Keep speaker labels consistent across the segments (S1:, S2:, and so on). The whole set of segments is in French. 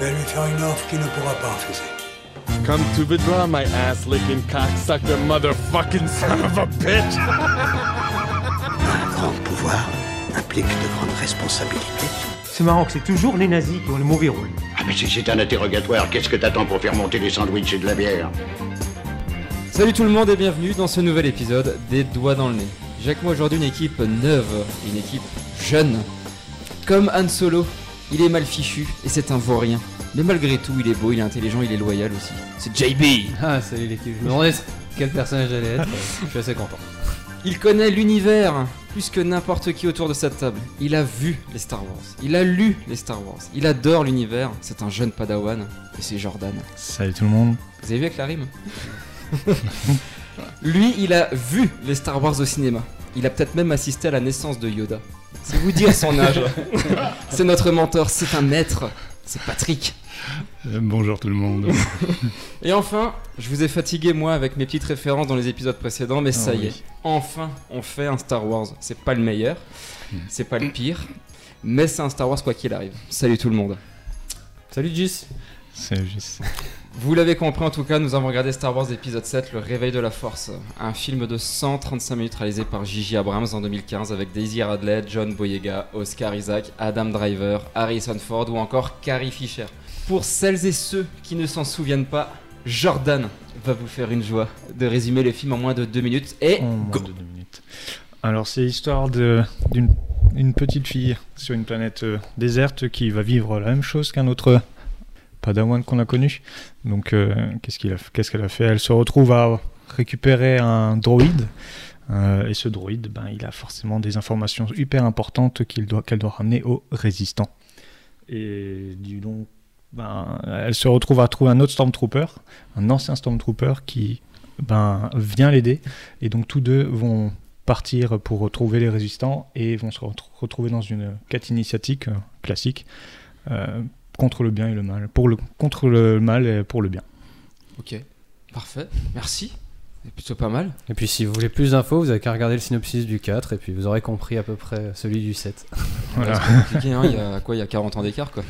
S1: vais lui faire une offre qu'il ne pourra pas refuser.
S2: Come to the draw, my ass licking cocksucker motherfucking son of a bitch!
S3: Un grand pouvoir implique de grandes responsabilités.
S4: C'est marrant que c'est toujours les nazis qui ont le mauvais rôle.
S5: Ah mais si c'est un interrogatoire, qu'est-ce que t'attends pour faire monter des sandwichs et de la bière
S6: Salut tout le monde et bienvenue dans ce nouvel épisode des Doigts dans le nez. Jacques, moi aujourd'hui une équipe neuve, une équipe jeune. Comme Han Solo, il est mal fichu et c'est un vaurien. Mais malgré tout, il est beau, il est intelligent, il est loyal aussi. C'est JB
S7: Ah, salut l'équipe. Je me demandais quel personnage j'allais être. Je suis assez content.
S6: Il connaît l'univers plus que n'importe qui autour de cette table. Il a vu les Star Wars, il a lu les Star Wars, il adore l'univers. C'est un jeune padawan et c'est Jordan.
S8: Salut tout le monde.
S6: Vous avez vu avec la rime Lui, il a vu les Star Wars au cinéma. Il a peut-être même assisté à la naissance de Yoda. C'est vous dire son âge. c'est notre mentor, c'est un maître. C'est Patrick.
S8: Euh, bonjour tout le monde.
S6: Et enfin, je vous ai fatigué moi avec mes petites références dans les épisodes précédents, mais ça
S8: Ah
S6: y
S8: oui.
S6: est, enfin on fait un Star Wars. C'est pas le meilleur, c'est pas le pire, mais c'est un Star Wars quoi qu'il arrive. Salut tout le monde.
S7: Salut Gis.
S8: C'est juste.
S6: Vous l'avez compris en tout cas, nous avons regardé Star Wars épisode 7, Le Réveil de la Force, un film de 135 minutes réalisé par Gigi Abrams en 2015 avec Daisy Radley, John Boyega, Oscar Isaac, Adam Driver, Harrison Ford ou encore Carrie Fisher. Pour celles et ceux qui ne s'en souviennent pas, Jordan va vous faire une joie de résumer le film en moins de 2 minutes et
S8: En moins
S6: go
S8: Oh, de deux minutes. Alors c'est l'histoire de- d'une une petite fille sur une planète euh, déserte qui va vivre la même chose qu'un autre euh, padawan qu'on a connu. Donc euh, qu'est-ce qu'il a f- qu'est-ce qu'elle a fait Elle se retrouve à récupérer un droïde. euh, et ce droïde, ben, il a forcément des informations hyper importantes qu'il doit- qu'elle doit, ramener aux résistants. Et du donc, ben, elle se retrouve à trouver un autre Stormtrooper, un ancien Stormtrooper qui ben, vient l'aider. Et donc tous deux vont partir pour retrouver les résistants et vont se retr- retrouver dans une quête initiatique euh, classique euh, contre le bien et le mal, pour le contre le mal et pour le bien.
S6: Ok, parfait, merci, c'est plutôt pas mal.
S7: Et puis si vous voulez plus d'infos, vous avez qu'à regarder le synopsis du 4 et puis vous aurez compris à peu près celui du 7.
S8: Voilà.
S6: C'est compliqué, hein, il y a quoi, il y a 40 ans d'écart quoi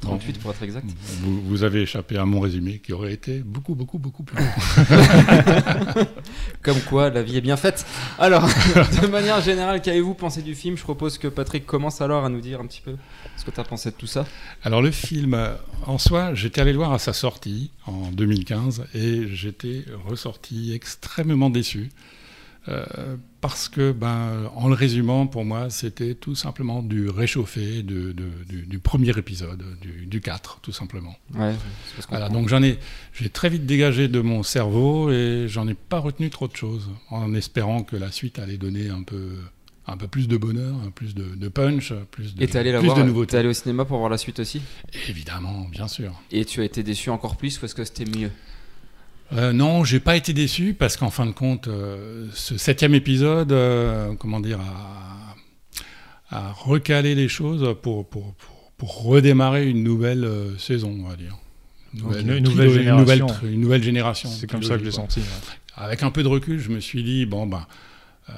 S6: 38 pour être exact.
S9: Vous, vous avez échappé à mon résumé qui aurait été beaucoup, beaucoup, beaucoup plus long.
S6: Comme quoi, la vie est bien faite. Alors, de manière générale, qu'avez-vous pensé du film Je propose que Patrick commence alors à nous dire un petit peu ce que tu as pensé de tout ça.
S9: Alors le film, euh, en soi, j'étais allé le voir à sa sortie en 2015 et j'étais ressorti extrêmement déçu. euh, parce que, ben, en le résumant, pour moi, c'était tout simplement du réchauffé de- de- du, du premier épisode, du, du 4, tout simplement.
S6: Ouais,
S9: Voilà, donc j'en ai, j'ai très vite dégagé de mon cerveau et j'en ai pas retenu trop de choses, en espérant que la suite allait donner un peu, un peu plus de bonheur, un plus de, de punch, plus de,
S6: Et t'es allé la
S9: plus
S6: voir euh,
S9: de
S6: T'es
S9: nouveautés.
S6: allé au cinéma pour voir la suite aussi
S9: Évidemment, bien sûr.
S6: Et tu as été déçu encore plus ou est-ce que c'était mieux
S9: Euh, non, j'ai pas été déçu parce qu'en fin de compte, euh, ce septième épisode, euh, comment dire, a, a recalé les choses pour, pour, pour, pour redémarrer une nouvelle euh, saison, on va dire. Une
S8: Donc, une- une nouvelle
S9: trilo-
S8: génération.
S9: nouvelle tr- une nouvelle génération.
S8: C'est comme ça que je l'ai
S9: trilogie,
S8: senti.
S9: quoi.
S8: ouais.
S9: Avec un peu de recul, je me suis dit, bon, ben, euh,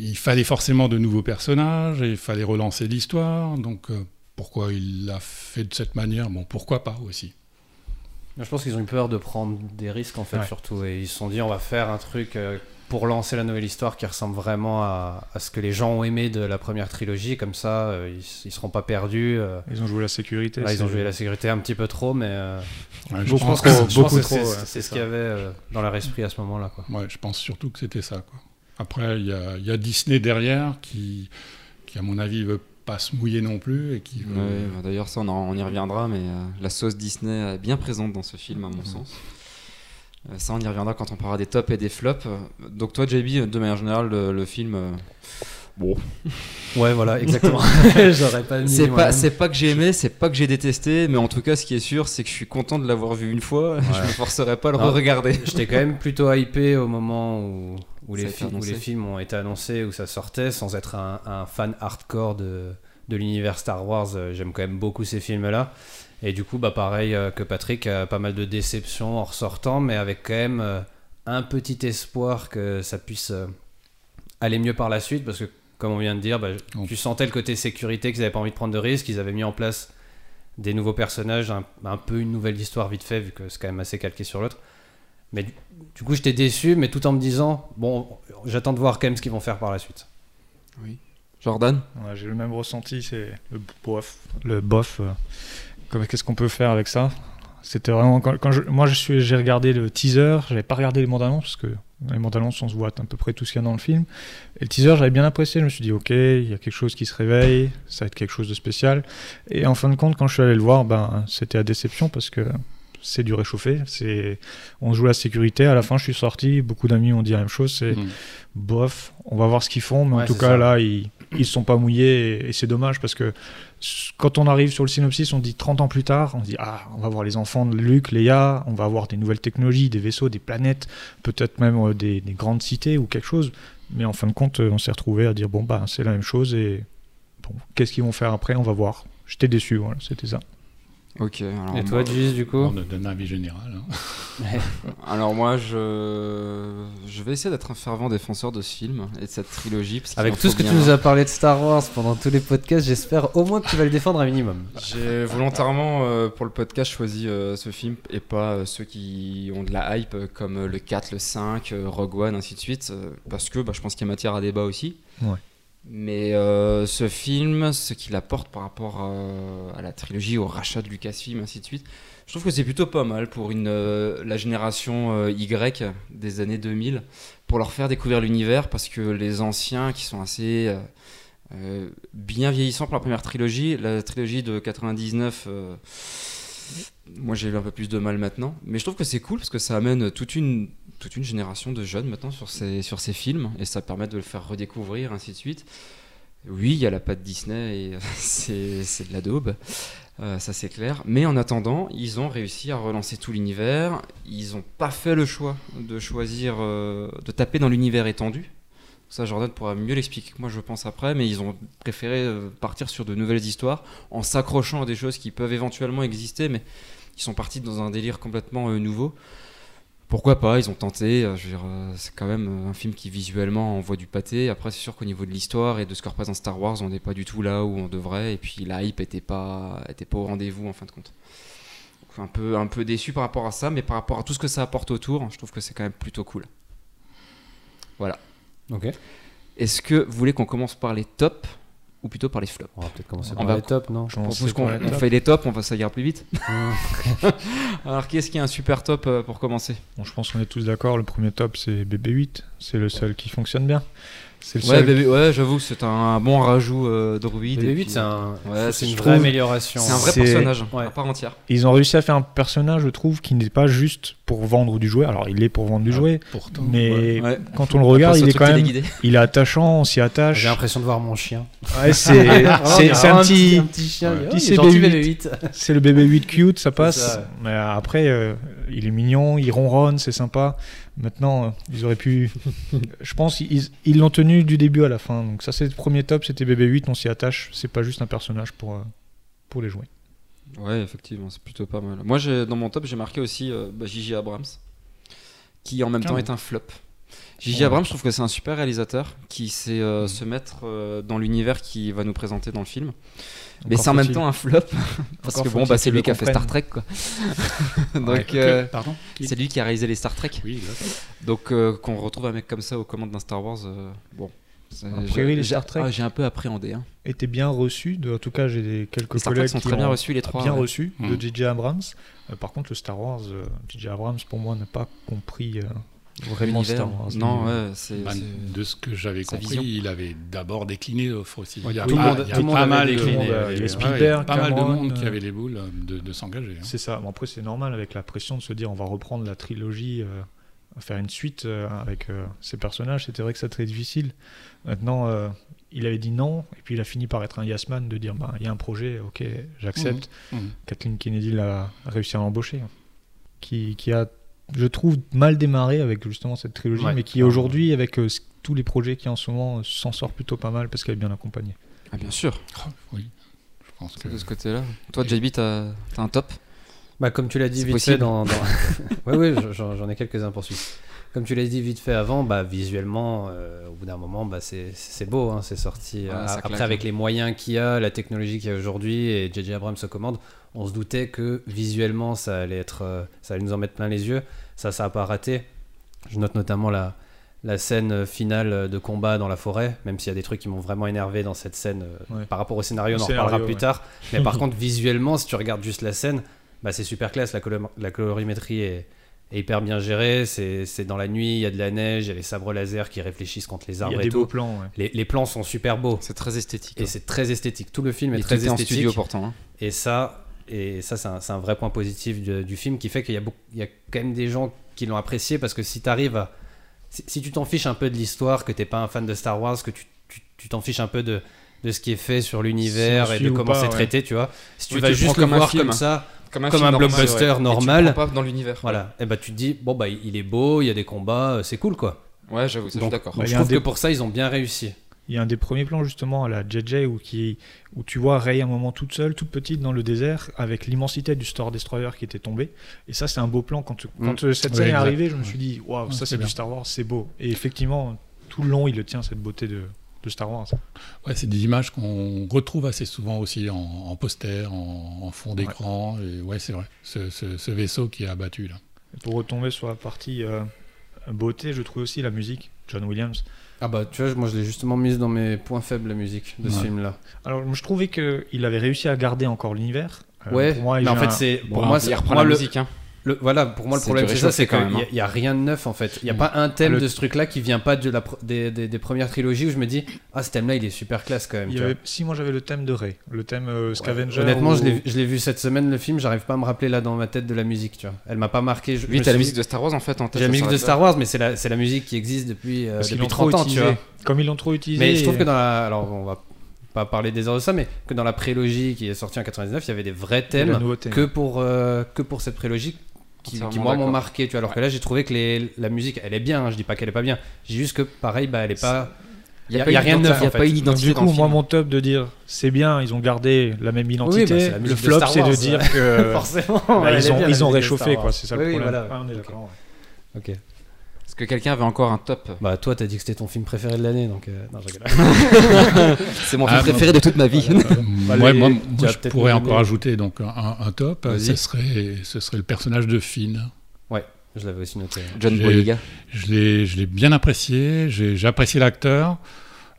S9: il fallait forcément de nouveaux personnages, et il fallait relancer l'histoire, donc euh, pourquoi il l'a fait de cette manière Bon, pourquoi pas aussi
S7: Je pense qu'ils ont eu peur de prendre des risques en fait
S8: Ouais.
S7: surtout et ils se sont dit on va faire un truc euh, pour lancer la nouvelle histoire qui ressemble vraiment à, à ce que les gens ont aimé de la première trilogie comme ça euh, ils, ils seront pas perdus. euh.
S8: Ils ont joué la sécurité.
S7: Là, Bah, ils ont
S8: c'est-
S7: joué la sécurité un petit peu trop, mais euh,
S9: Ouais,
S7: je
S9: je,
S7: pense
S9: pense
S7: que- je
S8: beaucoup
S7: pense que
S8: trop,
S7: c'est-
S8: ouais,
S7: C'est
S8: c'est
S7: ce
S8: ça.
S7: qu'il y avait euh, dans leur esprit à ce moment-là. Quoi.
S9: ouais, je pense surtout que c'était ça. Quoi. Après, il y a, il y a Disney derrière qui, qui, à mon avis, veut pas se mouiller non plus, et qui veut-
S7: Euh,
S6: Ouais, bah, D'ailleurs, ça, on, en- on y reviendra, mais euh, la sauce Disney est bien présente dans ce film, à mon sens. Euh, Ça, on y reviendra quand on parlera des tops et des flops. Euh, Donc, toi, JB, euh, de manière générale, le, le film. euh,
S7: Ouais, voilà, exactement. J'aurais pas mis.
S6: C'est pas,
S7: moi-même.
S6: c'est pas que j'ai aimé, c'est pas que j'ai détesté, mais en tout cas, ce qui est sûr, c'est que je suis content de l'avoir vu une fois. Je me forcerai pas à le
S7: Non.
S6: re-regarder.
S7: J'étais quand même plutôt hypé au moment où, où,
S6: Ça
S7: les,
S6: a été
S7: films- où
S6: annoncé.
S7: les films ont été annoncés, où ça sortait, sans être un, un fan hardcore de, de l'univers Star Wars. Euh, J'aime quand même beaucoup ces films-là. Et du coup, bah, pareil euh, que Patrick, euh, pas mal de déceptions en ressortant, mais avec quand même euh, un petit espoir que ça puisse euh, aller mieux par la suite, parce que comme on vient de dire, bah,
S9: On-
S7: tu sentais le côté sécurité qu'ils n'avaient pas envie de prendre de risques, ils avaient mis en place des nouveaux personnages, un, un peu une nouvelle histoire vite fait, vu que c'est quand même assez calqué sur l'autre. Mais du, du coup, j'étais déçu, mais tout en me disant, bon, j'attends de voir quand même ce qu'ils vont faire par la suite.
S6: Jordan
S8: Ouais, J'ai le même ressenti, c'est le bof. Le bof. euh, comme- Qu'est-ce qu'on peut faire avec ça C'était vraiment quand, quand je- moi je suis, j'ai regardé le teaser, j'avais pas regardé les bandes annonces parce que dans les bandes annonces on se voit à peu près tout ce qu'il y a dans le film. Et le teaser j'avais bien apprécié, je me suis dit ok, il y a quelque chose qui se réveille, ça va être quelque chose de spécial. Et en fin de compte, quand je suis allé le voir, ben c'était à déception parce que c'est du réchauffé, c'est on joue la sécurité. À la fin, je suis sorti, beaucoup d'amis ont dit la même chose, c'est
S9: Mm.
S8: bof, on va voir ce qu'ils font, mais
S7: Ouais,
S8: en tout
S7: c'est
S8: cas
S7: ça.
S8: là ils ils sont pas mouillés et, et c'est dommage parce que s- quand on arrive sur le synopsis, on dit 30 ans plus tard, on se dit ah, on va voir les enfants de Luc, Léa, on va avoir des nouvelles technologies, des vaisseaux, des planètes, peut-être même euh, des, des grandes cités ou quelque chose. Mais en fin de compte, euh, on s'est retrouvé à dire bon bah c'est la même chose et bon, qu'est-ce qu'ils vont faire après, on va voir. J'étais déçu, voilà, c'était ça.
S6: Ok. Alors
S7: Et toi, Gis, du coup
S9: On ne donne un avis général. hein.
S6: Alors moi, je je vais essayer d'être un fervent défenseur de ce film et de cette trilogie. parce qu'il en
S7: Avec tout
S6: faut
S7: ce que
S6: bien hein.
S7: tu nous as parlé de Star Wars pendant tous les podcasts, j'espère au moins que tu vas le défendre un minimum.
S6: un. J'ai volontairement euh, pour le podcast choisi euh, ce film et pas euh, ceux qui ont de la hype euh, comme euh, le 4, le 5, euh, Rogue One, ainsi de suite, euh, parce que bah, je pense qu'il y a matière à débat aussi.
S8: Ouais.
S6: Mais euh, ce film, ce qu'il apporte par rapport euh, à la trilogie, au rachat de Lucasfilm, ainsi de suite, je trouve que c'est plutôt pas mal pour une, euh, la génération euh, Y des années 2000, pour leur faire découvrir l'univers, parce que les anciens qui sont assez euh, euh, bien vieillissants pour la première trilogie, la trilogie de 99, euh, moi j'ai eu un peu plus de mal maintenant, mais je trouve que c'est cool parce que ça amène toute une, toute une génération de jeunes maintenant sur ces, sur ces films, et ça permet de le faire redécouvrir, ainsi de suite. Oui, il y a la patte Disney et euh, c'est c'est de la daube. Euh, ça c'est clair. Mais en attendant, ils ont réussi à relancer tout l'univers. Ils n'ont pas fait le choix de choisir, euh, de taper dans l'univers étendu. Ça, Jordan pourra mieux l'expliquer que moi, je pense après. Mais ils ont préféré euh, partir sur de nouvelles histoires en s'accrochant à des choses qui peuvent éventuellement exister, mais ils sont partis dans un délire complètement euh, nouveau. Pourquoi pas Ils ont tenté. euh, je veux dire, euh, c'est quand même euh, un film qui visuellement envoie du pâté. Après, c'est sûr qu'au niveau de l'histoire et de ce que représente Star Wars, on n'est pas du tout là où on devrait. Et puis la hype était pas, était pas au rendez-vous en fin de compte. Donc, un peu, un peu déçu par rapport à ça, mais par rapport à tout ce que ça apporte autour, je trouve que c'est quand même plutôt cool.
S7: Ok.
S6: Est-ce que vous voulez qu'on commence par les tops ou plutôt par les flops
S7: On va peut-être commencer
S6: On
S7: par
S6: va-
S7: les tops, non
S6: Je
S8: Commencer
S6: propose qu'on
S8: par les
S6: on
S8: tops.
S6: fait les tops, on va, ça ira plus vite.
S7: Mm.
S6: Alors, qu'est-ce qui est un super top euh, pour commencer
S8: Bon, je pense qu'on est tous d'accord, le premier top c'est BB8, c'est le seul qui fonctionne bien. C'est le
S6: Ouais,
S8: seul.
S6: bébé- ouais, j'avoue que c'est un bon rajout euh, droïde.
S7: Le
S6: et puis,
S7: B8, c'est un-
S6: Ouais,
S7: c'est
S6: je
S7: une
S6: trouve-
S7: vraie amélioration.
S6: C'est un vrai
S8: C'est-
S6: personnage,
S7: ouais.
S6: à part entière.
S8: Ils ont réussi à faire un personnage, je trouve, qui n'est pas juste pour vendre du jouet. Alors il est pour vendre du
S9: Ah,
S8: jouet,
S9: Pourtant, ouais.
S8: mais
S6: Ouais.
S8: quand on le regarde,
S6: Après,
S8: il
S6: ce
S8: est
S6: truc
S8: quand même,
S6: téléguidé.
S8: il est attachant, on s'y attache.
S7: J'ai l'impression de voir mon chien.
S8: Ouais, c'est c'est- c'est un petit,
S7: chien.
S9: Ouais.
S7: il est-
S8: Petit
S7: oh, il est gentil,
S8: CB8.
S7: le 8.
S8: c'est le bébé 8 cute, ça passe.
S7: ça.
S8: Mais après, euh, il est mignon, il ronronne, c'est sympa. Maintenant, euh, ils auraient pu. je pense qu'ils ils l'ont tenu du début à la fin. Donc ça, c'est le premier top, c'était bébé 8, on s'y attache. C'est pas juste un personnage pour euh, pour les jouets.
S6: Ouais, effectivement, c'est plutôt pas mal. Moi, j'ai- dans mon top, j'ai marqué aussi euh, bah, Gigi Abrams, qui en même
S8: Ah
S6: temps
S8: ouais.
S6: est un flop. Gigi
S8: Ouais.
S6: Abrams, je trouve que c'est un super réalisateur qui sait euh, se mettre euh, dans l'univers qu'il va nous présenter dans le film. Mais
S8: Encore
S6: c'est en même
S8: faut-il-
S6: temps un flop, parce
S8: Encore
S6: que bon,
S8: faut-il
S6: bah, c'est
S8: qu'ils
S6: lui
S8: le
S6: qui a fait
S8: comprennent.
S6: Star Trek, quoi. Donc,
S9: Ouais, que-
S6: euh,
S9: pardon qui-
S6: c'est lui qui a réalisé les Star Trek.
S9: Oui, là.
S6: Donc, euh, qu'on retrouve un mec comme ça aux commandes d'un Star Wars, euh, bon. c'est-
S8: A priori,
S6: j'ai-
S8: les
S6: j'ai-
S8: Star Trek-
S6: ah, J'ai un peu appréhendé. hein.
S8: était bien reçu. De, en tout cas, j'ai des- quelques
S6: Les Star Trek
S8: collègues
S6: sont
S8: qui
S6: très bien
S8: ont
S6: reçus, les trois. euh,
S8: bien
S6: ouais.
S8: reçu
S9: Mm.
S8: de J.J. Abrams. Euh, par contre, le Star Wars, euh, J.J. Abrams, pour moi, n'a pas compris euh, vraiment
S6: L'univers.
S8: Star Wars.
S6: Non, ouais, c'est.
S9: Bah,
S6: c'est-
S9: de ce que j'avais
S6: sa
S9: compris,
S6: vision.
S9: il avait d'abord décliné l'offre aussi.
S7: Ouais,
S9: il y a
S7: tout le
S9: pas,
S7: monde-
S9: il y a
S7: tout le monde
S9: pas
S7: avait
S9: mal,
S7: décliné.
S9: il y
S8: euh, Il y avait
S9: avait
S8: Spielberg,
S9: pas mal de
S8: Cameron,
S9: monde qui
S8: euh,
S9: avait les boules euh, de, de s'engager. hein.
S8: C'est ça. Bon, après, c'est normal avec la pression de se dire on va reprendre la trilogie, euh, faire une suite euh, avec euh, ces personnages. C'était vrai que ça très difficile. Maintenant, euh, il avait dit non, et puis il a fini par être un yes man, de dire bah, il y a un projet, ok, j'accepte.
S7: Mmh.
S9: Mhm. Mhm.
S8: Kathleen Kennedy l'a réussi à l'embaucher, hein. qui, qui a, je trouve, mal démarré avec justement cette trilogie,
S7: Ouais.
S8: mais qui aujourd'hui, avec euh, c- tous les projets qui en ce moment, euh, s'en sort plutôt pas mal parce qu'elle est bien accompagnée.
S6: Ah, bien sûr.
S9: Oh, oui, je pense que.
S6: de ce côté-là. Toi, JB, t'as t'as un top
S7: Bah, comme tu l'as dit
S6: C'est
S7: vite
S6: possible.
S7: fait dans. dans... ouais, ouais, j'en j'en ai quelques-uns pour suivre. comme tu l'as dit vite fait avant, bah, visuellement, euh, au bout d'un moment, bah, c'est- c'est beau, hein, c'est sorti.
S6: Ouais,
S7: Euh,
S6: ça claque,
S7: après, avec les moyens qu'il y a, la technologie qu'il y a aujourd'hui et JJ Abrams se commande, on se doutait que visuellement, ça allait, être, euh, ça allait nous en mettre plein les yeux. Ça, ça n'a pas raté. Je note notamment la, la scène finale de combat dans la forêt, même s'il y a des trucs qui m'ont vraiment énervé dans cette scène euh,
S8: Ouais.
S7: par rapport au scénario, on
S8: Le
S7: en reparlera
S8: scénario,
S7: plus
S8: ouais.
S7: tard. Mais par contre, visuellement, si tu regardes juste la scène, bah, c'est super classe, la, colo- la colorimétrie est, est hyper bien gérée, c'est c'est dans la nuit, il y a de la neige, il y a les sabres laser qui réfléchissent contre les
S8: Il y
S7: arbres
S8: a
S7: et
S8: des
S7: tout.
S8: beaux plans. ouais.
S7: Les, les plans sont super beaux.
S6: C'est très esthétique.
S7: Et c'est très esthétique. hein. Tout le film est
S6: mais
S7: très
S6: très en
S7: esthétique.
S6: studio pourtant. hein.
S7: Et ça, et ça c'est un, c'est un vrai point positif du, du film qui fait qu'il y, a beaucoup- il y a quand même des gens qui l'ont apprécié parce que si tu arrives à. Si, si tu t'en fiches un peu de l'histoire, que t'es pas un fan de Star Wars, que tu tu- tu t'en fiches un peu de, de ce qui est fait sur l'univers
S8: Si on
S7: et
S8: suit
S7: de
S8: ou
S7: comment
S8: pas,
S7: c'est
S8: ouais.
S7: traité, tu vois, si tu
S6: Oui,
S7: vas
S6: tu le
S7: juste
S6: prends
S7: le
S6: comme un
S7: voir
S6: film.
S7: comme ça,
S6: un,
S7: Comme
S6: film
S7: un
S6: normal,
S7: blockbuster
S6: ouais. Et tu
S7: normal.
S6: le prends pas dans l'univers.
S7: voilà, et bah tu te dis, bon, bah il est beau, il y a des combats, euh, c'est cool quoi.
S6: Ouais, j'avoue, ça, je suis
S7: Donc-
S6: d'accord.
S8: Bah,
S7: Donc,
S8: il y
S7: je
S8: a un
S7: trouve que
S8: dé-
S7: pour ça, ils ont bien réussi.
S8: Il y a un des premiers plans justement à la JJ où, qui, où tu vois Rey un moment toute seule, toute petite dans le désert avec l'immensité du Star Destroyer qui était tombé. Et ça c'est un beau plan. Quand, quand euh, cette
S9: Mm. Ouais,
S8: scène est
S9: exact.
S8: arrivée, je me suis dit, waouh,
S9: Ouais,
S8: ça
S9: c'est
S8: c'est du
S9: bien.
S8: Star Wars, c'est beau. Et effectivement, tout le long il le tient cette beauté de, de Star Wars.
S9: Ouais, c'est des images qu'on retrouve assez souvent aussi en, en poster, en, en fond d'écran. Et ouais, c'est vrai. Ce, ce- ce vaisseau qui est abattu là.
S8: Et pour retomber sur la partie euh, beauté, je trouve aussi la musique, John Williams.
S7: Ah bah tu vois, moi je l'ai justement mise dans mes points faibles, la musique de ce
S9: Ouais.
S7: film-là.
S8: Alors je trouvais qu'il avait réussi à garder encore l'univers. Euh,
S7: ouais,
S8: pour moi, il
S7: mais en
S8: a
S7: fait,
S8: un-
S7: c'est. Pour
S9: Bon,
S7: moi,
S6: Il
S7: c'est-
S6: reprend
S7: moi,
S6: la
S7: le-
S6: musique. hein.
S7: Le- voilà, pour moi le
S6: C'est
S7: problème
S6: du
S7: c'est ça,
S6: réchauffé
S7: c'est
S6: quand
S7: qu'il
S6: même, hein. Mm.
S7: n'y a, rien de neuf en fait. Il n'y a pas un thème
S8: Le-
S7: de ce truc-là qui vient pas de la pr- des, des- des premières trilogies où je me dis ah ce thème-là il est super classe quand même.
S8: il y
S7: tu vois.
S8: avait- Si moi j'avais le thème de Rey, le thème euh, Scavenger.
S7: Honnêtement,
S8: ou-
S7: je l'ai vu- je l'ai vu cette semaine le film, j'arrive pas à me rappeler là dans ma tête de la musique, tu vois. Elle m'a pas marqué. Je, je
S6: Lui,
S7: me
S6: t'as la
S7: suis-
S6: musique de Star Wars en fait en tête.
S7: j'ai la
S6: ça
S7: musique de
S6: s'arrête
S7: Star Wars, mais c'est la, c'est la musique qui existe depuis, euh,
S8: Parce qu'ils
S7: depuis
S8: l'ont trop
S7: 30 ans, tu
S8: utilisé.
S7: vois.
S8: Comme ils l'ont trop utilisé.
S7: Mais je trouve
S8: et-
S7: que dans la. Alors, on va pas parler des heures de ça, mais que dans la prélogie qui est sortie en 99, il y avait des vrais
S8: et la
S7: thèmes
S8: nouveauté.
S7: que pour, euh, que pour cette prélogie qui,
S6: Entièrement
S7: qui, moi, m'ont
S6: d'accord.
S7: marqué. Tu vois, alors que là, j'ai trouvé que les- la musique, elle est bien, hein, je dis pas qu'elle est pas bien. J'ai juste que, pareil, bah, elle est pas.
S6: là. Il y a,
S7: y a-
S6: pas
S7: il y a
S6: une
S7: rien de
S6: identité-
S7: neuf,
S6: Il y a
S7: en
S6: pas
S7: fait.
S6: une
S8: Donc,
S6: identité
S8: du
S6: dans
S8: coup,
S6: le
S8: moi,
S6: film.
S8: mon top de dire c'est bien, ils ont gardé la même identité.
S7: bah, c'est la musique
S8: le
S7: de
S8: flop,
S7: Star
S8: c'est de
S7: Wars,
S8: dire
S7: ouais.
S8: que
S7: Forcément.
S8: bah,
S7: elle est
S8: ils ont,
S7: bien, la
S8: ils ont
S7: musique de
S8: réchauffé,
S7: Star Wars.
S8: quoi. C'est ça le
S7: Oui, oui,
S8: problème.
S7: voilà.
S8: Ah, on est
S7: Ok.
S8: d'accord, ouais.
S7: Ok.
S6: Est-ce que quelqu'un veut encore un top
S7: Bah, toi, t'as dit que c'était ton film préféré de l'année, donc. euh, non, je rigole.
S6: C'est mon
S9: film Ah, non. préféré
S6: de toute ma vie.
S9: Euh, ouais,
S7: les-
S9: moi,
S7: tu
S9: moi,
S7: vas
S9: je
S7: peut-être
S9: pourrais
S7: nous donner-
S9: encore ajouter donc un, un top.
S7: Vas-y.
S9: Ce serait, ce serait le personnage de Finn.
S7: Je l'avais aussi noté. hein.
S6: John
S9: J'ai-
S6: Boyega.
S9: Je l'ai, je l'ai bien apprécié. J'ai, j'ai apprécié l'acteur.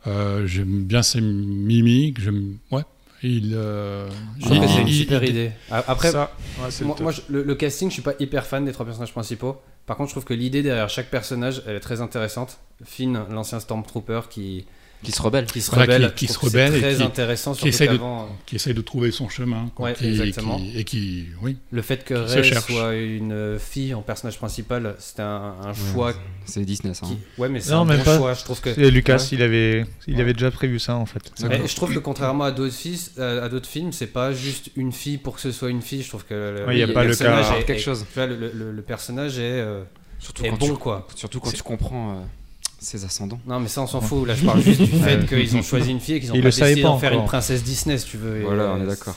S9: Euh, j'aime bien ses mimiques. J'aime, ouais. Il, euh,
S7: Je trouve
S9: il-
S7: que c'est une
S9: il-
S7: super
S9: il-
S7: idée. A- Après,
S8: Ça, ouais, c'est le
S7: moi,
S8: top.
S7: moi, je- le, le casting, je suis pas hyper fan des trois personnages principaux. Par contre, je trouve que l'idée derrière chaque personnage, elle est très intéressante. Finn, l'ancien Stormtrooper qui,
S6: Qui se rebelle.
S7: qui se
S9: Voilà, qui-
S7: rebelle,
S9: qui
S7: je trouve
S9: se
S7: que c'est
S9: rebelle et
S7: très
S9: qui-
S7: intéressant,
S9: qui
S7: surtout
S9: essaye de-
S7: qu'avant, euh,
S9: qui essaie de trouver son chemin. quoi.
S7: Ouais,
S9: Qui-
S7: exactement.
S9: qui- et qui, oui.
S7: le fait que
S9: se
S7: Rey
S9: cherche.
S7: soit une fille en personnage principal, c'était un, un choix
S6: C'est Disney ça. hein.
S7: qui... Ouais, mais c'est
S8: Non,
S7: un
S8: mais
S7: bon
S8: pas-
S7: choix. Je trouve que...
S8: Et Lucas,
S7: Ouais.
S8: il avait, il avait déjà prévu ça en fait.
S7: Mais je trouve que contrairement à d'autres fils- euh, à à d'autres films, c'est pas juste une fille pour que ce soit une fille. Je trouve que le,
S8: Ouais, y a
S7: le
S8: pas le
S7: personnage
S8: cas-
S7: est-
S6: quelque
S7: est-
S6: chose.
S7: tu vois, le, le- le personnage est, euh,
S6: Surtout
S7: est
S6: quand
S7: bon
S6: tu-
S7: quoi.
S6: Surtout quand
S7: C'est-
S6: tu comprends euh, ses ascendants.
S7: Non, mais ça, on s'en fout. Là, je parle juste du fait
S8: Ouais.
S7: qu'ils ont choisi une fille et qu'ils ont
S8: Ils
S7: pas
S8: le savaient
S7: décidé
S8: pas
S7: d'en faire
S8: encore.
S7: une princesse Disney, si tu veux. Et,
S6: Voilà, on
S7: euh,
S6: est d'accord.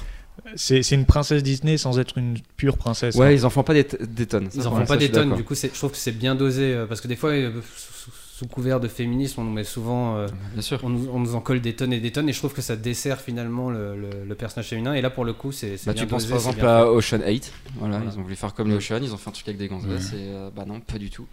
S8: C'est c'est une princesse Disney sans être une pure princesse. hein.
S6: Ouais, ils en font pas des, t- des tonnes.
S7: Ils en font pas des tonnes. Du coup, c'est- je trouve que c'est bien dosé. euh, Parce que des fois, euh, sous, sous couvert de féminisme, on nous met souvent. euh,
S6: Bien sûr.
S7: on, nous, on nous en colle des tonnes et des tonnes. Et je trouve que ça dessert finalement le, le- le personnage féminin. Et là, pour le coup, c'est. c'est
S6: Bah,
S7: bien
S6: tu penses
S7: dosé,
S6: par
S7: c'est
S6: exemple
S7: bien
S6: à Ocean 8, voilà,
S7: Voilà.
S6: ils ont voulu faire comme les Ocean, ils ont fait un truc avec des gonzesses, et euh, bah non, pas du tout.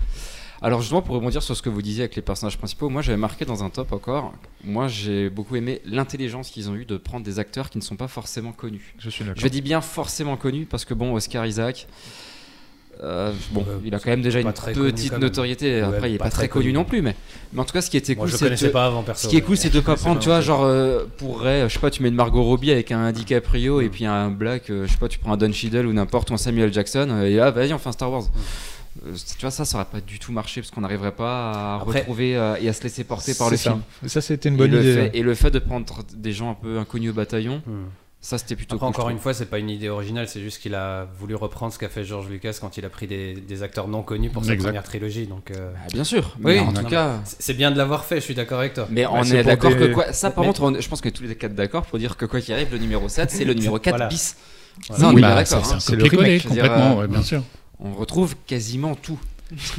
S6: Alors justement, pour rebondir sur ce que vous disiez avec les personnages principaux, moi j'avais marqué dans un top encore, moi j'ai beaucoup aimé l'intelligence qu'ils ont eu de prendre des acteurs qui ne sont pas forcément connus.
S8: Je suis
S6: Je dis bien forcément connus, parce que bon, Oscar Isaac, euh, bon,
S7: Ouais,
S6: il a quand même déjà
S7: pas
S6: une
S7: très connu quand
S6: petite
S7: même.
S6: notoriété,
S7: Ouais,
S6: après il est pas, très connu, non plus, mais, mais en tout cas ce qui
S7: fait.
S6: était
S7: Moi,
S6: cool,
S7: je
S6: c'est
S7: connaissais
S6: de-
S7: pas avant perso.
S6: ce qui est cool,
S7: mais-
S6: c'est de pas
S7: c'est
S6: prendre,
S7: pas
S6: tu vois,
S7: un
S6: genre euh, pour Ray, je sais pas, tu mets une Margot Robbie avec un DiCaprio
S7: Mm.
S6: et puis un Black, euh, je sais pas, tu prends un Don Cheadle ou n'importe ou un Samuel Jackson euh, et ah vas-y on fait un Star Wars. Euh, c'est- tu vois ça, ça aurait pas du tout marché parce qu'on n'arriverait pas à
S7: Mm. Après-
S6: retrouver euh, et à se laisser porter par le film.
S8: Ça, c'était une
S6: Et
S8: bonne
S6: le,
S8: idée.
S6: fait, et le fait de prendre des gens un peu inconnus au bataillon,
S7: Hmm.
S6: ça c'était plutôt
S7: Après,
S6: cool,
S7: encore
S6: je
S7: une fois, c'est pas une idée originale, c'est juste qu'il a voulu reprendre ce qu'a fait George Lucas quand il a pris des, des acteurs non connus pour sa
S9: Exact.
S7: première trilogie. Donc, euh,
S6: trouve. Ah, bien sûr,
S7: Oui,
S6: mais
S7: non,
S6: en tout
S7: mais-
S6: cas.
S7: c'est c'est bien de l'avoir fait, je suis d'accord avec toi.
S6: Mais on
S8: c'est
S6: est
S8: pour
S6: d'accord
S8: des-
S6: que quoi. Ça, par
S7: Mais-
S6: contre, on- je pense que tous les quatre d'accord pour dire que quoi qu'il arrive, le numéro 7, c'est le numéro 4
S7: Voilà.
S6: bis.
S7: Voilà.
S6: Ça, on
S9: Oui,
S6: est
S9: bah,
S6: bien
S9: c'est
S6: d'accord.
S9: c'est
S6: hein.
S9: un
S8: C'est le
S9: copier-coller,
S8: remake.
S9: complètement,
S6: C'est-à-dire, euh,
S9: ouais, bien sûr.
S6: On retrouve quasiment tout.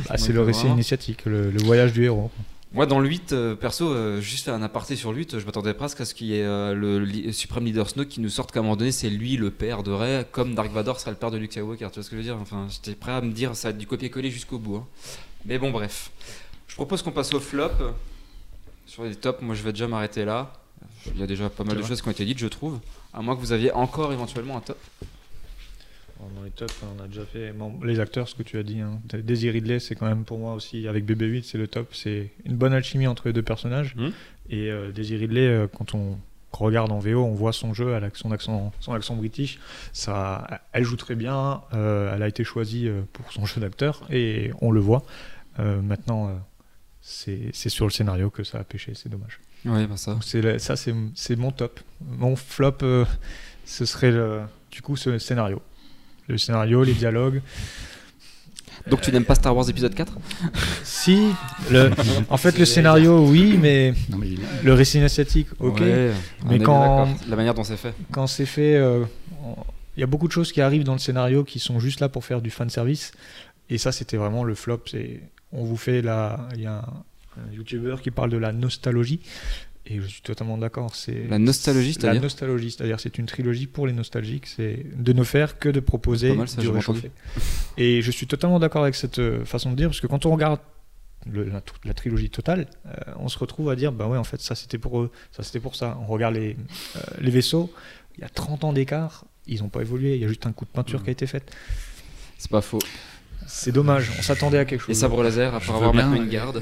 S8: Ah, c'est le récit initiatique, le, le voyage du héros.
S6: Moi, dans le 8, euh, perso, euh, juste un aparté sur le 8, euh, je m'attendais presque à ce qu'il y ait euh, le li- Supreme Leader Snoke qui nous sorte qu'à un moment donné, c'est lui le père de Rey, comme Dark Vador sera le père de Luke Skywalker. Tu vois ce que je veux dire Enfin, j'étais prêt à me dire, ça va être du copier-coller jusqu'au bout. hein. Mais bon, bref. Je propose qu'on passe au flop. Sur les tops, moi, je vais déjà m'arrêter là. Il y a déjà pas mal de choses qui ont été dites, je trouve. À moins que vous aviez encore éventuellement un top.
S8: Dans les tops, on a déjà fait. bon, les acteurs, ce que tu as dit, hein. Daisy Ridley, c'est quand même pour moi aussi, avec BB-8, c'est le top. C'est une bonne alchimie entre les deux personnages.
S6: Mhm.
S8: Et euh, Daisy Ridley, euh, quand on regarde en VO, on voit son jeu, elle a son accent, son accent british. Ça, elle joue très bien. euh, elle a été choisie euh, pour son jeu d'acteur et on le voit. Euh, maintenant, euh, c'est c'est sur le scénario que ça a pêché, c'est dommage.
S6: Oui, bah ça.
S8: Donc c'est le- ça, c'est c'est mon top. Mon flop, euh, ce serait le, du coup ce scénario. Le scénario, les dialogues.
S6: Donc, tu n'aimes pas Star Wars épisode 4
S8: Si, le, en fait, le scénario, oui, mais
S9: Non, mais il-
S8: le récit initiatique, ok.
S6: Ouais, on
S8: Mais
S6: est bien
S8: quand-
S6: d'accord. La manière dont c'est fait.
S8: Quand c'est fait, euh, on- il y a beaucoup de choses qui arrivent dans le scénario qui sont juste là pour faire du fan service. Et ça, c'était vraiment le flop. C'est, on vous fait la, il y a un, un youtubeur qui parle de la nostalgie. Et je suis totalement d'accord. C'est
S6: La nostalgie,
S8: La
S6: c'est-à-dire.
S8: nostalgie, c'est-à-dire c'est une trilogie pour les nostalgiques, c'est de ne faire que de proposer
S6: Pas mal, ça,
S8: du
S6: j'ai
S8: réchauffé. Et je suis totalement d'accord avec cette euh, façon de dire, parce que quand on regarde le- la, tr- la trilogie totale, euh, on se retrouve à dire, bah ouais, en fait, ça c'était pour eux, ça c'était pour ça. On regarde les, euh, les vaisseaux, il y a 30 ans d'écart, ils n'ont pas évolué, il y a juste un coup de
S6: Mmh.
S8: peinture qui a été fait.
S6: C'est pas faux.
S8: C'est dommage, on s'attendait à quelque
S6: Et
S8: chose.
S6: sabre laser, à
S9: Je
S6: part
S9: veux
S6: avoir
S9: bien,
S6: maintenant
S9: euh,
S6: une garde.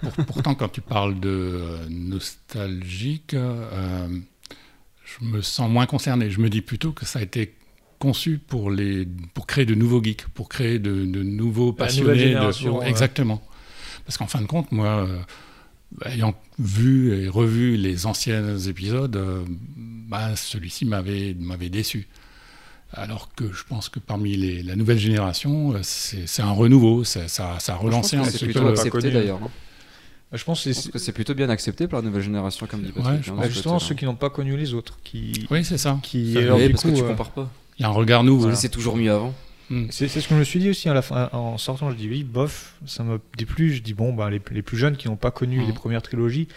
S9: Pour- pourtant, quand tu parles de euh, nostalgique, euh, je me sens moins concerné. Je me dis plutôt que ça a été conçu pour, les, pour créer de nouveaux geeks, pour créer de, de nouveaux
S8: nouvelle
S9: passionnés. de-
S8: génération, ouais.
S9: Exactement. Parce qu'en fin de compte, moi, euh, ayant vu et revu les anciens épisodes, euh, bah, celui-ci m'avait m'avait déçu. Alors que je pense que parmi les- la nouvelle génération, euh, c'est c'est un renouveau, ça, ça, ça a relancé
S6: Je
S9: un
S6: pense que c'est
S9: petit
S6: plutôt
S9: peu.
S8: pas
S6: accepté
S8: connu.
S6: d'ailleurs. hein.
S8: Je pense que
S6: Je
S8: c'est
S6: pense que c'est plutôt bien accepté par la nouvelle génération comme dit
S9: Ouais,
S6: Patrick.
S9: je
S6: hein,
S9: pense.
S6: de
S8: bah,
S6: ce
S8: justement
S6: côté-là.
S8: ceux qui n'ont pas connu les autres, qui...
S9: Oui, c'est ça.
S8: qui
S9: Ça,
S8: et
S9: oui,
S8: alors,
S6: Oui,
S8: du
S6: parce
S8: coup,
S6: que tu
S8: euh,
S6: compares pas.
S9: Il y a un regard nouveau.
S8: Voilà.
S6: C'est toujours mieux avant.
S8: C'est c'est ce que je me suis dit aussi à la fin, en sortant. Je dis oui, bof, ça me déplut. Je dis bon, bah, les, les plus jeunes qui n'ont pas connu
S6: Mhm.
S8: les premières trilogies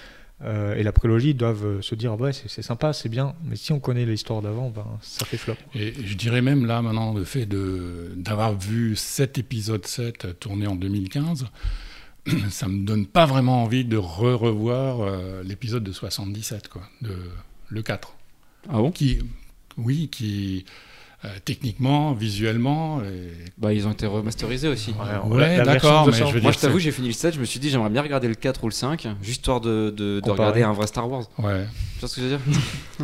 S8: euh, et la prélogie doivent euh, se dire ah ouais, c'est c'est sympa, c'est bien, mais si on connaît l'histoire d'avant, ben ça fait flop.
S9: Et je dirais même là maintenant le fait de d'avoir vu cet épisode 7 tourné en 2015, ça me donne pas vraiment envie de re-revoir euh, l'épisode de 77 quoi, de le 4.
S6: Ah bon
S9: Qui oui, qui euh, techniquement, visuellement et-
S6: Bah ils ont été remasterisés aussi.
S8: alors, la-
S9: Ouais,
S8: la version
S9: d'accord, mais
S8: 200.
S9: je veux
S6: Moi
S9: dire
S6: je t'avoue j'ai fini le 7, je me suis dit j'aimerais bien regarder le 4 ou le 5, juste histoire de, de, de
S8: Comparer.
S6: regarder un vrai Star Wars.
S9: c'est- ouais.
S6: Tu vois ce que je veux dire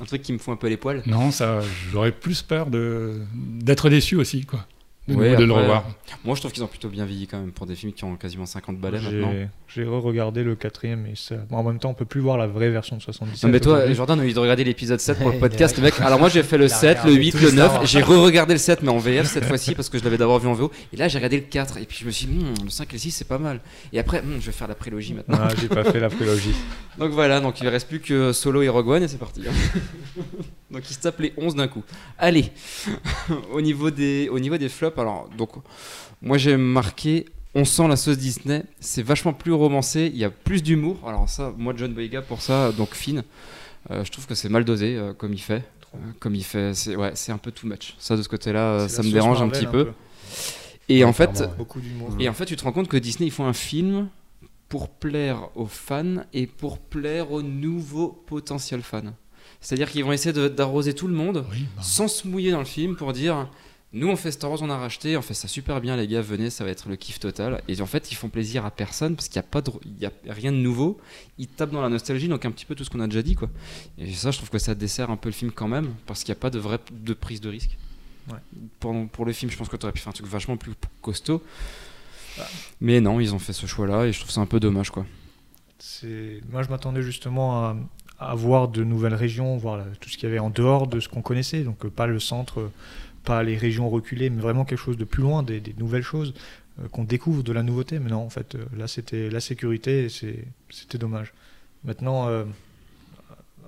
S6: Un truc qui me fout un peu les poils.
S9: Non, ça j'aurais plus peur de d'être déçu aussi quoi. De,
S6: Ouais,
S9: de le
S6: après,
S9: revoir.
S6: Moi je trouve qu'ils ont plutôt bien vieilli quand même pour des films qui ont quasiment 50 balais maintenant.
S8: J'ai- J'ai re-regardé le quatrième et ça... bon, en même temps, on peut plus voir la vraie version de 77.
S6: Non mais toi
S8: aujourd'hui.
S6: Jordan on a envie de regarder l'épisode 7 pour le
S4: Ouais,
S6: podcast
S4: il
S6: mec. Alors moi j'ai fait le
S4: Il a
S6: 7, le
S4: regardé
S6: 8,
S4: tous
S6: le
S4: les Star
S6: 9,
S4: Wars.
S6: j'ai re-regardé le 7 mais en VF cette fois-ci parce que je l'avais d'abord vu en VO et là j'ai regardé le 4 et puis je me suis dit Hmm, le 5 et le 6 c'est pas mal. Et après hmm, je vais faire la prélogie maintenant.
S8: Ah, j'ai pas fait la prélogie.
S6: Donc voilà, donc il reste plus que Solo et Rogue One et c'est parti. hein. donc ils se tapent les 11 d'un coup. Allez, au, niveau des, au niveau des flops, alors donc moi j'ai marqué On sent la sauce Disney, c'est vachement plus romancé, il y a plus d'humour. Alors ça, moi John Boyega pour ça, donc fine. Euh, je trouve que c'est mal dosé euh, comme il fait. Euh, comme il fait, c'est ouais, c'est un peu too much. Ça de ce côté-là, euh,
S8: C'est
S6: ça
S8: la
S6: me
S8: sauce
S6: dérange un
S8: Marvel,
S6: petit peu. Et en fait,
S7: clairement, ouais.
S8: Beaucoup d'humour.
S6: et en fait, tu te rends compte que Disney, ils font un film pour plaire aux fans et pour plaire aux nouveaux potentiels fans. C'est-à-dire qu'ils vont essayer de- d'arroser tout le monde
S9: Oui, bah,
S6: sans se mouiller dans le film pour dire nous on fait Star Wars, on a racheté, on fait ça super bien les gars, venez, ça va être le kiff total. Et en fait, ils font plaisir à personne parce qu'il n'y a, pas de- il y a rien de nouveau. Ils tapent dans la nostalgie, donc un petit peu tout ce qu'on a déjà dit. quoi. Et ça, je trouve que ça dessert un peu le film quand même parce qu'il n'y a pas de vraie de prise de risque.
S8: Ouais.
S6: Pour, pour le film, je pense que tu aurais pu faire un truc vachement plus costaud.
S8: Ah.
S6: Mais non, ils ont fait ce choix-là et je trouve ça un peu dommage. quoi.
S8: C'est- Moi, je m'attendais justement à, à voir de nouvelles régions, voir la- tout ce qu'il y avait en dehors de ce qu'on connaissait. Donc, euh, pas le centre, euh, pas les régions reculées, mais vraiment quelque chose de plus loin, des, des nouvelles choses euh, qu'on découvre, de la nouveauté. Mais non, en fait, euh, là, c'était la sécurité et c'est- c'était dommage. Maintenant, euh,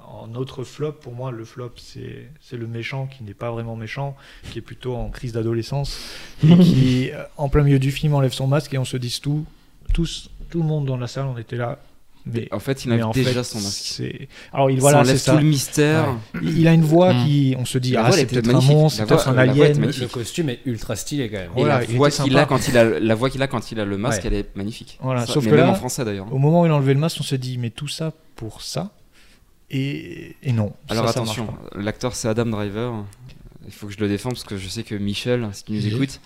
S8: en autre flop, pour moi, le flop, c'est c'est le méchant qui n'est pas vraiment méchant, qui est plutôt en crise d'adolescence, et qui, euh, en plein milieu du film, enlève son masque et on se dit tout, tous, tout le monde dans la salle, on était là. Mais,
S6: En fait, il
S8: mais
S6: avait
S8: en
S6: déjà
S8: fait,
S6: son masque.
S8: c'est- Alors, il,
S6: Ça
S8: voilà,
S6: enlève
S8: c'est
S6: tout
S8: ça.
S6: le mystère.
S8: Ouais. Il il a une voix
S9: Mm.
S8: qui, on se dit,
S6: La
S8: ah,
S6: voix, elle
S8: c'est
S6: est peut-être
S8: peut-être un
S6: magnifique.
S8: monstre, c'est
S6: La
S8: peut-être
S6: voix-
S8: un
S6: la voix est
S8: alien.
S6: magnifique.
S7: Le costume est ultra stylé quand même.
S6: Et
S8: Voilà,
S6: la,
S8: il
S6: voix
S8: était
S6: qu'il
S8: sympa.
S6: a quand il a, la voix qu'il a quand il a le masque,
S7: Ouais.
S6: elle est magnifique.
S8: Voilà,
S6: Ça,
S8: sauf
S6: mais
S8: que
S6: même
S8: là- oh,
S6: en français d'ailleurs.
S8: Au moment où il a enlevé le masque, on s'est dit, mais tout ça pour ça Et, et non.
S6: Alors
S8: ça, ça marche
S6: attention,
S8: pas.
S6: l'acteur c'est Adam Driver. Il faut que je le défende parce que je sais que Michel, si tu nous
S9: Oui.
S6: écoutes,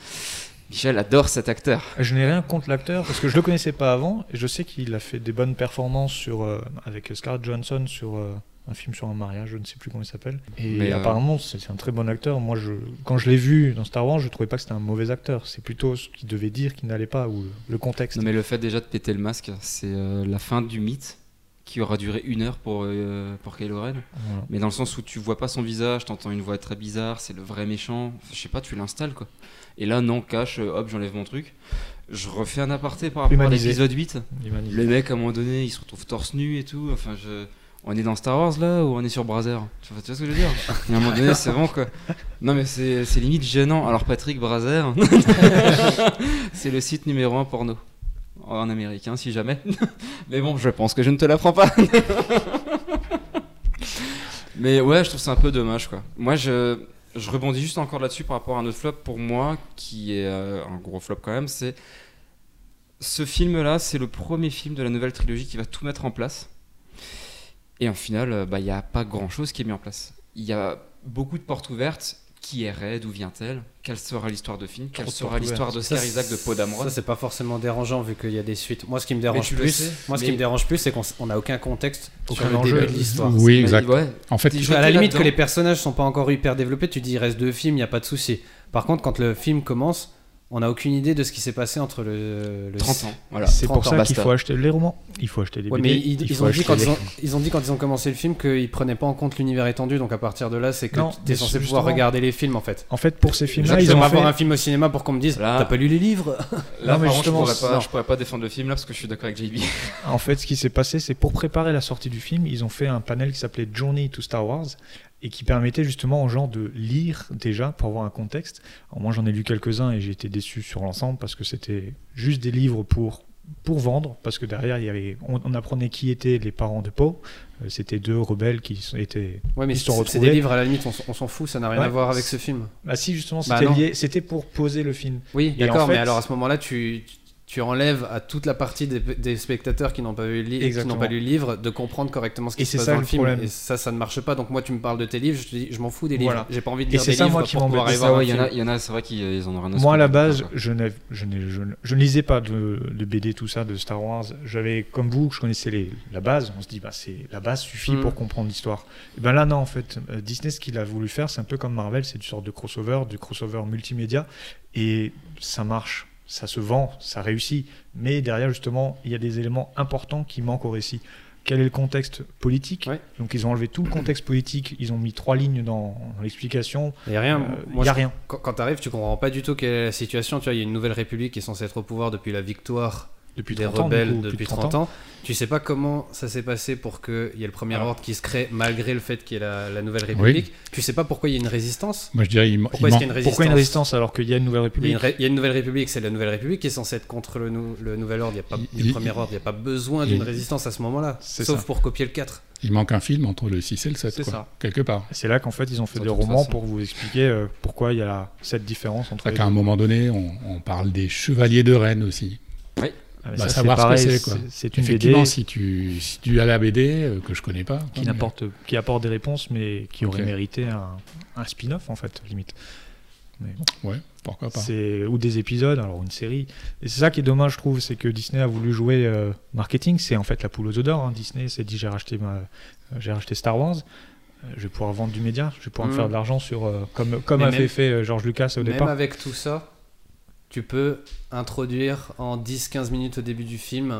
S6: Michel adore cet acteur.
S8: Je n'ai rien contre l'acteur parce que je le connaissais pas avant et je sais qu'il a fait des bonnes performances sur, euh, avec Scarlett Johansson sur euh, un film sur un mariage, je ne sais plus comment il s'appelle. Et
S6: Mais, euh,
S8: apparemment, c'est c'est un très bon acteur. Moi, je, quand je l'ai vu dans Star Wars, je trouvais pas que c'était un mauvais acteur. C'est plutôt ce qu'il devait dire qui n'allait pas ou le contexte.
S6: Non mais le fait déjà de péter le masque, c'est euh, la fin du mythe qui aura duré une heure pour, euh, pour Kylo Ren.
S8: Voilà.
S6: Mais dans le sens où tu vois pas son visage, t'entends une voix très bizarre, c'est le vrai méchant. Enfin, je sais pas, tu l'installes quoi. Et là non, cache, euh, hop, j'enlève mon truc. Je refais un aparté par rapport
S8: Humanisé.
S6: à l'épisode 8.
S8: Humanisé.
S6: Le mec à un moment donné, il se retrouve torse nu et tout. Enfin je... On est dans Star Wars là ou on est sur Brazzer tu vois, tu vois ce que je veux dire Et à un moment donné, c'est bon quoi. Non mais c'est c'est limite gênant. Alors Patrick Brazzer, c'est le site numéro 1 porno en américain si jamais. Mais bon, je pense que je ne te l'apprends pas. Mais ouais, je trouve ça un peu dommage quoi. Moi je, je rebondis juste encore là-dessus par rapport à un autre flop pour moi qui est euh, un gros flop quand même, c'est ce film là, c'est le premier film de la nouvelle trilogie qui va tout mettre en place. Et en final, euh, bah, il n'y a pas grand chose qui est mis en place. Il y a beaucoup de portes ouvertes. Qui est Red D'où vient-elle Quelle sera l'histoire de Finn Quelle
S8: Trop de
S6: sera
S8: portes
S6: l'histoire de Scar Isaac de
S7: Ça,
S6: Poe d'Amroth
S7: c'est pas forcément dérangeant vu qu'il y a des suites. Moi, ce qui me
S6: Mais
S7: dérange
S6: tu le
S7: plus,
S6: sais,
S7: moi, ce
S6: mais-
S7: qui me dérange plus, c'est qu'on s- on a aucun contexte
S8: Aucun
S7: sur le
S8: enjeu.
S7: début de l'histoire.
S9: Oui,
S6: Mais
S9: exact.
S6: ouais,
S9: En fait,
S6: t'es
S7: à la
S6: jeté
S7: limite que
S6: là-dedans.
S7: les personnages sont pas encore hyper développés, tu dis il reste deux films, il y a pas de souci. Par contre, quand le film commence, on n'a aucune idée de ce qui s'est passé entre le, le
S6: 30 ans, voilà.
S8: C'est
S7: 30
S8: pour
S7: ans,
S8: ça qu'il
S6: basta.
S8: faut acheter les romans, il faut acheter les
S7: Ouais,
S8: BD,
S7: mais ils,
S8: il
S7: ils
S8: faut
S7: ont dit
S8: acheter
S7: quand
S8: les-
S7: ils ont, ils ont dit quand ils ont commencé le film qu'ils prenaient pas en compte l'univers étendu, donc à partir de là, c'est que
S8: Non,
S7: t'es
S8: mais
S7: censé pouvoir
S8: justement-
S7: regarder les films en fait.
S8: En fait, pour ces films-là,
S7: Genre,
S8: ils
S7: j'aime
S8: ont
S7: avoir
S8: fait-
S7: un film au cinéma pour qu'on me dise
S6: Là-
S7: t'as pas lu les livres
S6: Là,
S8: Non, mais
S6: par contre, je
S8: justement,
S6: pourrais, pas,
S7: non.
S6: je pourrais pas défendre le film là parce que je suis d'accord avec JB.
S8: En fait, ce qui s'est passé, c'est pour préparer la sortie du film, ils ont fait un panel qui s'appelait Journey to Star Wars et qui permettait justement aux gens de lire déjà pour avoir un contexte. Alors moi, j'en ai lu quelques-uns et j'ai été déçu sur l'ensemble parce que c'était juste des livres pour pour vendre parce que derrière il y avait on, on apprenait qui étaient les parents de Poe. Euh, C'était deux rebelles qui sont- étaient
S7: Ouais, mais
S8: Ils se sont
S7: c'est- c'est
S8: retrouvés.
S7: des livres à la limite, on, s- on s'en fout, ça n'a rien
S8: Ouais.
S7: à voir avec ce film.
S8: bah si justement
S7: Bah
S8: c'était
S7: non.
S8: lié c'était pour poser le film
S7: Oui,
S8: Et
S7: d'accord,
S8: en fait-
S7: mais alors à ce moment-là, tu, tu enlèves à toute la partie des, des spectateurs qui n'ont pas, eu le li- qui n'ont
S8: Exactement.
S7: pas lu le livre de comprendre correctement ce qui
S8: Et
S7: se
S8: c'est
S7: passe
S8: ça
S7: dans le
S8: le
S7: film.
S8: problème.
S7: Et ça, ça ne marche pas. Donc moi, tu me parles de tes livres, je te dis, je m'en fous des livres.
S8: Voilà.
S7: J'ai pas envie de
S8: Et
S7: lire
S8: c'est
S7: des
S8: ça,
S7: livres
S8: moi, qui
S7: pour pouvoir
S8: m'embête.
S7: aller
S8: Ça,
S7: voir un
S6: Ah, Ça, ouais, il y en
S7: film.
S6: a, il y en a, c'est vrai qu'ils en ont rien à
S8: Moi, à la
S6: secouer.
S8: base, je, n'ai- je, n'ai- je ne- je ne lisais pas de, de BD, tout ça, de Star Wars. J'avais, comme vous, je connaissais les, la base. On se dit, bah, c'est, la base suffit
S7: Mm.
S8: pour comprendre l'histoire. Et ben là, non, en fait, euh, Disney, ce qu'il a voulu faire, c'est un peu comme Marvel, c'est une sorte de crossover, du crossover multimédia. Et ça marche, ça se vend, ça réussit. Mais derrière, justement, il y a des éléments importants qui manquent au récit. Quel est le contexte politique
S7: Ouais.
S8: Donc, ils ont enlevé tout le contexte politique. Ils ont mis trois lignes dans, dans l'explication.
S7: Il y a
S8: Il
S7: rien. moi,
S8: n'y a
S7: je-
S8: rien.
S7: Quand, quand t'arrives, tu comprends pas du tout quelle est la situation. Tu vois, il y a une nouvelle république qui est censée être au pouvoir depuis la victoire
S8: Depuis
S7: des
S8: 30 ans, du
S7: rebelles
S8: coup, plus de
S7: depuis 30
S8: 30
S7: ans. Tu sais pas comment ça s'est passé pour qu'il y ait le premier
S9: Alors.
S7: ordre qui se crée malgré le fait qu'il y ait la, la nouvelle république. Tu sais pas pourquoi il y a une résistance.
S9: moi je dirais, il, man-
S7: Pourquoi
S9: il
S7: est-ce
S9: man-
S7: qu'il y a une résistance
S8: Pourquoi une résistance alors qu'il y a une nouvelle
S7: il y, a une
S8: république
S7: ré- il y a une nouvelle république, c'est la nouvelle république qui est censée être contre le, nou- le nouvel ordre. Il y a pas
S9: Il-
S7: du
S9: il-
S7: premier ordre, il n'y a pas besoin d'une
S9: il-
S7: résistance à ce moment-là,
S8: C'est
S7: sauf
S8: ça.
S7: pour copier le 4.
S9: il manque un film entre le 6 et le 7,
S7: C'est
S9: quoi,
S7: ça.
S9: quelque part.
S8: C'est là qu'en fait ils ont fait
S6: De
S8: des
S6: toute
S8: romans
S6: façon.
S8: pour vous expliquer euh, pourquoi il y a cette différence entre.
S9: C'est
S8: les
S9: qu'à un
S8: deux.
S9: moment donné, on, on parle des chevaliers de Rennes aussi.
S8: Ah, mais
S9: bah,
S8: ça,
S9: savoir
S8: c'est
S9: ce que
S8: pareil,
S9: c'est, quoi.
S8: c'est- C'est une
S9: Effectivement,
S8: BD
S9: si tu, si tu as la BD, euh, que je connais pas,
S8: qui,
S9: mais-
S8: n'apporte, qui apporte des réponses, mais qui aurait
S9: Ok.
S8: mérité un, un spin-off en fait, limite.
S9: Ouais, pourquoi pas.
S8: C'est ou des épisodes, alors une série. Et c'est ça qui est dommage, je trouve, c'est que Disney a voulu jouer euh, marketing. C'est en fait la poule aux œufs d'or. hein. Disney s'est dit j'ai racheté ma, euh, j'ai racheté Star Wars. euh, Je vais pouvoir vendre du média, je vais pouvoir me
S7: Mm.
S8: faire de l'argent sur euh, comme comme
S7: Mais
S8: a
S7: même-
S8: fait, fait euh, George Lucas au
S7: Même
S8: départ.
S7: avec tout ça, tu peux introduire en 10-15 minutes au début du film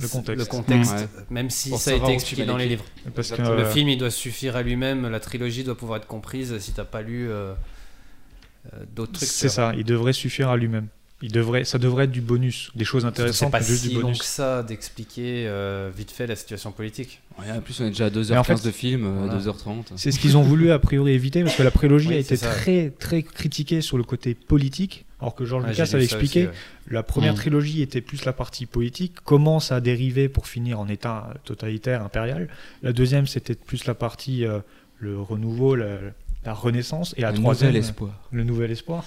S8: Le contexte.
S7: contexte,
S6: Mmh. Ouais.
S8: Mm.
S7: même si
S6: Pour
S7: ça a
S6: savoir
S7: été
S6: où tu
S7: expliqué
S6: mets
S7: dans
S6: les
S7: les
S6: pieds.
S7: livres.
S8: Parce que
S6: Exactement.
S7: Le
S8: euh,
S7: film, il doit suffire à lui-même, la trilogie doit pouvoir être comprise si t'as pas lu euh, euh, d'autres trucs.
S8: C'est
S7: tu vois.
S8: ça, il devrait suffire à lui-même. Il devrait, ça devrait être du bonus, des choses
S7: C'est
S8: intéressantes,
S7: pas
S8: mais juste
S7: si
S8: du
S7: long
S8: bonus.
S7: que ça d'expliquer euh, vite fait la situation politique.
S6: Ouais, en plus, on est déjà à 2h15
S8: Mais en fait,
S6: de film, euh,
S7: voilà.
S6: 2h30.
S8: C'est ce qu'ils ont voulu a priori éviter parce que la prélogie
S7: Oui,
S8: a
S7: c'est
S8: été
S7: ça.
S8: très très critiquée sur le côté politique, alors que George
S7: Ouais,
S8: Lucas
S7: Ah, j'ai
S8: avait
S7: lu ça aussi, euh.
S8: expliqué
S7: ouais.
S8: la première
S6: Mm.
S8: trilogie était plus la partie politique, comment ça a dérivé pour finir en état totalitaire impérial. La deuxième c'était plus la partie euh, le renouveau, la, la renaissance et la
S6: Un
S8: troisième
S6: nouvel espoir.
S8: le nouvel espoir.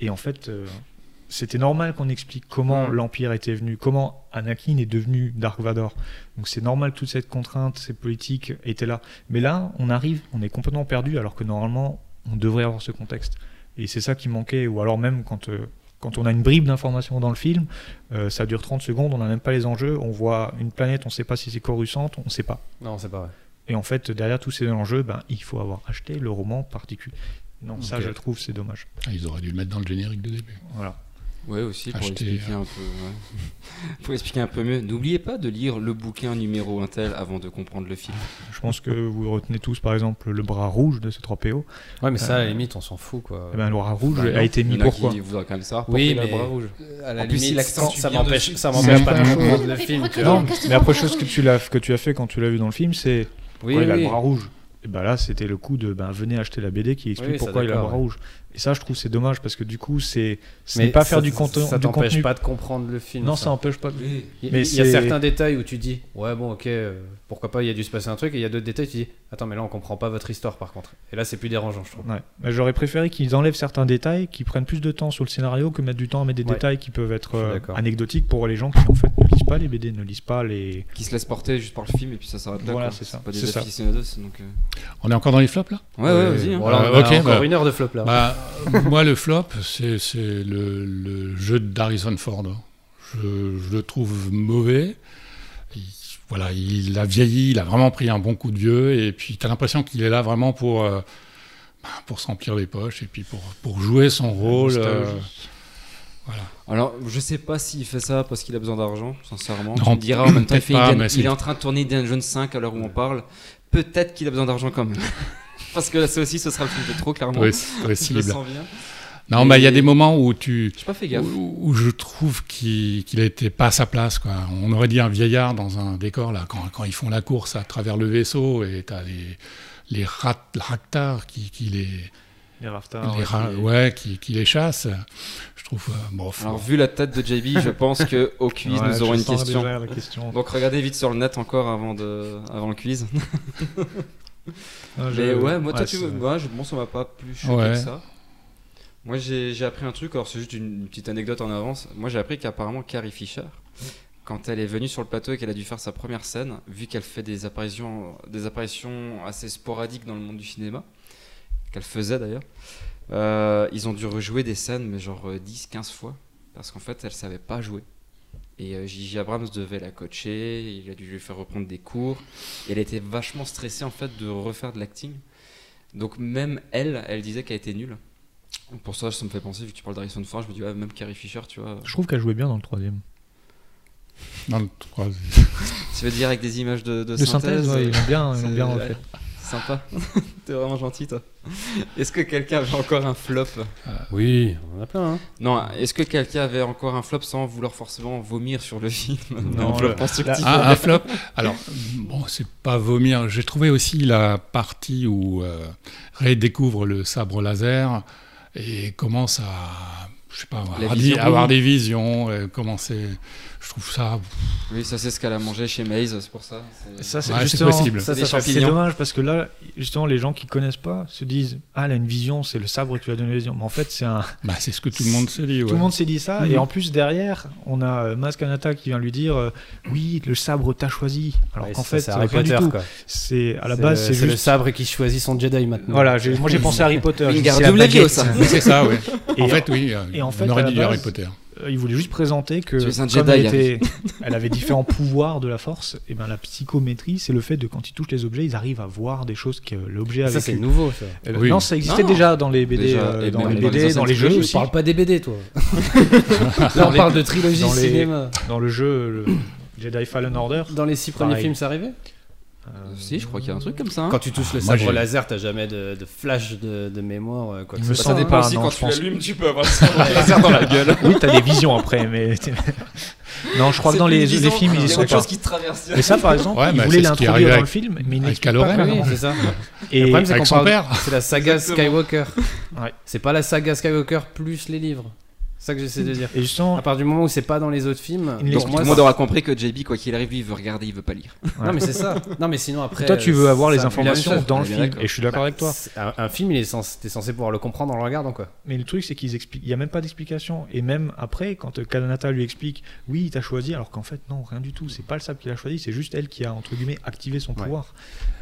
S8: Et en fait, euh, c'était normal qu'on explique comment
S7: Mm.
S8: l'Empire était venu, comment Anakin est devenu Dark Vador. Donc c'est normal que toute cette contrainte, ces politiques étaient là. Mais là, on arrive, on est complètement perdu, alors que normalement, on devrait avoir ce contexte. Et c'est ça qui manquait, ou alors même quand. euh, quand on a une bribe d'informations dans le film, euh, ça dure 30 secondes, on n'a même pas les enjeux, on voit une planète, on ne sait pas si c'est Coruscant, on ne sait pas.
S7: Non, c'est pas vrai.
S8: Et en fait, derrière tous ces enjeux, ben, il faut avoir acheté le roman particulier. Non, ça
S9: Ok.
S8: je trouve c'est dommage.
S9: Ah, ils auraient dû le mettre dans le générique de début.
S8: Voilà.
S6: Ouais, aussi, pour
S9: Acheter,
S6: expliquer
S8: euh.
S6: un peu. ouais. pour expliquer un peu mieux, n'oubliez pas de lire le bouquin numéro untel avant de comprendre le film.
S8: Je pense que vous retenez tous, par exemple, le bras rouge de ce 3PO.
S7: Ouais, mais ça, à la limite, on s'en fout quoi.
S8: Eh ben, le bras rouge
S6: Bah, non.
S8: a été
S6: Il y
S8: mis
S6: en a
S8: pourquoi
S6: qui voudraient quand même savoir
S7: oui,
S6: pourquoi il a
S7: mais
S6: le bras rouge.
S7: Euh, à la
S6: En plus,
S7: limite,
S6: il accentue
S7: ça
S6: bien
S7: m'empêche,
S6: dessus.
S7: ça m'empêche
S8: C'est
S7: pas
S8: pas
S7: grand
S8: grave.
S7: chose le film. Tu vois.
S8: Non, mais la première chose que tu, l'as- que tu as fait quand tu l'as vu dans le film, c'est
S7: Oui,
S8: Ouais, il a
S7: oui.
S8: le bras rouge. Et ben là, c'était le coup de ben, venez acheter la BD qui explique
S7: Oui, ça,
S8: pourquoi il a le
S7: d'accord,
S8: bras
S7: ouais.
S8: rouge. Et ça, je trouve c'est dommage parce que du coup, c'est ce
S7: Mais
S8: n'est pas
S7: ça-
S8: faire du, conten-
S7: Ça
S8: du
S7: t'empêche
S8: contenu.
S7: pas de comprendre le film.
S8: non, ça n'empêche pas. de-
S7: Il
S8: Mais
S7: il y a
S8: c'est-
S7: certains détails où tu dis, ouais, bon, ok, euh, pourquoi pas, il y a dû se passer un truc, et il y a d'autres détails, tu dis, attends, mais là, on comprend pas votre histoire par contre. Et là, c'est plus dérangeant, je trouve.
S8: Ouais. Mais J'aurais préféré qu'ils enlèvent certains détails, qu'ils prennent plus de temps sur le scénario que mettre du temps à mettre des
S7: Ouais.
S8: détails qui peuvent être
S7: Je suis
S8: euh,
S7: d'accord.
S8: anecdotiques pour les gens qui en fait ne lisent pas les BD, ne lisent pas les.
S6: Qui se laisse porter juste par le film et puis ça s'arrête là.
S8: Voilà,
S6: quoi.
S8: c'est ça.
S6: Pas des
S8: C'est ça.
S6: aficionados, donc. euh.
S9: On est encore dans les flops là
S6: Ouais, ouais, vas-y. hein.
S7: Voilà,
S9: Euh,
S7: on a
S9: ok,
S7: encore
S9: bah-
S7: une heure de flop là.
S9: Bah, moi, le flop, c'est c'est le, le jeu d'Harrison Ford. Je, je le trouve mauvais. Il- voilà, il a vieilli, il a vraiment pris un bon coup de vieux, et puis tu as l'impression qu'il est là vraiment pour, euh, bah, pour se remplir les poches, et puis pour, pour jouer son rôle. euh,
S6: Alors, je sais pas s'il fait ça parce qu'il a besoin d'argent, sincèrement.
S9: Non,
S6: on dira en même temps, il,
S9: peut-être
S6: fait
S9: pas,
S6: Indiana-
S9: mais c'est-
S6: il est en train de tourner Indiana Jones 5 à l'heure où on parle. Peut-être qu'il a besoin d'argent quand même. parce que là, ça aussi, ce sera le film de trop, clairement.
S9: possible.
S6: je le sens bien.
S9: Non, bah, il y a des moments où tu,
S6: J'ai pas fait gaffe.
S9: où, où je trouve qu'il n'était pas à sa place. Quoi. On aurait dit un vieillard dans un décor, là, quand, quand ils font la course à travers le vaisseau et tu as les, les rat- ractards qui, qui les,
S8: Les
S9: les ra- Ah ouais, qui, qui les chassent. Je trouve. euh, bon, faut-
S6: Alors, vu la tête de JB, je pense que au quiz, nous aurons une question. Donc, regardez vite sur le net encore avant, de... avant le quiz. Mais ouais, moi, toi, tu veux- moi, je- bon, ça m'a pas plus choqué
S9: Ouais.
S6: que ça. Moi, j'ai j'ai appris un truc, alors c'est juste une petite anecdote en avance. Moi, j'ai appris qu'apparemment, Carrie Fisher, quand elle est venue sur le plateau et qu'elle a dû faire sa première scène, vu qu'elle fait des apparitions, des apparitions assez sporadiques dans le monde du cinéma, qu'elle faisait d'ailleurs, euh, ils ont dû rejouer des scènes, mais genre euh, 10-15 fois, parce qu'en fait, elle savait pas jouer. Et euh, Gigi Abrams devait la coacher, il a dû lui faire reprendre des cours. Et elle était vachement stressée en fait de refaire de l'acting. Donc même elle, elle disait qu'elle était nulle. Donc Pour ça, ça me fait penser, vu que tu parles d'Harrison Ford, je me dis, ouais, même Carrie Fisher, tu vois.
S8: Je trouve qu'elle jouait bien dans le troisième.
S9: dans le troisième.
S6: Ça veut dire avec des images de, de
S8: De synthèse,
S6: synthèse.
S8: ouais, ils l'ont bien, ils
S6: c'est-
S8: l'ont bien
S6: ouais.
S8: refait.
S6: Sympa. T'es vraiment gentil, toi. Est-ce que quelqu'un avait encore un flop
S7: Oui, on en a plein. Hein.
S6: Non, est-ce que quelqu'un avait encore un flop sans vouloir forcément vomir sur le film
S8: Non,
S6: Un flop
S8: le-
S6: constructif.
S9: Ah, un flop. Alors, bon, c'est pas vomir. J'ai trouvé aussi la partie où euh, Ray découvre le sabre laser et commence à, je sais pas,
S6: La
S9: avoir,
S6: vision.
S9: des, avoir des visions. euh, commencer. Je trouve ça.
S6: Oui, ça, c'est ce qu'elle a mangé chez Maze, c'est pour ça. C'est- euh,
S8: Ça, c'est
S9: Ouais, c'est
S8: justement-
S9: possible.
S6: ça,
S8: ça,
S6: Des
S8: ça, c'est
S6: champignons.
S8: dommage parce que là, justement, les gens qui connaissent pas se disent Ah, elle a une vision, c'est le sabre qui lui a donné la vision. Mais en fait, c'est un.
S9: Bah, c'est ce que tout le monde se dit.
S8: Tout
S9: ouais.
S8: le monde s'est dit ça,
S9: Mhm.
S8: et en plus derrière, on a euh, Mas Kanata qui vient lui dire euh, Oui, le sabre t'a choisi. Alors
S7: Ouais,
S8: qu'en
S7: ça,
S8: fait,
S7: c'est
S8: euh,
S7: Harry
S8: rien du
S7: Potter
S8: tout.
S7: quoi.
S8: C'est à la base,
S7: le-
S8: c'est
S7: le
S8: juste.
S7: sabre qui choisit son Jedi maintenant.
S8: Voilà, j'ai- moi j'ai pensé à Harry Potter. j'ai dit,
S6: Wingardium
S8: c'est la baguette.
S6: Leviosa.
S9: Oui, c'est ça, oui.
S8: Et
S9: En fait, oui. euh,
S8: et en fait,
S9: on
S8: à
S9: aurait
S8: la
S9: dit du Harry
S8: base,
S9: Potter.
S8: euh, il voulait juste présenter que
S6: Tu es un
S8: comme
S6: Jedi,
S8: elle, était- elle avait différents pouvoirs de la force. Et ben la psychométrie, c'est le fait de quand ils touchent les objets, ils arrivent à voir des choses que l'objet a
S7: Ça, c'est
S8: vécu.
S7: nouveau ça.
S8: Euh,
S9: Oui.
S8: Non, ça existait
S6: Non.
S8: déjà dans les BD,
S6: Déjà,
S8: euh,
S6: et
S8: dans
S6: même
S8: les
S6: dans les
S8: BD, dans les
S6: anciennes
S8: jeux
S6: trilogies,
S8: aussi.
S7: Parle pas des BD toi. là, on
S8: les-
S7: parle de trilogie
S8: dans les-
S7: cinéma.
S8: Dans le jeu le Jedi Fallen Order,
S7: Dans les six premiers
S8: Pareil.
S7: films, c'est arrivé
S8: Euh,
S6: Si, je crois qu'il y a un truc comme ça. hein.
S7: Quand tu touches le
S9: moi,
S7: sabre
S9: j'ai-
S7: laser, t'as jamais de, de flash de, de mémoire. euh, Quoi que
S8: Il
S7: ce
S8: me
S7: soit.
S6: Ça dépend
S8: Ah,
S6: aussi
S8: non,
S6: quand
S8: je
S6: tu
S8: pense.
S6: l'allumes, tu peux avoir ça dans la gueule.
S8: Oui, t'as des visions après, mais. non, je crois que dans les, les films, ils y sont pas.
S6: qui te traverse.
S8: Mais ça, par exemple,
S9: Ouais,
S8: ils
S9: mais
S8: voulaient
S9: c'est ce qui est
S8: l'introduire
S9: arrivé
S8: dans le
S9: avec-
S8: film, mais ils n'expliquent
S9: avec
S8: pas
S9: Kylo Ren,
S7: Ah oui,
S8: comment.
S7: c'est ça.
S8: Et
S7: Le problème, c'est
S9: Avec
S7: qu'on
S9: son
S7: parle-
S9: père.
S7: C'est la saga Skywalker.
S8: Ouais.
S7: C'est pas la saga Skywalker plus les livres. C'est ça que j'essaie de dire.
S8: et justement,
S7: À part du moment où c'est pas dans les autres films, pour
S8: Il l'explique.
S6: Tout
S7: moi,
S6: le monde aura compris que JB, quoi qu'il arrive, il veut regarder, il veut pas lire.
S7: c'est- non mais c'est ça. Non mais sinon après.
S8: toi, tu
S7: euh,
S8: veux avoir les
S7: ça-
S8: informations
S7: la
S8: dans le
S6: on est bien
S8: film,
S6: d'accord.
S8: et je suis d'accord avec
S7: même chose.
S8: toi.
S7: C'est- Un, un film, il est censé, t'es censé pouvoir le comprendre en le regardant quoi.
S8: Mais le truc, c'est qu'ils expliquent. Il n'y a même pas d'explication. Et même après, quand euh, Kanata lui explique, oui, il t'a choisi, alors qu'en fait, non, rien du tout. C'est pas le sable qu'il a choisi, c'est juste elle qui a, entre guillemets, activé son
S7: Ouais.
S8: pouvoir.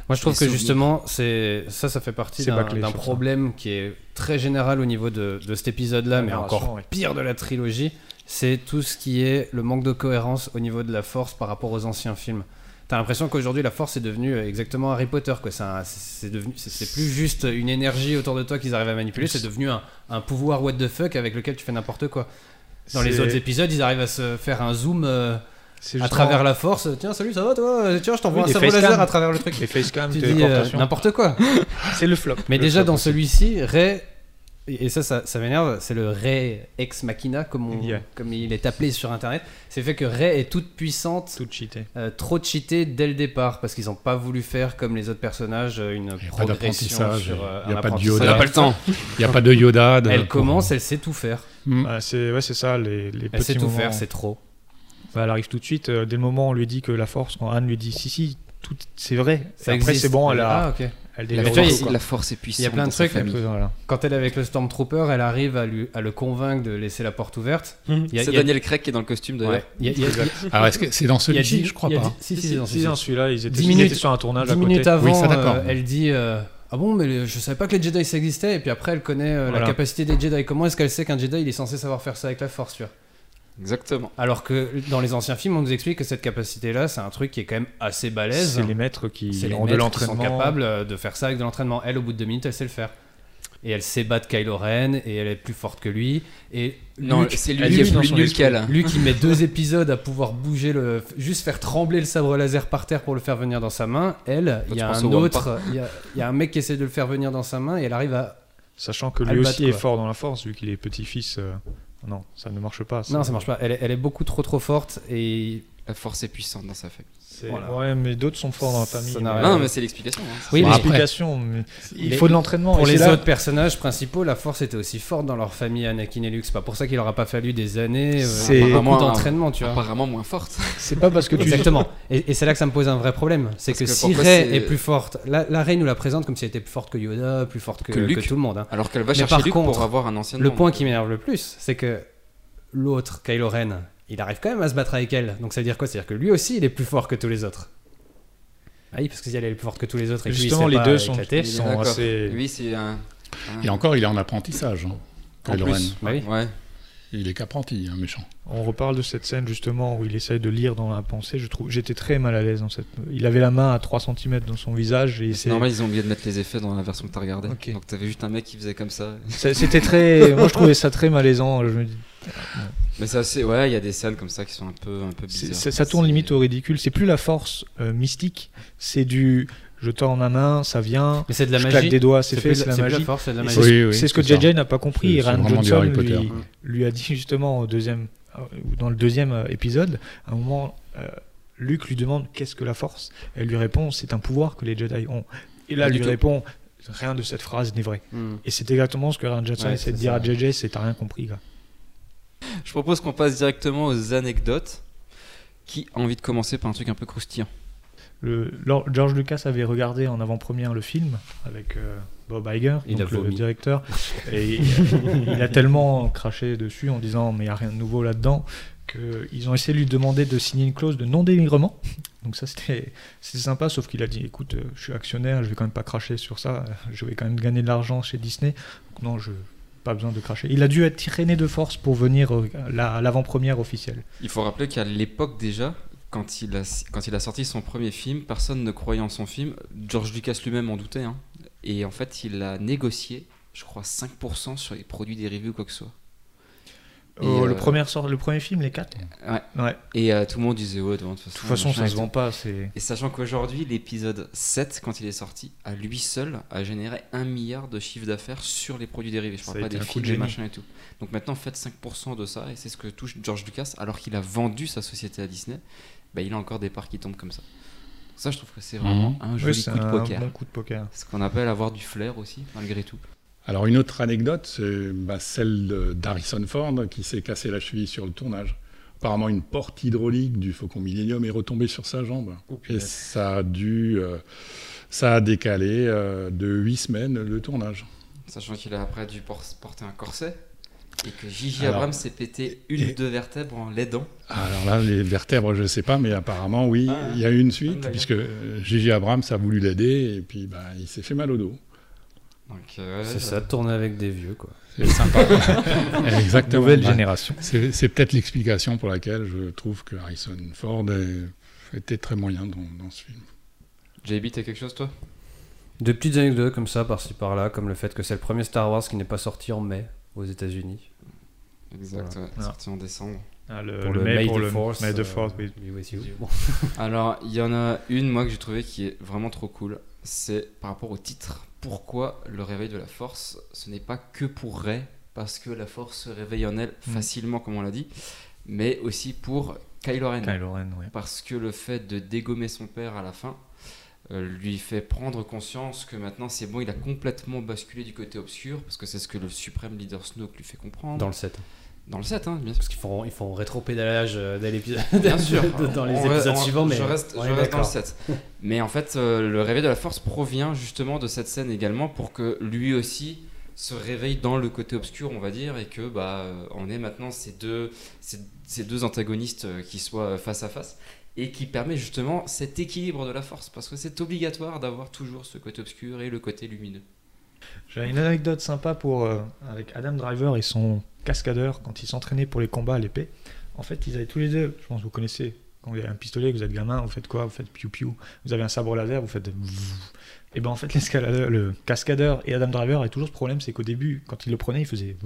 S7: Moi, je trouve
S6: Les
S7: que
S6: souvenirs.
S7: justement, c'est ça, ça fait partie
S8: C'est
S7: d'un
S8: bâclé
S7: d'un
S8: sur ça.
S7: problème qui est très général au niveau de, de cet épisode-là,
S8: La
S7: mais
S8: narration,
S7: encore
S8: ouais.
S7: pire de la trilogie. C'est tout ce qui est le manque de cohérence au niveau de la force par rapport aux anciens films. T'as l'impression qu'aujourd'hui la force est devenue euh, exactement Harry Potter quoi. C'est un- C'est c'est devenu, c'est- c'est plus juste une énergie autour de toi qu'ils arrivent à manipuler. C'est devenu un, un pouvoir what the fuck avec lequel tu fais n'importe quoi. Dans les
S8: C'est-
S7: autres épisodes, ils arrivent à se faire un zoom euh,
S8: C'est
S7: à
S8: justement-
S7: travers la force. Tiens, salut, ça va toi Euh, Tiens, je t'envoie
S8: Oui,
S7: un
S8: des
S7: cerveau
S8: facecam.
S7: laser à travers le truc.
S8: les facecam,
S7: Tu dis euh,
S8: téléportation.
S7: n'importe quoi.
S8: c'est le flop.
S7: Mais
S8: Le
S7: déjà
S8: flop.
S7: dans celui-ci, Ray, et et ça, ça, ça m'énerve, c'est le Ray ex machina, comme, on-
S8: Yeah.
S7: comme il est appelé sur internet. C'est fait que Ray est toute puissante,
S8: Tout cheaté.
S7: euh, trop cheatée dès le départ, parce qu'ils n'ont pas voulu faire comme les autres personnages euh, une
S9: Il n'y a pas
S7: progression
S9: d'apprentissage,
S7: sur euh,
S9: il n'y
S7: un
S9: a pas de
S7: apprentissage.
S9: Yoda,
S6: pas le temps.
S9: il n'y a pas de Yoda. de-
S7: Elle commence, elle sait tout faire.
S9: Mm.
S8: Bah, c'est ouais, c'est ça, les, les
S7: Elle
S8: petits
S7: sait tout
S8: moments.
S7: faire, c'est trop.
S8: Bah, elle arrive tout de suite. euh, dès le moment où on lui dit que la force, quand Anne lui dit si, si, tout, c'est vrai.
S7: Ça
S8: et après,
S7: existe.
S8: c'est bon, elle a.
S7: Ah, ok.
S8: Elle
S6: La,
S7: Mais
S8: déverrouille
S7: tu vois,
S6: force,
S7: il-
S8: tout,
S6: la force est puissante.
S7: il y a plein de
S6: dans sa
S7: trucs,
S6: famille.
S8: quoi. Voilà.
S7: Quand elle est avec le Stormtrooper, elle arrive à, lui, à le convaincre de laisser la porte ouverte.
S4: Mhm.
S7: Il y a-
S6: C'est
S7: il y a-
S6: Daniel Craig qui est dans le costume d'ailleurs.
S7: ouais. Il y a- il y a-
S9: Alors, Ah, est-ce que c'est dans
S7: il y a
S9: celui-ci
S7: dix-
S9: Je crois
S7: il y a
S9: pas.
S7: dix- Si, si,
S8: Si,
S7: c'est dans
S8: si, dans celui-là, ils étaient,
S7: Dix
S8: ils
S7: minutes-
S8: étaient sur un tournage à
S7: 10
S8: côté.
S7: minutes
S9: Oui,
S7: avant,
S9: ça, d'accord.
S7: euh, elle dit euh, Ah bon, mais le- je savais pas que les Jedi ça existait. Et puis après, elle connaît euh,
S8: Voilà.
S7: la capacité des Jedi. Comment est-ce qu'elle sait qu'un Jedi il est censé savoir faire ça avec la Force tu vois
S6: Exactement.
S7: Alors que dans les anciens films, on nous explique que cette capacité là, c'est un truc qui est quand même assez balèze.
S8: C'est les maîtres qui
S7: C'est les
S8: ont de
S7: maîtres qui
S8: l'entraînement.
S7: sont capables euh, de faire ça avec de l'entraînement. Elle, au bout de deux minutes, elle sait le faire. Et elle sait battre Kylo Ren et elle est plus forte que lui. Et
S6: Non,
S7: Luke-
S6: c'est
S8: elle
S6: lui qui
S8: dit
S6: est
S8: dans
S6: plus
S8: son
S6: nul
S8: esprit.
S6: qu'elle.
S7: lui qui met deux épisodes à pouvoir bouger le, juste faire trembler le sabre laser par terre pour le faire venir dans sa main. Elle, il y a
S6: tu penses
S7: un
S6: au
S7: autre, il y a, il y a un mec qui essaie de le faire venir dans sa main et elle arrive à.
S8: Sachant que
S7: À le
S8: lui aussi
S7: battre,
S8: est
S7: quoi.
S8: fort dans la force, vu qu'il est petit-fils. euh, Non, ça ne marche pas.
S7: Non, ça marche pas. Elle, est- elle est beaucoup trop trop forte et
S6: La force est puissante dans sa famille.
S8: C'est-
S7: Voilà.
S8: Ouais, mais d'autres sont forts dans la famille.
S7: Ça n'a rien
S8: mais-
S7: à
S6: Non,
S7: Ah ouais.
S6: mais c'est l'explication. hein.
S7: oui,
S9: Bon,
S7: mais
S9: après,
S8: Explication, mais il
S7: Mais
S8: faut de l'entraînement.
S7: pour
S8: et
S7: les
S8: c'est là-
S7: autres personnages principaux, la force était aussi forte dans leur famille Anakin et Luke. C'est pas pour ça qu'il leur a pas fallu des années, euh,
S8: C'est-
S7: beaucoup
S6: Apparemment,
S7: d'entraînement, tu vois.
S6: Apparemment moins forte.
S8: C'est pas parce que tu.
S7: Exactement. Et, et c'est là que ça me pose un vrai problème. C'est
S6: Parce
S7: que,
S6: que
S7: si
S6: pourquoi
S7: Rey
S6: c'est-
S7: est plus forte, la, la Rey nous la présente comme si elle était plus forte que Yoda, plus forte que,
S6: Que Luke.
S7: tout le monde. hein.
S6: Alors qu'elle va
S7: Mais
S6: chercher
S7: par
S6: Luke
S7: contre,
S6: pour avoir un ancien
S7: Le
S6: nom.
S7: point qui m'énerve le plus, c'est que l'autre, Kylo Ren, il arrive quand même à se battre avec elle. Donc ça veut dire quoi C'est-à-dire que lui aussi, il est plus fort que tous les autres. Ah oui, parce que si elle est plus forte que tous les autres et que lui, il
S8: Justement,
S7: s'est
S8: les
S7: pas
S8: deux sont-
S7: éclaté,
S8: ils sont
S6: D'accord.
S8: assez.
S6: Lui, c'est un. un-
S9: Et encore, il est en apprentissage. hein.
S6: En
S9: Kylo
S6: plus.
S9: Ren.
S7: Bah oui.
S6: Ouais.
S9: Il est qu'apprenti, un méchant.
S8: On reparle de cette scène justement où il essaye de lire dans la pensée. Je trouve, j'étais très mal à l'aise dans cette. Il avait la main à 3 cm dans son visage et
S6: C'est
S8: c'est-
S6: normal, ils ont oublié de mettre les effets dans la version que t'as regardée.
S8: Ok.
S6: Donc t'avais juste un mec qui faisait comme ça.
S8: c'est- c'était très. Moi, je trouvais ça très malaisant. Je me dis-
S6: Mais c'est assez. Ouais, il y a des scènes comme ça qui sont un peu, un peu
S8: c'est-
S6: bizarres.
S8: ça, ça tourne
S6: C'est-
S8: limite au ridicule. C'est plus la force euh, mystique. C'est du. Je tends la main, ça vient.
S7: Mais c'est de la
S8: je
S7: magie.
S8: claque des doigts, c'est
S7: C'est
S8: fait,
S7: plus
S8: c'est
S7: de la-
S8: la
S7: c'est plus de
S8: magie.
S7: la force, c'est de la
S8: Et
S7: magie.
S8: c'est-
S9: Oui, oui,
S8: c'est ce que
S9: c'est ça.
S8: JJ n'a pas compris. Et
S9: C'est
S8: Ryan
S9: vraiment du
S8: Johnson
S9: Harry Potter.
S8: lui, lui a dit justement au deuxième, euh, ou dans le deuxième euh, épisode, à un moment, euh, Luke lui demande qu'est-ce que la force. Elle lui répond c'est un pouvoir que les Jedi ont. Et là,
S6: Pas du
S8: lui
S6: tout.
S8: répond rien de cette phrase n'est vrai.
S6: Hmm.
S8: Et c'est exactement ce que Ryan Johnson
S7: Ouais,
S8: essaie de
S7: c'est
S8: dire
S7: ça.
S8: à JJ c'est t'as rien compris. quoi.
S6: Je propose qu'on passe directement aux anecdotes. Qui a envie de commencer par un truc un peu croustillant
S8: Le, Lor- George Lucas avait regardé en avant-première le film avec euh, Bob Iger,
S7: Il
S8: donc
S7: a
S8: le
S7: vomi.
S8: directeur, et il, il a tellement craché dessus en disant mais il n'y a rien de nouveau là-dedans qu'ils ont essayé de lui demander de signer une clause de non-dénigrement. Donc ça c'était c'était sympa, sauf qu'il a dit écoute, euh, je suis actionnaire, je vais quand même pas cracher sur ça, euh, je vais quand même gagner de l'argent chez Disney, donc non je pas besoin de cracher. Il a dû être traîné de force pour venir euh, la- l'avant-première officielle.
S6: Il faut rappeler qu'à l'époque déjà, quand il, a, quand il a sorti son premier film, personne ne croyait en son film. George Lucas lui-même en doutait. hein. Et en fait, il a négocié, je crois, 5% sur les produits dérivés ou quoi que ce soit. Et,
S8: Oh,
S6: euh,
S8: le, premier, sort- le premier film, les quatre
S6: Ouais.
S8: Ouais.
S6: Et euh, tout le monde disait ouais, de toute façon,
S8: De toute façon,
S6: machin
S8: ça
S6: et
S8: se
S6: tout.
S8: vend pas. C'est
S6: Et sachant qu'aujourd'hui, l'épisode 7, quand il est sorti, à lui seul, a généré 1 milliard de chiffre d'affaires sur les produits dérivés. Je
S8: Ça
S6: parle
S8: a
S6: pas
S8: été
S6: des
S8: un coup
S6: films,
S8: de
S6: des
S8: génie.
S6: machins et tout. Donc maintenant, faites 5% de ça, et c'est ce que touche George Lucas, alors qu'il a vendu sa société à Disney. Bah, il a encore des parts qui tombent comme ça. Ça, je trouve que c'est vraiment
S9: Mhm.
S6: un
S8: Oui,
S6: joli
S8: c'est
S6: coup de
S8: un
S6: poker.
S8: bon coup de poker.
S6: Ce qu'on appelle avoir du flair aussi, malgré tout.
S9: Alors une autre anecdote, c'est bah, celle de- d'Harrison Ford qui s'est cassé la cheville sur le tournage. Apparemment, une porte hydraulique du Faucon Millennium est retombée sur sa jambe. Et ça a dû, euh, ça a décalé euh, de huit semaines le tournage.
S6: Sachant qu'il a après dû por- porter un corset, et que Gigi
S9: Alors,
S6: Abrams s'est pété une
S9: et-
S6: ou deux vertèbres en l'aidant.
S9: Alors là, les vertèbres, je ne sais pas, mais apparemment, oui, il y a eu une
S6: Ah,
S9: suite,
S6: d'accord.
S9: puisque euh, Gigi Abrams a voulu l'aider, et puis bah, il s'est fait mal au dos.
S6: Donc, euh,
S7: C'est ça, tourner avec des vieux, quoi.
S9: C'est sympa. Exactement.
S8: Nouvelle
S9: Bah,
S8: génération.
S9: C'est c'est peut-être l'explication pour laquelle je trouve que Harrison Ford est- était très moyen dans, dans ce film.
S6: JB, t'as quelque chose, toi
S7: Deux petites anecdotes comme ça, par-ci par-là, comme le fait que c'est le premier Star Wars qui n'est pas sorti en mai aux États-Unis.
S6: Exact, ouais,
S8: Voilà.
S6: sorti en décembre.
S8: Ah, le,
S7: Pour
S8: le
S7: le
S8: May,
S7: May
S8: pour
S7: the
S8: le
S7: Force,
S8: May the
S7: euh,
S8: Fourth, oui.
S7: be with you. Bon.
S6: Alors, il y en a une, moi, que j'ai trouvé qui est vraiment trop cool. C'est par rapport au titre. Pourquoi le réveil de la force Ce n'est pas que pour Rey, parce que la force se réveille en elle
S8: Mm.
S6: facilement, comme on l'a dit, mais aussi pour Kylo Ren.
S8: Kylo Ren, oui.
S6: Parce que le fait de dégommer son père à la fin euh, lui fait prendre conscience que maintenant c'est bon, il a complètement basculé du côté obscur, parce que c'est ce que le suprême leader Snoke lui fait comprendre.
S7: Dans le set.
S6: Dans le 7, hein, bien sûr.
S7: Parce qu'ils font, ils font rétro-pédalage euh, dès l'épisode.
S6: Bien sûr.
S7: dans les
S6: On re-
S7: épisodes
S6: on-
S7: suivants, mais.
S6: Je reste,
S7: Ouais,
S6: je reste dans
S7: d'accord.
S6: le set. Mais en fait, euh, le réveil de la force provient justement de cette scène également pour que lui aussi se réveille dans le côté obscur, on va dire, et que bah euh, on est maintenant ces deux, ces, ces deux antagonistes euh, qui soient euh, face à face et qui permet justement cet équilibre de la force parce que c'est obligatoire d'avoir toujours ce côté obscur et le côté lumineux.
S8: J'ai une anecdote sympa pour, euh, avec Adam Driver et son cascadeur quand ils s'entraînaient pour les combats à l'épée. En fait, ils avaient tous les deux, je pense que vous connaissez, quand vous avez un pistolet, que vous êtes gamin, vous faites quoi Vous faites piou piou. Vous avez un sabre laser, vous faites. Et ben en fait, l'escaladeur- le cascadeur et Adam Driver avaient toujours ce problème, c'est qu'au début, quand il le prenait, il faisait.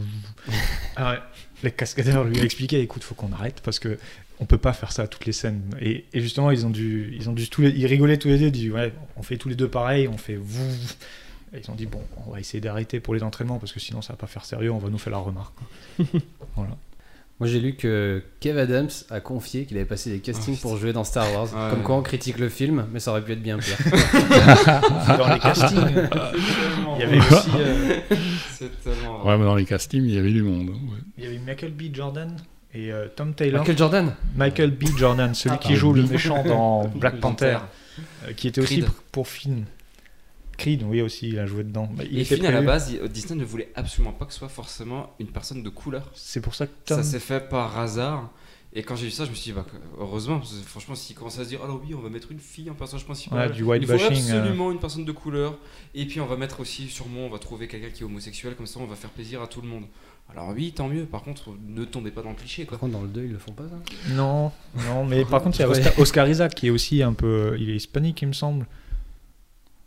S8: Ah ouais. Le cascadeur lui a expliqué écoute, faut qu'on arrête parce que on peut pas faire ça à toutes les scènes. Et, et justement, ils ont dû, ils ont dû tous les, ils rigolaient tous les deux, ils disaient ouais, on fait tous les deux pareil, on fait vous. Et ils ont dit bon, on va essayer d'arrêter pour les entraînements parce que sinon ça va pas faire sérieux, on va nous faire la remarque. voilà.
S7: Moi j'ai lu que Kev Adams a confié qu'il avait passé des castings
S6: Ah,
S7: pour jouer dans Star Wars.
S6: Ouais.
S7: Comme quoi on critique le film, mais ça aurait pu être bien pire.
S8: Dans
S7: Ah.
S8: les castings, il y avait aussi, euh,
S6: C'est tellement vrai.
S9: Ouais, mais dans les castings, il y avait du monde. hein, ouais.
S8: il y avait Michael B. Jordan et euh, Tom Taylor.
S7: Michael Jordan
S8: Michael B. Jordan,
S6: Ah,
S8: celui qui
S7: pardon.
S8: joue le méchant dans Black Panther, euh, qui était aussi
S6: Creed.
S8: pr- pour Finn. Creed, oui aussi, il a joué dedans. Bah, il
S6: Et
S8: était
S6: Finn, à la
S8: prévu.
S6: base, il- Disney ne voulait absolument pas que ce soit forcément une personne de couleur.
S8: C'est pour ça que
S6: Ça
S8: Tom.
S6: s'est fait par hasard. Et quand j'ai vu ça, je me suis dit, bah, heureusement, parce que franchement, s'ils commençaient à se dire, alors oui, on va mettre une fille en personnage
S8: Ouais,
S6: principal.
S8: du white
S6: il faut
S8: bashing. euh,
S6: absolument une personne de couleur. Et puis on va mettre aussi, sûrement, on va trouver quelqu'un qui est homosexuel, comme ça on va faire plaisir à tout le monde. Alors oui, tant mieux, par contre, ne tombez pas dans le cliché. Quoi.
S7: Par contre dans le 2 ils le font pas ça
S8: Non, non, mais par contre, il y a
S7: Ouais.
S8: Oscar, Oscar Isaac qui est aussi un peu. euh, Il est hispanique, il me semble.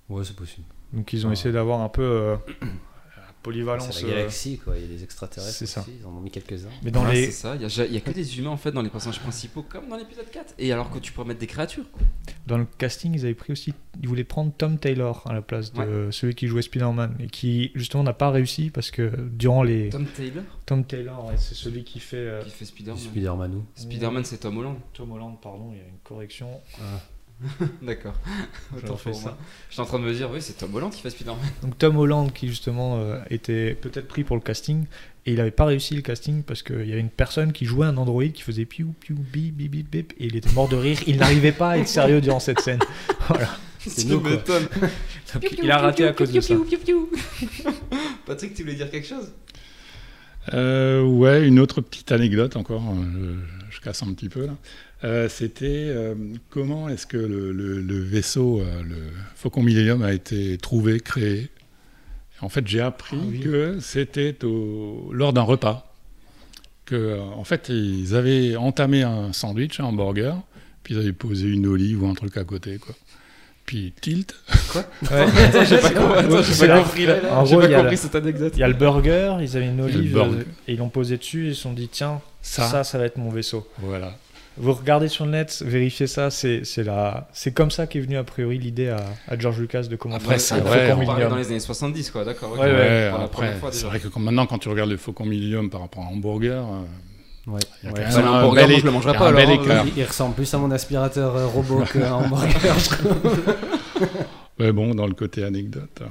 S7: Ouais c'est possible.
S8: Donc ils ont
S7: Ah.
S8: essayé d'avoir un peu euh, la
S7: C'est
S8: polyvalence.
S7: la
S8: euh,
S7: galaxie quoi, il y a des extraterrestres
S8: c'est ça.
S7: aussi, ils en ont mis quelques-uns.
S8: mais dans
S6: Ah,
S8: les.
S6: C'est ça, il n'y a, que des humains en fait dans les personnages principaux, comme dans l'épisode 4. Et alors que tu pourrais mettre des créatures. quoi.
S8: Dans le casting, ils avaient pris aussi. Ils voulaient prendre Tom Taylor à la place de celui qui jouait Spider-Man et qui, justement, n'a pas réussi parce que durant les. Tom,
S6: Tom Taylor,
S8: Taylor, ouais, c'est celui qui fait. euh,
S6: qui fait Spider-Man.
S7: Spider-Man ou
S6: Spider-Man, c'est Tom Holland.
S8: Tom Holland, pardon, il y a une correction.
S6: D'accord.
S8: J'aurais
S6: Autant
S8: fait
S6: pour
S8: ça.
S6: moi. J'étais en train de me dire, oui, c'est Tom Holland qui fait Spider-Man.
S8: Donc Tom Holland, qui justement euh, était peut-être pris pour le casting, et il n'avait pas réussi le casting parce qu'il y avait une personne qui jouait un androïde qui faisait piou piou bip bip bip bip, et il était mort de rire. Il n'arrivait pas à être sérieux durant cette scène.
S6: C'est
S8: nous, quoi. Donc, il a raté à cause de ça.
S6: Patrick, tu voulais dire quelque chose
S9: Euh, ouais, une autre petite anecdote encore, euh, je, je casse un petit peu là. Euh, C'était euh, comment est-ce que le, le- le vaisseau, euh, le Faucon Millennium, a été trouvé, créé En fait, j'ai appris
S8: Ah oui.
S9: que c'était au- lors d'un repas. Que, euh, en fait, ils avaient entamé un sandwich, un hamburger, puis ils avaient posé une olive ou un truc à côté, quoi. Puis tilt,
S6: Quoi
S7: Ouais.
S6: Attends, j'ai pas, com- attends, j'ai
S8: C'est
S6: pas
S8: la-
S6: compris, là, là.
S8: en
S6: Ah, J'ai
S8: gros,
S6: pas
S8: il y a
S6: compris
S8: la-
S6: cette anecdote.
S8: Il y a le burger, ils avaient une olive
S9: burger.
S8: euh, et ils l'ont posé dessus. Ils se sont dit, tiens,
S9: Ça.
S8: ça, ça, va être mon vaisseau.
S9: Voilà.
S8: Vous regardez sur le net, vérifiez ça. C'est c'est la... c'est comme ça qu'est venue a priori l'idée à, à George Lucas de comment.
S9: Après, c'est
S8: le
S9: vrai,
S8: Faucon
S9: on
S6: On parlait
S8: Millennium.
S6: dans les années 70, quoi, d'accord. ok.
S8: Ouais, ouais.
S6: Pour la
S9: après,
S6: première fois,
S9: c'est
S6: déjà.
S9: vrai que quand- maintenant, quand tu regardes le Faucon Millennium par rapport à un hamburger, euh,
S7: Ouais.
S9: il y a
S7: Ouais.
S6: Bah,
S9: quand même
S6: le
S9: un
S6: hamburger,
S9: bel
S6: moi, je
S9: é-
S6: le mangerai
S9: il y a
S6: pas,
S9: un bel
S6: alors, hein.
S9: écart.
S7: Il, il ressemble plus à mon aspirateur euh, robot qu'à un hamburger. je trouve.
S9: Mais bon, dans le côté anecdote. hein.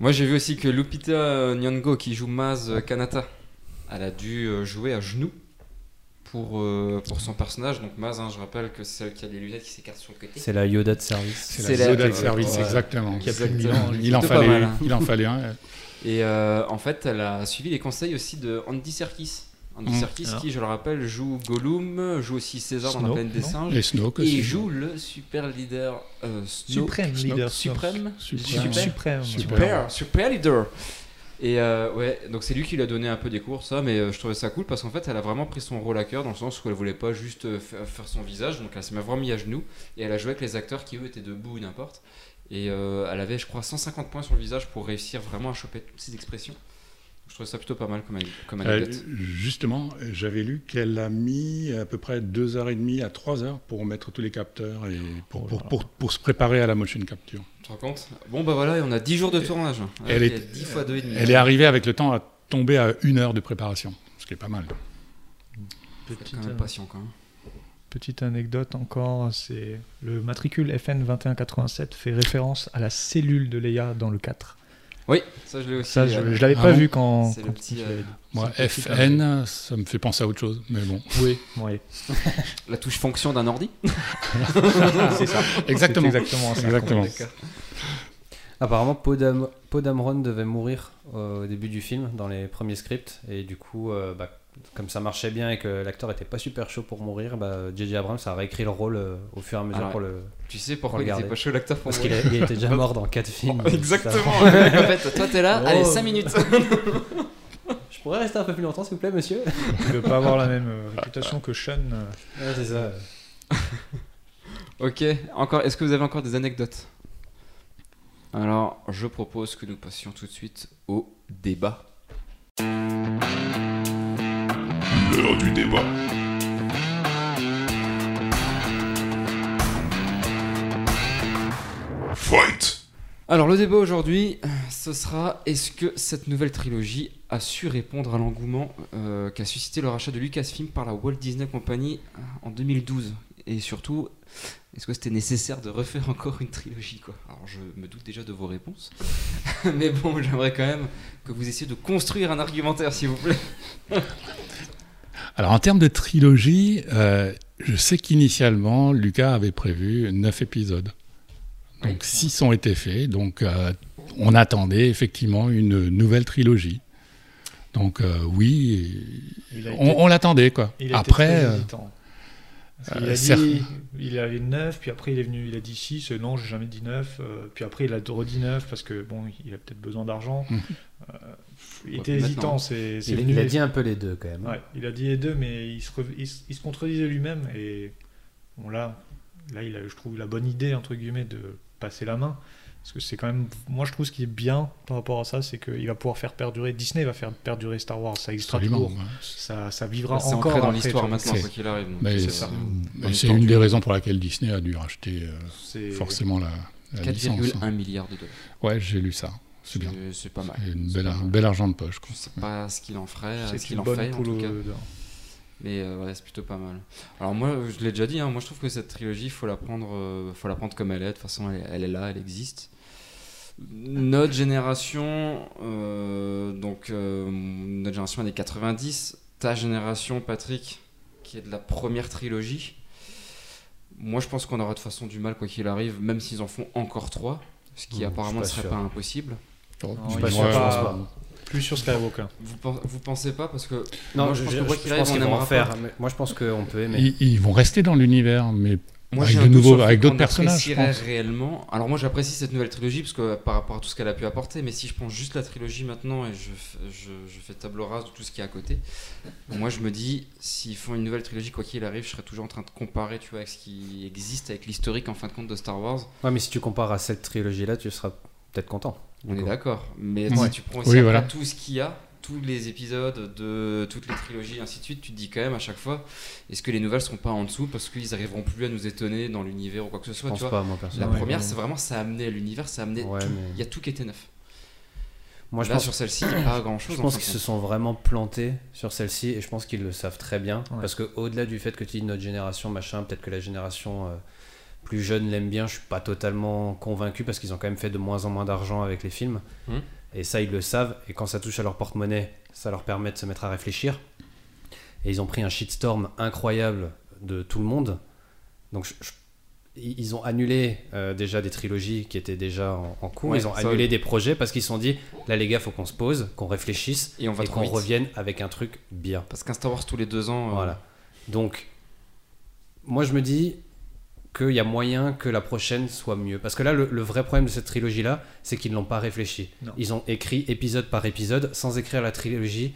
S6: Moi, j'ai vu aussi que Lupita euh, Nyong'o, qui joue Maz euh, Kanata, elle a dû euh, jouer à genoux pour, euh, pour son personnage. Donc Maz, hein, je rappelle que c'est celle qui a les lunettes qui s'écartent sur le côté.
S7: C'est la Yoda de service.
S9: C'est
S6: C'est
S9: la
S6: la-
S9: soda de service,
S6: Ouais.
S9: exactement.
S6: Qui a plus de mille ans.
S9: Il en
S6: Plutôt pas
S9: fallait,
S6: mal,
S9: une.
S6: hein.
S9: il en fallait un.
S6: Et euh, en fait, elle a suivi les conseils aussi de Andy Serkis. Andy
S9: Mm.
S6: Serkis,
S8: Alors.
S6: qui, je le rappelle, joue Gollum, joue aussi César dans
S8: Snow,
S6: la plaine des
S8: non
S6: singes.
S9: Les Snow
S6: Et
S9: aussi.
S6: joue le super leader euh, Snow.
S8: Suprême
S9: Snoke,
S8: leader.
S6: Suprême.
S9: Suprême.
S8: Suprême. Suprême.
S9: Suprême.
S6: Super, super leader. Et euh, ouais, donc c'est lui qui lui a donné un peu des cours, ça, mais euh, je trouvais ça cool parce qu'en fait, elle a vraiment pris son rôle à cœur dans le sens où elle voulait pas juste euh, fa- faire son visage, donc elle s'est vraiment mis à genoux et elle a joué avec les acteurs qui eux étaient debout ou n'importe. Et euh, elle avait, je crois, 150 points sur le visage pour réussir vraiment à choper toutes ses expressions. Je trouvais ça plutôt pas mal comme, ane- comme
S9: Euh,
S6: anecdote.
S9: justement, j'avais lu qu'elle a mis à peu près deux heures et demie à trois heures pour mettre tous les capteurs et pour, pour, pour, pour se préparer à la motion capture.
S6: Tu te rends compte Bon, bah voilà, et on a 10 jours de tournage.
S9: elle
S6: Il y a
S9: est-
S6: 10 Ah, fois 2,5.
S9: Elle est arrivée avec le temps à tomber à une heure de préparation, ce qui est pas mal.
S8: Petite,
S6: quand même
S8: euh,
S6: patient, quand même.
S8: Petite anecdote encore, c'est le matricule FN 2187 fait référence à la cellule de Leia dans le 4.
S6: Oui, ça je l'ai aussi.
S8: Ça, je,
S6: euh,
S8: je l'avais
S9: Ah
S8: pas
S9: bon
S8: vu quand.
S6: C'est
S8: quand
S6: le petit,
S8: tu
S6: euh,
S8: l'avais dit.
S9: Moi,
S8: C'est un petit
S9: FN, ça me fait penser à autre chose, mais bon.
S8: Oui, ouais.
S6: La touche fonction d'un ordi.
S8: c'est ça.
S9: Exactement.
S8: C'est exactement ça.
S9: Exactement.
S7: Apparemment, Poe Dam- Poe Dameron devait mourir euh, au début du film, dans les premiers scripts. Et du coup, euh, bah, comme ça marchait bien et que l'acteur était pas super chaud pour mourir, bah, J.J. Abrams a réécrit le rôle euh, au fur et à mesure
S6: Alors,
S7: pour le.
S6: Tu sais pourquoi il
S7: Regardez.
S6: était pas chaud l'acteur Ah pour
S7: Parce
S6: mourir
S7: qu'il a- il était déjà mort dans 4 films. donc ça-
S6: Exactement. en fait, toi t'es là,
S7: Oh.
S6: allez 5 minutes.
S7: Je pourrais rester un peu plus longtemps, s'il vous plaît, monsieur
S8: Il ne pas avoir la même euh, réputation que Sean. euh,
S7: Ouais, c'est ça.
S6: ok. Encore. Est-ce que vous avez encore des anecdotes Alors, je propose que nous passions tout de suite au débat.
S5: L'heure du débat. Fight
S6: Alors, le débat aujourd'hui, ce sera est-ce que cette nouvelle trilogie a su répondre à l'engouement euh, qu'a suscité le rachat de Lucasfilm par la Walt Disney Company euh, en 2012 Et surtout, est-ce que c'était nécessaire de refaire encore une trilogie quoi Alors, je me doute déjà de vos réponses. Mais bon, j'aimerais quand même que vous essayiez de construire un argumentaire, s'il vous plaît.
S9: Alors, en termes de trilogie, euh, je sais qu'initialement, Lucas avait prévu neuf épisodes.
S6: Oui.
S9: Donc, six ont été faits. Donc, euh, on attendait effectivement une nouvelle trilogie. Donc, euh, oui,
S8: Il a été-
S9: on, on l'attendait, quoi.
S8: il a été
S9: Après,
S8: très
S9: euh,
S8: hésitant. Parce qu'il
S9: euh,
S8: a
S9: certes-
S8: dit, il avait 9, puis après il est venu, il a dit 6, euh, non, j'ai jamais dit 9, euh, puis après il a redit 9 parce que bon, il a peut-être besoin d'argent.
S9: Mhm.
S8: Euh, il
S6: Ouais,
S8: était
S6: maintenant.
S8: hésitant, c'est c'est
S7: Il,
S8: venu
S7: il a dit un peu les deux, quand même.
S8: Ouais, il a dit les deux, mais il se, re- il se- il se contredisait lui-même. Et bon, là, là il a, je trouve la bonne idée, entre guillemets, de passer la main. Parce que c'est quand même. Moi, je trouve ce qui est bien par rapport à ça, c'est qu'il va pouvoir faire perdurer. Disney va faire perdurer Star Wars. Ça existera
S9: absolument.
S8: toujours.
S9: ouais.
S8: Ça, ça vivra
S6: C'est
S8: encore
S6: ancré dans
S8: après,
S6: l'histoire
S8: tu vois.
S6: maintenant,
S9: C'est-
S6: quoi qu'il arrive. donc,
S9: Mais
S8: c'est
S9: c'est
S8: ça.
S9: mais
S6: Dans
S9: c'est
S6: l'histoire
S9: une
S6: du-
S9: des raisons pour laquelle Disney a dû racheter euh,
S8: C'est-
S9: forcément la, la licence. hein.
S6: 4,1 milliards de dollars.
S9: Ouais, j'ai lu ça. C'est bien.
S6: C'est pas mal.
S9: C'est une
S6: C'est
S9: belle,
S6: pas
S9: un
S6: mal.
S9: bel argent de poche.
S6: Je
S9: Quoi.
S6: sais pas ce qu'il en ferait, ce
S8: C'est
S6: qu'il
S8: une
S6: en
S8: bonne
S6: fait en
S8: poule
S6: tout cas.
S8: au- dedans.
S6: Mais euh, ouais, c'est plutôt pas mal. Alors moi, je l'ai déjà dit, hein, moi je trouve que cette trilogie, faut la prendre, euh, faut la prendre comme elle est. De toute façon, elle, elle est là, elle existe. Notre génération, euh, donc euh, notre génération elle est 90. Ta génération, Patrick, qui est de la première trilogie. Moi, je pense qu'on aura de toute façon du mal quoi qu'il arrive, même s'ils en font encore trois, ce qui
S7: Mmh,
S6: apparemment ne
S7: je suis
S6: serait
S7: pas sûr.
S6: pas impossible.
S9: Oh,
S8: Je suis
S9: ouais,
S8: pas sûr,
S9: ouais,
S8: je pense
S9: ouais.
S8: pas. Plus sur Skywalker.
S6: Vous, pen- vous pensez pas parce que
S7: Non,
S6: moi,
S7: je,
S6: pense que
S7: je-
S6: quoi
S7: je
S6: qu'il arrive,
S7: pense
S6: on
S7: qu'ils vont
S6: aimera
S7: en
S6: pas.
S7: faire. mais Moi, je pense qu'on peut aimer.
S9: Ils, ils vont rester dans l'univers, mais
S6: Moi,
S9: Avec
S6: j'ai un
S9: de
S6: doute
S9: nouveaux-
S6: sur le fait
S9: avec d'autres
S6: qu'on
S9: personnages, je
S6: apprécierait
S9: pense.
S6: réellement. Alors moi, j'apprécie cette nouvelle trilogie parce que par rapport à tout ce qu'elle a pu apporter. Mais si je prends juste la trilogie maintenant et je, f- je- je fais table rase de tout ce qui est à côté, moi, je me dis s'ils font une nouvelle trilogie, quoi qu'il arrive, je serai toujours en train de comparer, tu vois, avec ce qui existe, avec l'historique en fin de compte de Star Wars.
S7: Ouais, mais si tu compares à cette trilogie-là, tu seras peut-être content.
S6: On est d'accord. Mais
S9: Ouais.
S6: si tu prends aussi
S9: Oui,
S6: après
S9: voilà.
S6: tout ce qu'il y a, tous les épisodes de toutes les trilogies, ainsi de suite, tu te dis quand même à chaque fois, est-ce que les nouvelles seront pas en dessous parce qu'ils arriveront plus à nous étonner dans l'univers ou quoi que ce
S7: Je
S6: soit, tu
S7: pense
S6: vois
S7: pas, moi,
S6: La
S7: personnellement.
S8: Ouais,
S6: première,
S8: ouais.
S6: c'est vraiment ça a amené l'univers, ça a amené
S7: Ouais,
S6: tout.
S7: mais-
S6: Il y a tout qui était neuf.
S7: Moi, je
S6: Là,
S7: pense,
S6: sur celle-ci, il n'y a pas grand-chose.
S7: je
S6: en
S7: pense
S6: fin
S7: qu'ils
S6: de
S7: se
S6: compte.
S7: sont vraiment plantés sur celle-ci et je pense qu'ils le savent très bien.
S8: Ouais.
S7: Parce que au-delà du fait que tu dis notre génération, machin, peut-être que la génération euh, plus jeune l'aime bien, je suis pas totalement convaincu parce qu'ils ont quand même fait de moins en moins d'argent avec les films.
S6: Mhm.
S7: Et ça, ils le savent. Et quand ça touche à leur porte-monnaie, ça leur permet de se mettre à réfléchir. Et ils ont pris un shitstorm incroyable de tout le monde. Donc, je- je- ils ils ont annulé euh, déjà des trilogies qui étaient déjà en, en cours.
S6: Ouais,
S7: ils ont
S6: ça,
S7: annulé des projets parce qu'ils se sont dit là, les gars, faut qu'on se pose, qu'on réfléchisse
S6: Et on va
S7: et
S6: trop
S7: qu'on
S6: vite.
S7: revienne avec un truc bien.
S6: Parce qu'un Star Wars tous les deux ans, euh,
S7: Voilà. Donc, moi, je me dis qu'il y a moyen que la prochaine soit mieux. Parce que là, le, le vrai problème de cette trilogie-là, c'est qu'ils n'ont pas réfléchi.
S8: Non.
S7: Ils ont écrit épisode par épisode sans écrire la trilogie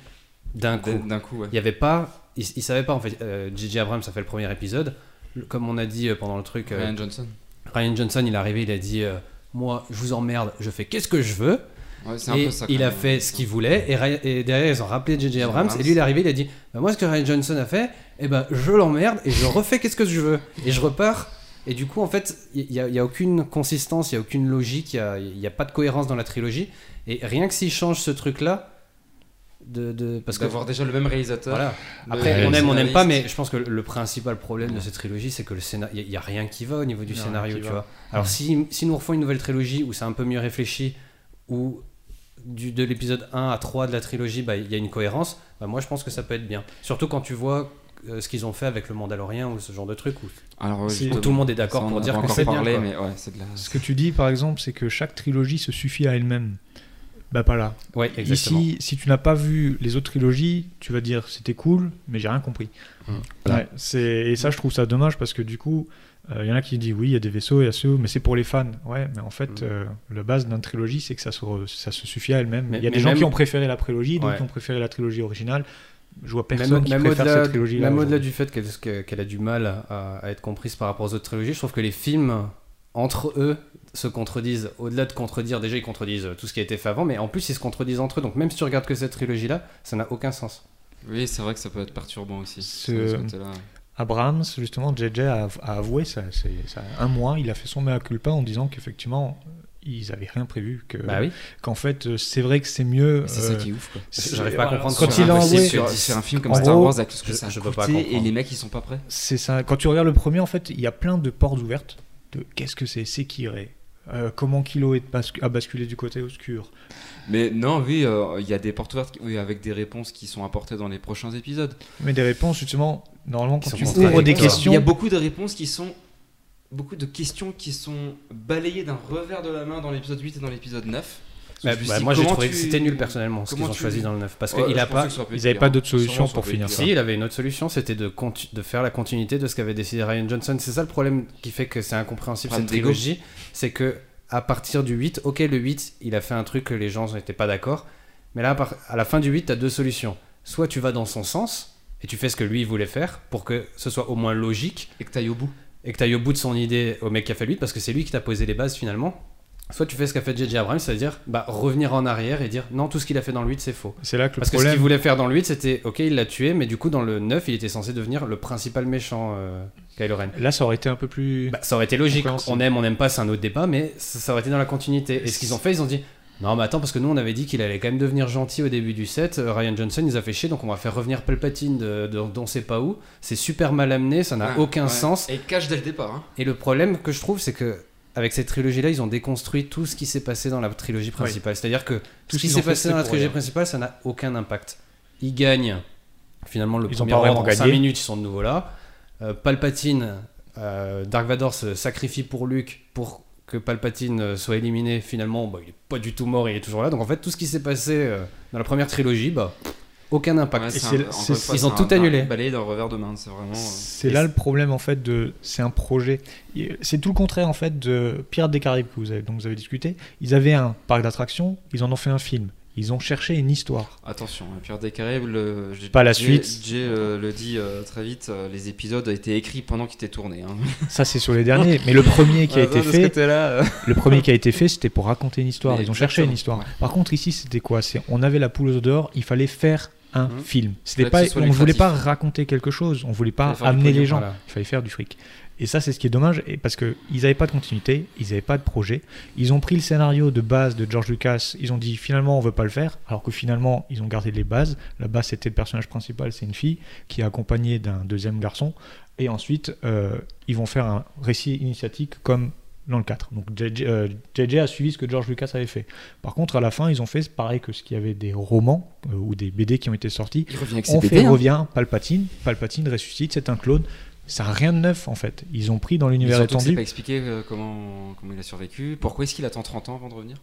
S7: d'un coup.
S6: d'un coup, ouais.
S7: Il n'y avait pas. Ils ne savaient pas, en fait. euh, J.J. Abrams a fait le premier épisode. Le- Comme on a dit euh, pendant le truc, euh,
S6: Ryan Johnson.
S7: Ryan Johnson, il est arrivé, il a dit euh, Moi, je vous emmerde, je fais qu'est-ce que je veux.
S6: Ouais, c'est un
S7: Et
S6: peu ça, quand
S7: il a
S6: même.
S7: fait ce qu'il voulait et, Ray- et derrière ils ont rappelé JJ Abrams
S6: Abrams.
S7: et lui il est arrivé il a dit bah, moi ce que Ryan Johnson a fait eh ben je l'emmerde et je refais qu'est-ce que je veux et je repars et du coup en fait il n'y a, il y a aucune consistance il n'y a aucune logique il n'y a, il y a pas de cohérence dans la trilogie et rien que s'il change ce truc là de, de- parce que
S6: D'avoir déjà le même réalisateur.
S7: voilà.
S6: le
S7: après
S6: même
S7: on aime on n'aime pas
S6: scénariste.
S7: mais je pense que le principal problème de cette trilogie c'est que le scénario il n'y a, rien qui va au niveau du
S8: Il y a rien
S7: scénario
S8: qui
S7: tu
S8: va.
S7: vois alors si, si nous refont une nouvelle trilogie où c'est un peu mieux réfléchi où du, de l'épisode 1 à 3 de la trilogie bah, il y a une cohérence bah, moi je pense que ça peut être bien surtout quand tu vois euh, ce qu'ils ont fait avec le Mandalorien ou ce genre de truc où,
S6: Alors, ouais,
S8: Si-
S7: où
S6: justement,
S7: tout le monde est
S6: ça,
S7: d'accord
S6: on
S7: pour
S6: en
S7: dire
S6: a
S7: que
S6: encore
S7: c'est bien
S6: parlé,
S7: quoi.
S6: mais ouais, c'est de la.
S8: Ce que tu dis, par exemple, c'est que chaque trilogie se suffit à elle-même. Bah pas là.
S7: ouais exactement
S8: Ici, si tu n'as pas vu les autres trilogies, tu vas dire c'était cool, mais j'ai rien compris.
S7: Mmh.
S6: Mm.
S8: Ouais, c'est et ça je trouve ça dommage parce que du coup, euh, il y en a qui disent oui, il y a des vaisseaux, il y a ceux, mais c'est pour les fans. Ouais, mais en fait,
S7: Mm.
S8: euh, la base d'une trilogie, c'est que ça se, re- ça se suffit à elle-même.
S7: Mais-
S8: Il y a
S7: mais
S8: des gens
S7: même-
S8: qui ont préféré la prélogie, d'autres
S7: Ouais.
S8: qui ont préféré la trilogie originale. Je vois personne
S7: Même,
S8: qui
S7: même
S8: préfère
S7: au-delà,
S8: cette trilogie.
S7: même au-delà du fait qu'elle, que- qu'elle a du mal à, à être comprise par rapport aux autres trilogies, je trouve que les films, entre eux, se contredisent. Au-delà de contredire, déjà ils contredisent euh, tout ce qui a été fait avant, mais en plus ils se contredisent entre eux. Donc même si tu regardes que cette trilogie-là, ça n'a aucun sens.
S6: Oui, c'est vrai que ça peut être perturbant aussi.
S8: Ce-
S6: de ce côté-là.
S8: Abrams, justement, JJ a, a avoué, ça, c'est- ça- un mois, il a fait son mea culpa en disant qu'effectivement, ils avaient rien prévu, que
S7: bah oui.
S8: qu'en fait, euh, c'est vrai que c'est mieux.
S6: C'est ça
S8: euh,
S6: qui est ouf, quoi.
S8: c'est-
S7: J'arrive pas à
S8: voilà,
S7: comprendre
S8: quand
S7: sur
S8: il
S7: un
S8: a
S7: dossier
S8: avoué,
S7: sur-
S6: sur, sur un film comme
S8: en
S6: Star
S8: gros,
S6: Wars avec tout ce que
S7: euh, je-
S6: ça a
S7: je peux pas
S6: coûté, et
S7: comprendre.
S6: les mecs ils sont pas prêts.
S8: c'est ça. Quand tu regardes le premier, en fait, il y a plein de portes ouvertes de qu'est-ce que c'est, c'est qui Ray Euh, comment Kilo est bascu- a basculé du côté obscur
S6: Mais non, oui, euh, il y a des portes ouvertes qui- oui, avec des réponses qui sont apportées dans les prochains épisodes.
S8: Mais des réponses, justement, normalement, quand
S7: sont
S8: tu
S7: contradictoires.
S8: ouvres des
S7: Il y a
S8: questions,
S6: Il y a beaucoup de réponses qui sont. Beaucoup de questions qui sont balayées d'un revers de la main dans l'épisode 8 et dans l'épisode 9.
S7: Bah,
S6: Je me
S7: bah,
S6: suis dit,
S7: moi j'ai
S6: comment
S7: trouvé
S6: tu-
S7: que c'était nul personnellement ce qu'ils
S6: comment
S7: ont
S6: tu-
S7: choisi dans le 9 parce
S6: Ouais,
S7: qu'il
S6: je
S7: a
S6: pensais
S7: pas.
S6: que ça aurait pu
S8: ils
S6: être
S8: n'avaient
S6: pire,
S8: pas
S6: hein.
S8: d'autre solution
S6: Sûrement, ça
S8: pour
S6: aurait pu
S8: finir
S6: être
S8: ça.
S7: Si, il avait une autre solution, c'était de, conti- de faire la continuité de ce qu'avait décidé Ryan Johnson. C'est ça le problème qui fait que c'est incompréhensible
S6: Problème
S7: cette
S6: d'ego.
S7: trilogie. C'est que à partir du 8, ok, le 8, il a fait un truc que les gens n'étaient pas d'accord. Mais là, à part- à la fin du 8, tu as deux solutions. Soit tu vas dans son sens et tu fais ce que lui il voulait faire pour que ce soit au moins logique
S6: Et que t'ailles au bout.
S7: et que tu ailles au bout de son idée au mec qui a fait le 8 parce que c'est lui qui t'a posé les bases finalement. Soit tu fais ce qu'a fait JJ Abrams, c'est-à-dire bah, revenir en arrière et dire non, tout ce qu'il a fait dans le 8, c'est faux.
S8: C'est là que le
S7: Parce que ce
S8: problème.
S7: qu'il voulait faire dans le 8, c'était ok, il l'a tué, mais du coup, dans le 9, il était censé devenir le principal méchant, euh, Kylo Ren.
S8: Là, ça aurait été un peu plus.
S7: Bah, ça aurait été logique.
S8: Compréhensible.
S7: On aime, on n'aime pas, c'est un autre débat, mais ça, ça aurait été dans la continuité. Et ce qu'ils ont fait, ils ont dit non, mais attends, parce que nous, on avait dit qu'il allait quand même devenir gentil au début du 7. euh, Ryan Johnson, il nous a fait chier, donc on va faire revenir Palpatine de, de- d'on sait pas où. C'est super mal amené, ça n'a
S6: Ouais,
S7: aucun
S6: Ah, ouais.
S7: sens.
S6: Et cache dès le départ. hein.
S7: Et le problème que je trouve, c'est que. Avec cette trilogie-là, ils ont déconstruit tout ce qui s'est passé dans la trilogie principale. C'est-à-dire que tout
S8: Tout
S7: ce qui
S8: qu'ils
S7: s'est
S8: ont fait,
S7: passé
S8: c'est
S7: dans la
S8: pour
S7: trilogie
S8: rien.
S7: principale, ça n'a aucun impact. Ils gagnent finalement le
S8: Ils ont
S7: premier
S8: pas vraiment
S7: ordre en 5
S8: gagné.
S7: minutes, ils sont de nouveau là. Euh, Palpatine, euh, Dark Vador se sacrifie pour Luke pour que Palpatine euh, soit éliminé. Finalement, bah, il est pas du tout mort, il est toujours là. Donc en fait, tout ce qui s'est passé euh, dans la première trilogie, bah, aucun impact.
S6: Ouais, c'est
S8: Et
S6: un-
S8: c'est-
S6: encore une
S8: c'est-
S6: fois,
S7: ils
S6: c'est
S7: ont
S6: un-
S7: tout annulé.
S6: un Balayé d'un revers de main, c'est vraiment. euh,
S8: C'est là le problème en fait de c'est un projet. Et C'est tout le contraire en fait de Pirates des Caraïbes que vous avez dont vous avez discuté. Ils avaient un parc d'attractions, ils en ont fait un film. Ils ont cherché une histoire.
S6: Attention, hein, Pierre des Caraïbes, le, j'ai-
S8: Pas la
S6: Jay-
S8: suite.
S6: Jay euh, le dit euh, très vite, euh, les épisodes ont été écrits pendant qu'ils étaient tournés. hein.
S8: Ça c'est sur les derniers, mais le premier qui a
S6: Ah,
S8: été
S6: de ce
S8: fait,
S6: côté-là, euh,
S8: le premier qui a été fait, c'était pour raconter une histoire.
S6: Mais
S8: Ils ont cherché une
S6: exactement,
S8: histoire.
S6: ouais.
S8: Par contre ici c'était quoi C'est on avait la poule aux œufs d'or, il fallait faire un
S6: Mhm.
S8: film.
S6: que
S8: C'était pas,
S6: ce soit
S8: on voulait
S6: lucratif.
S8: pas raconter quelque chose, on
S6: Fallait
S8: voulait pas
S6: faire du
S8: amener
S6: pognon,
S8: les gens.
S7: voilà.
S8: Il fallait faire du fric. Et ça, c'est ce qui est dommage, et parce qu'ils n'avaient pas de continuité, ils n'avaient pas de projet. Ils ont pris le scénario de base de George Lucas, ils ont dit finalement on veut pas le faire, alors que finalement ils ont gardé les bases. La base c'était le personnage principal, c'est une fille qui est accompagnée d'un deuxième garçon, et ensuite euh, ils vont faire un récit initiatique comme dans le 4. Donc JJ, euh, JJ a suivi ce que George Lucas avait fait. Par contre, à la fin, ils ont fait pareil que ce qu'il y avait des romans euh, ou des BD qui ont été sortis,
S6: il revient avec ses
S8: on
S6: bébés,
S8: fait
S6: hein.
S8: revient Palpatine, Palpatine ressuscite, c'est un clone. Ça n'a rien de neuf en fait. Ils ont pris dans
S6: Mais
S8: l'univers
S6: surtout que c'est pas
S8: étendu.
S6: expliqué euh, comment, comment il a survécu. Pourquoi est-ce qu'il attend 30 ans avant de revenir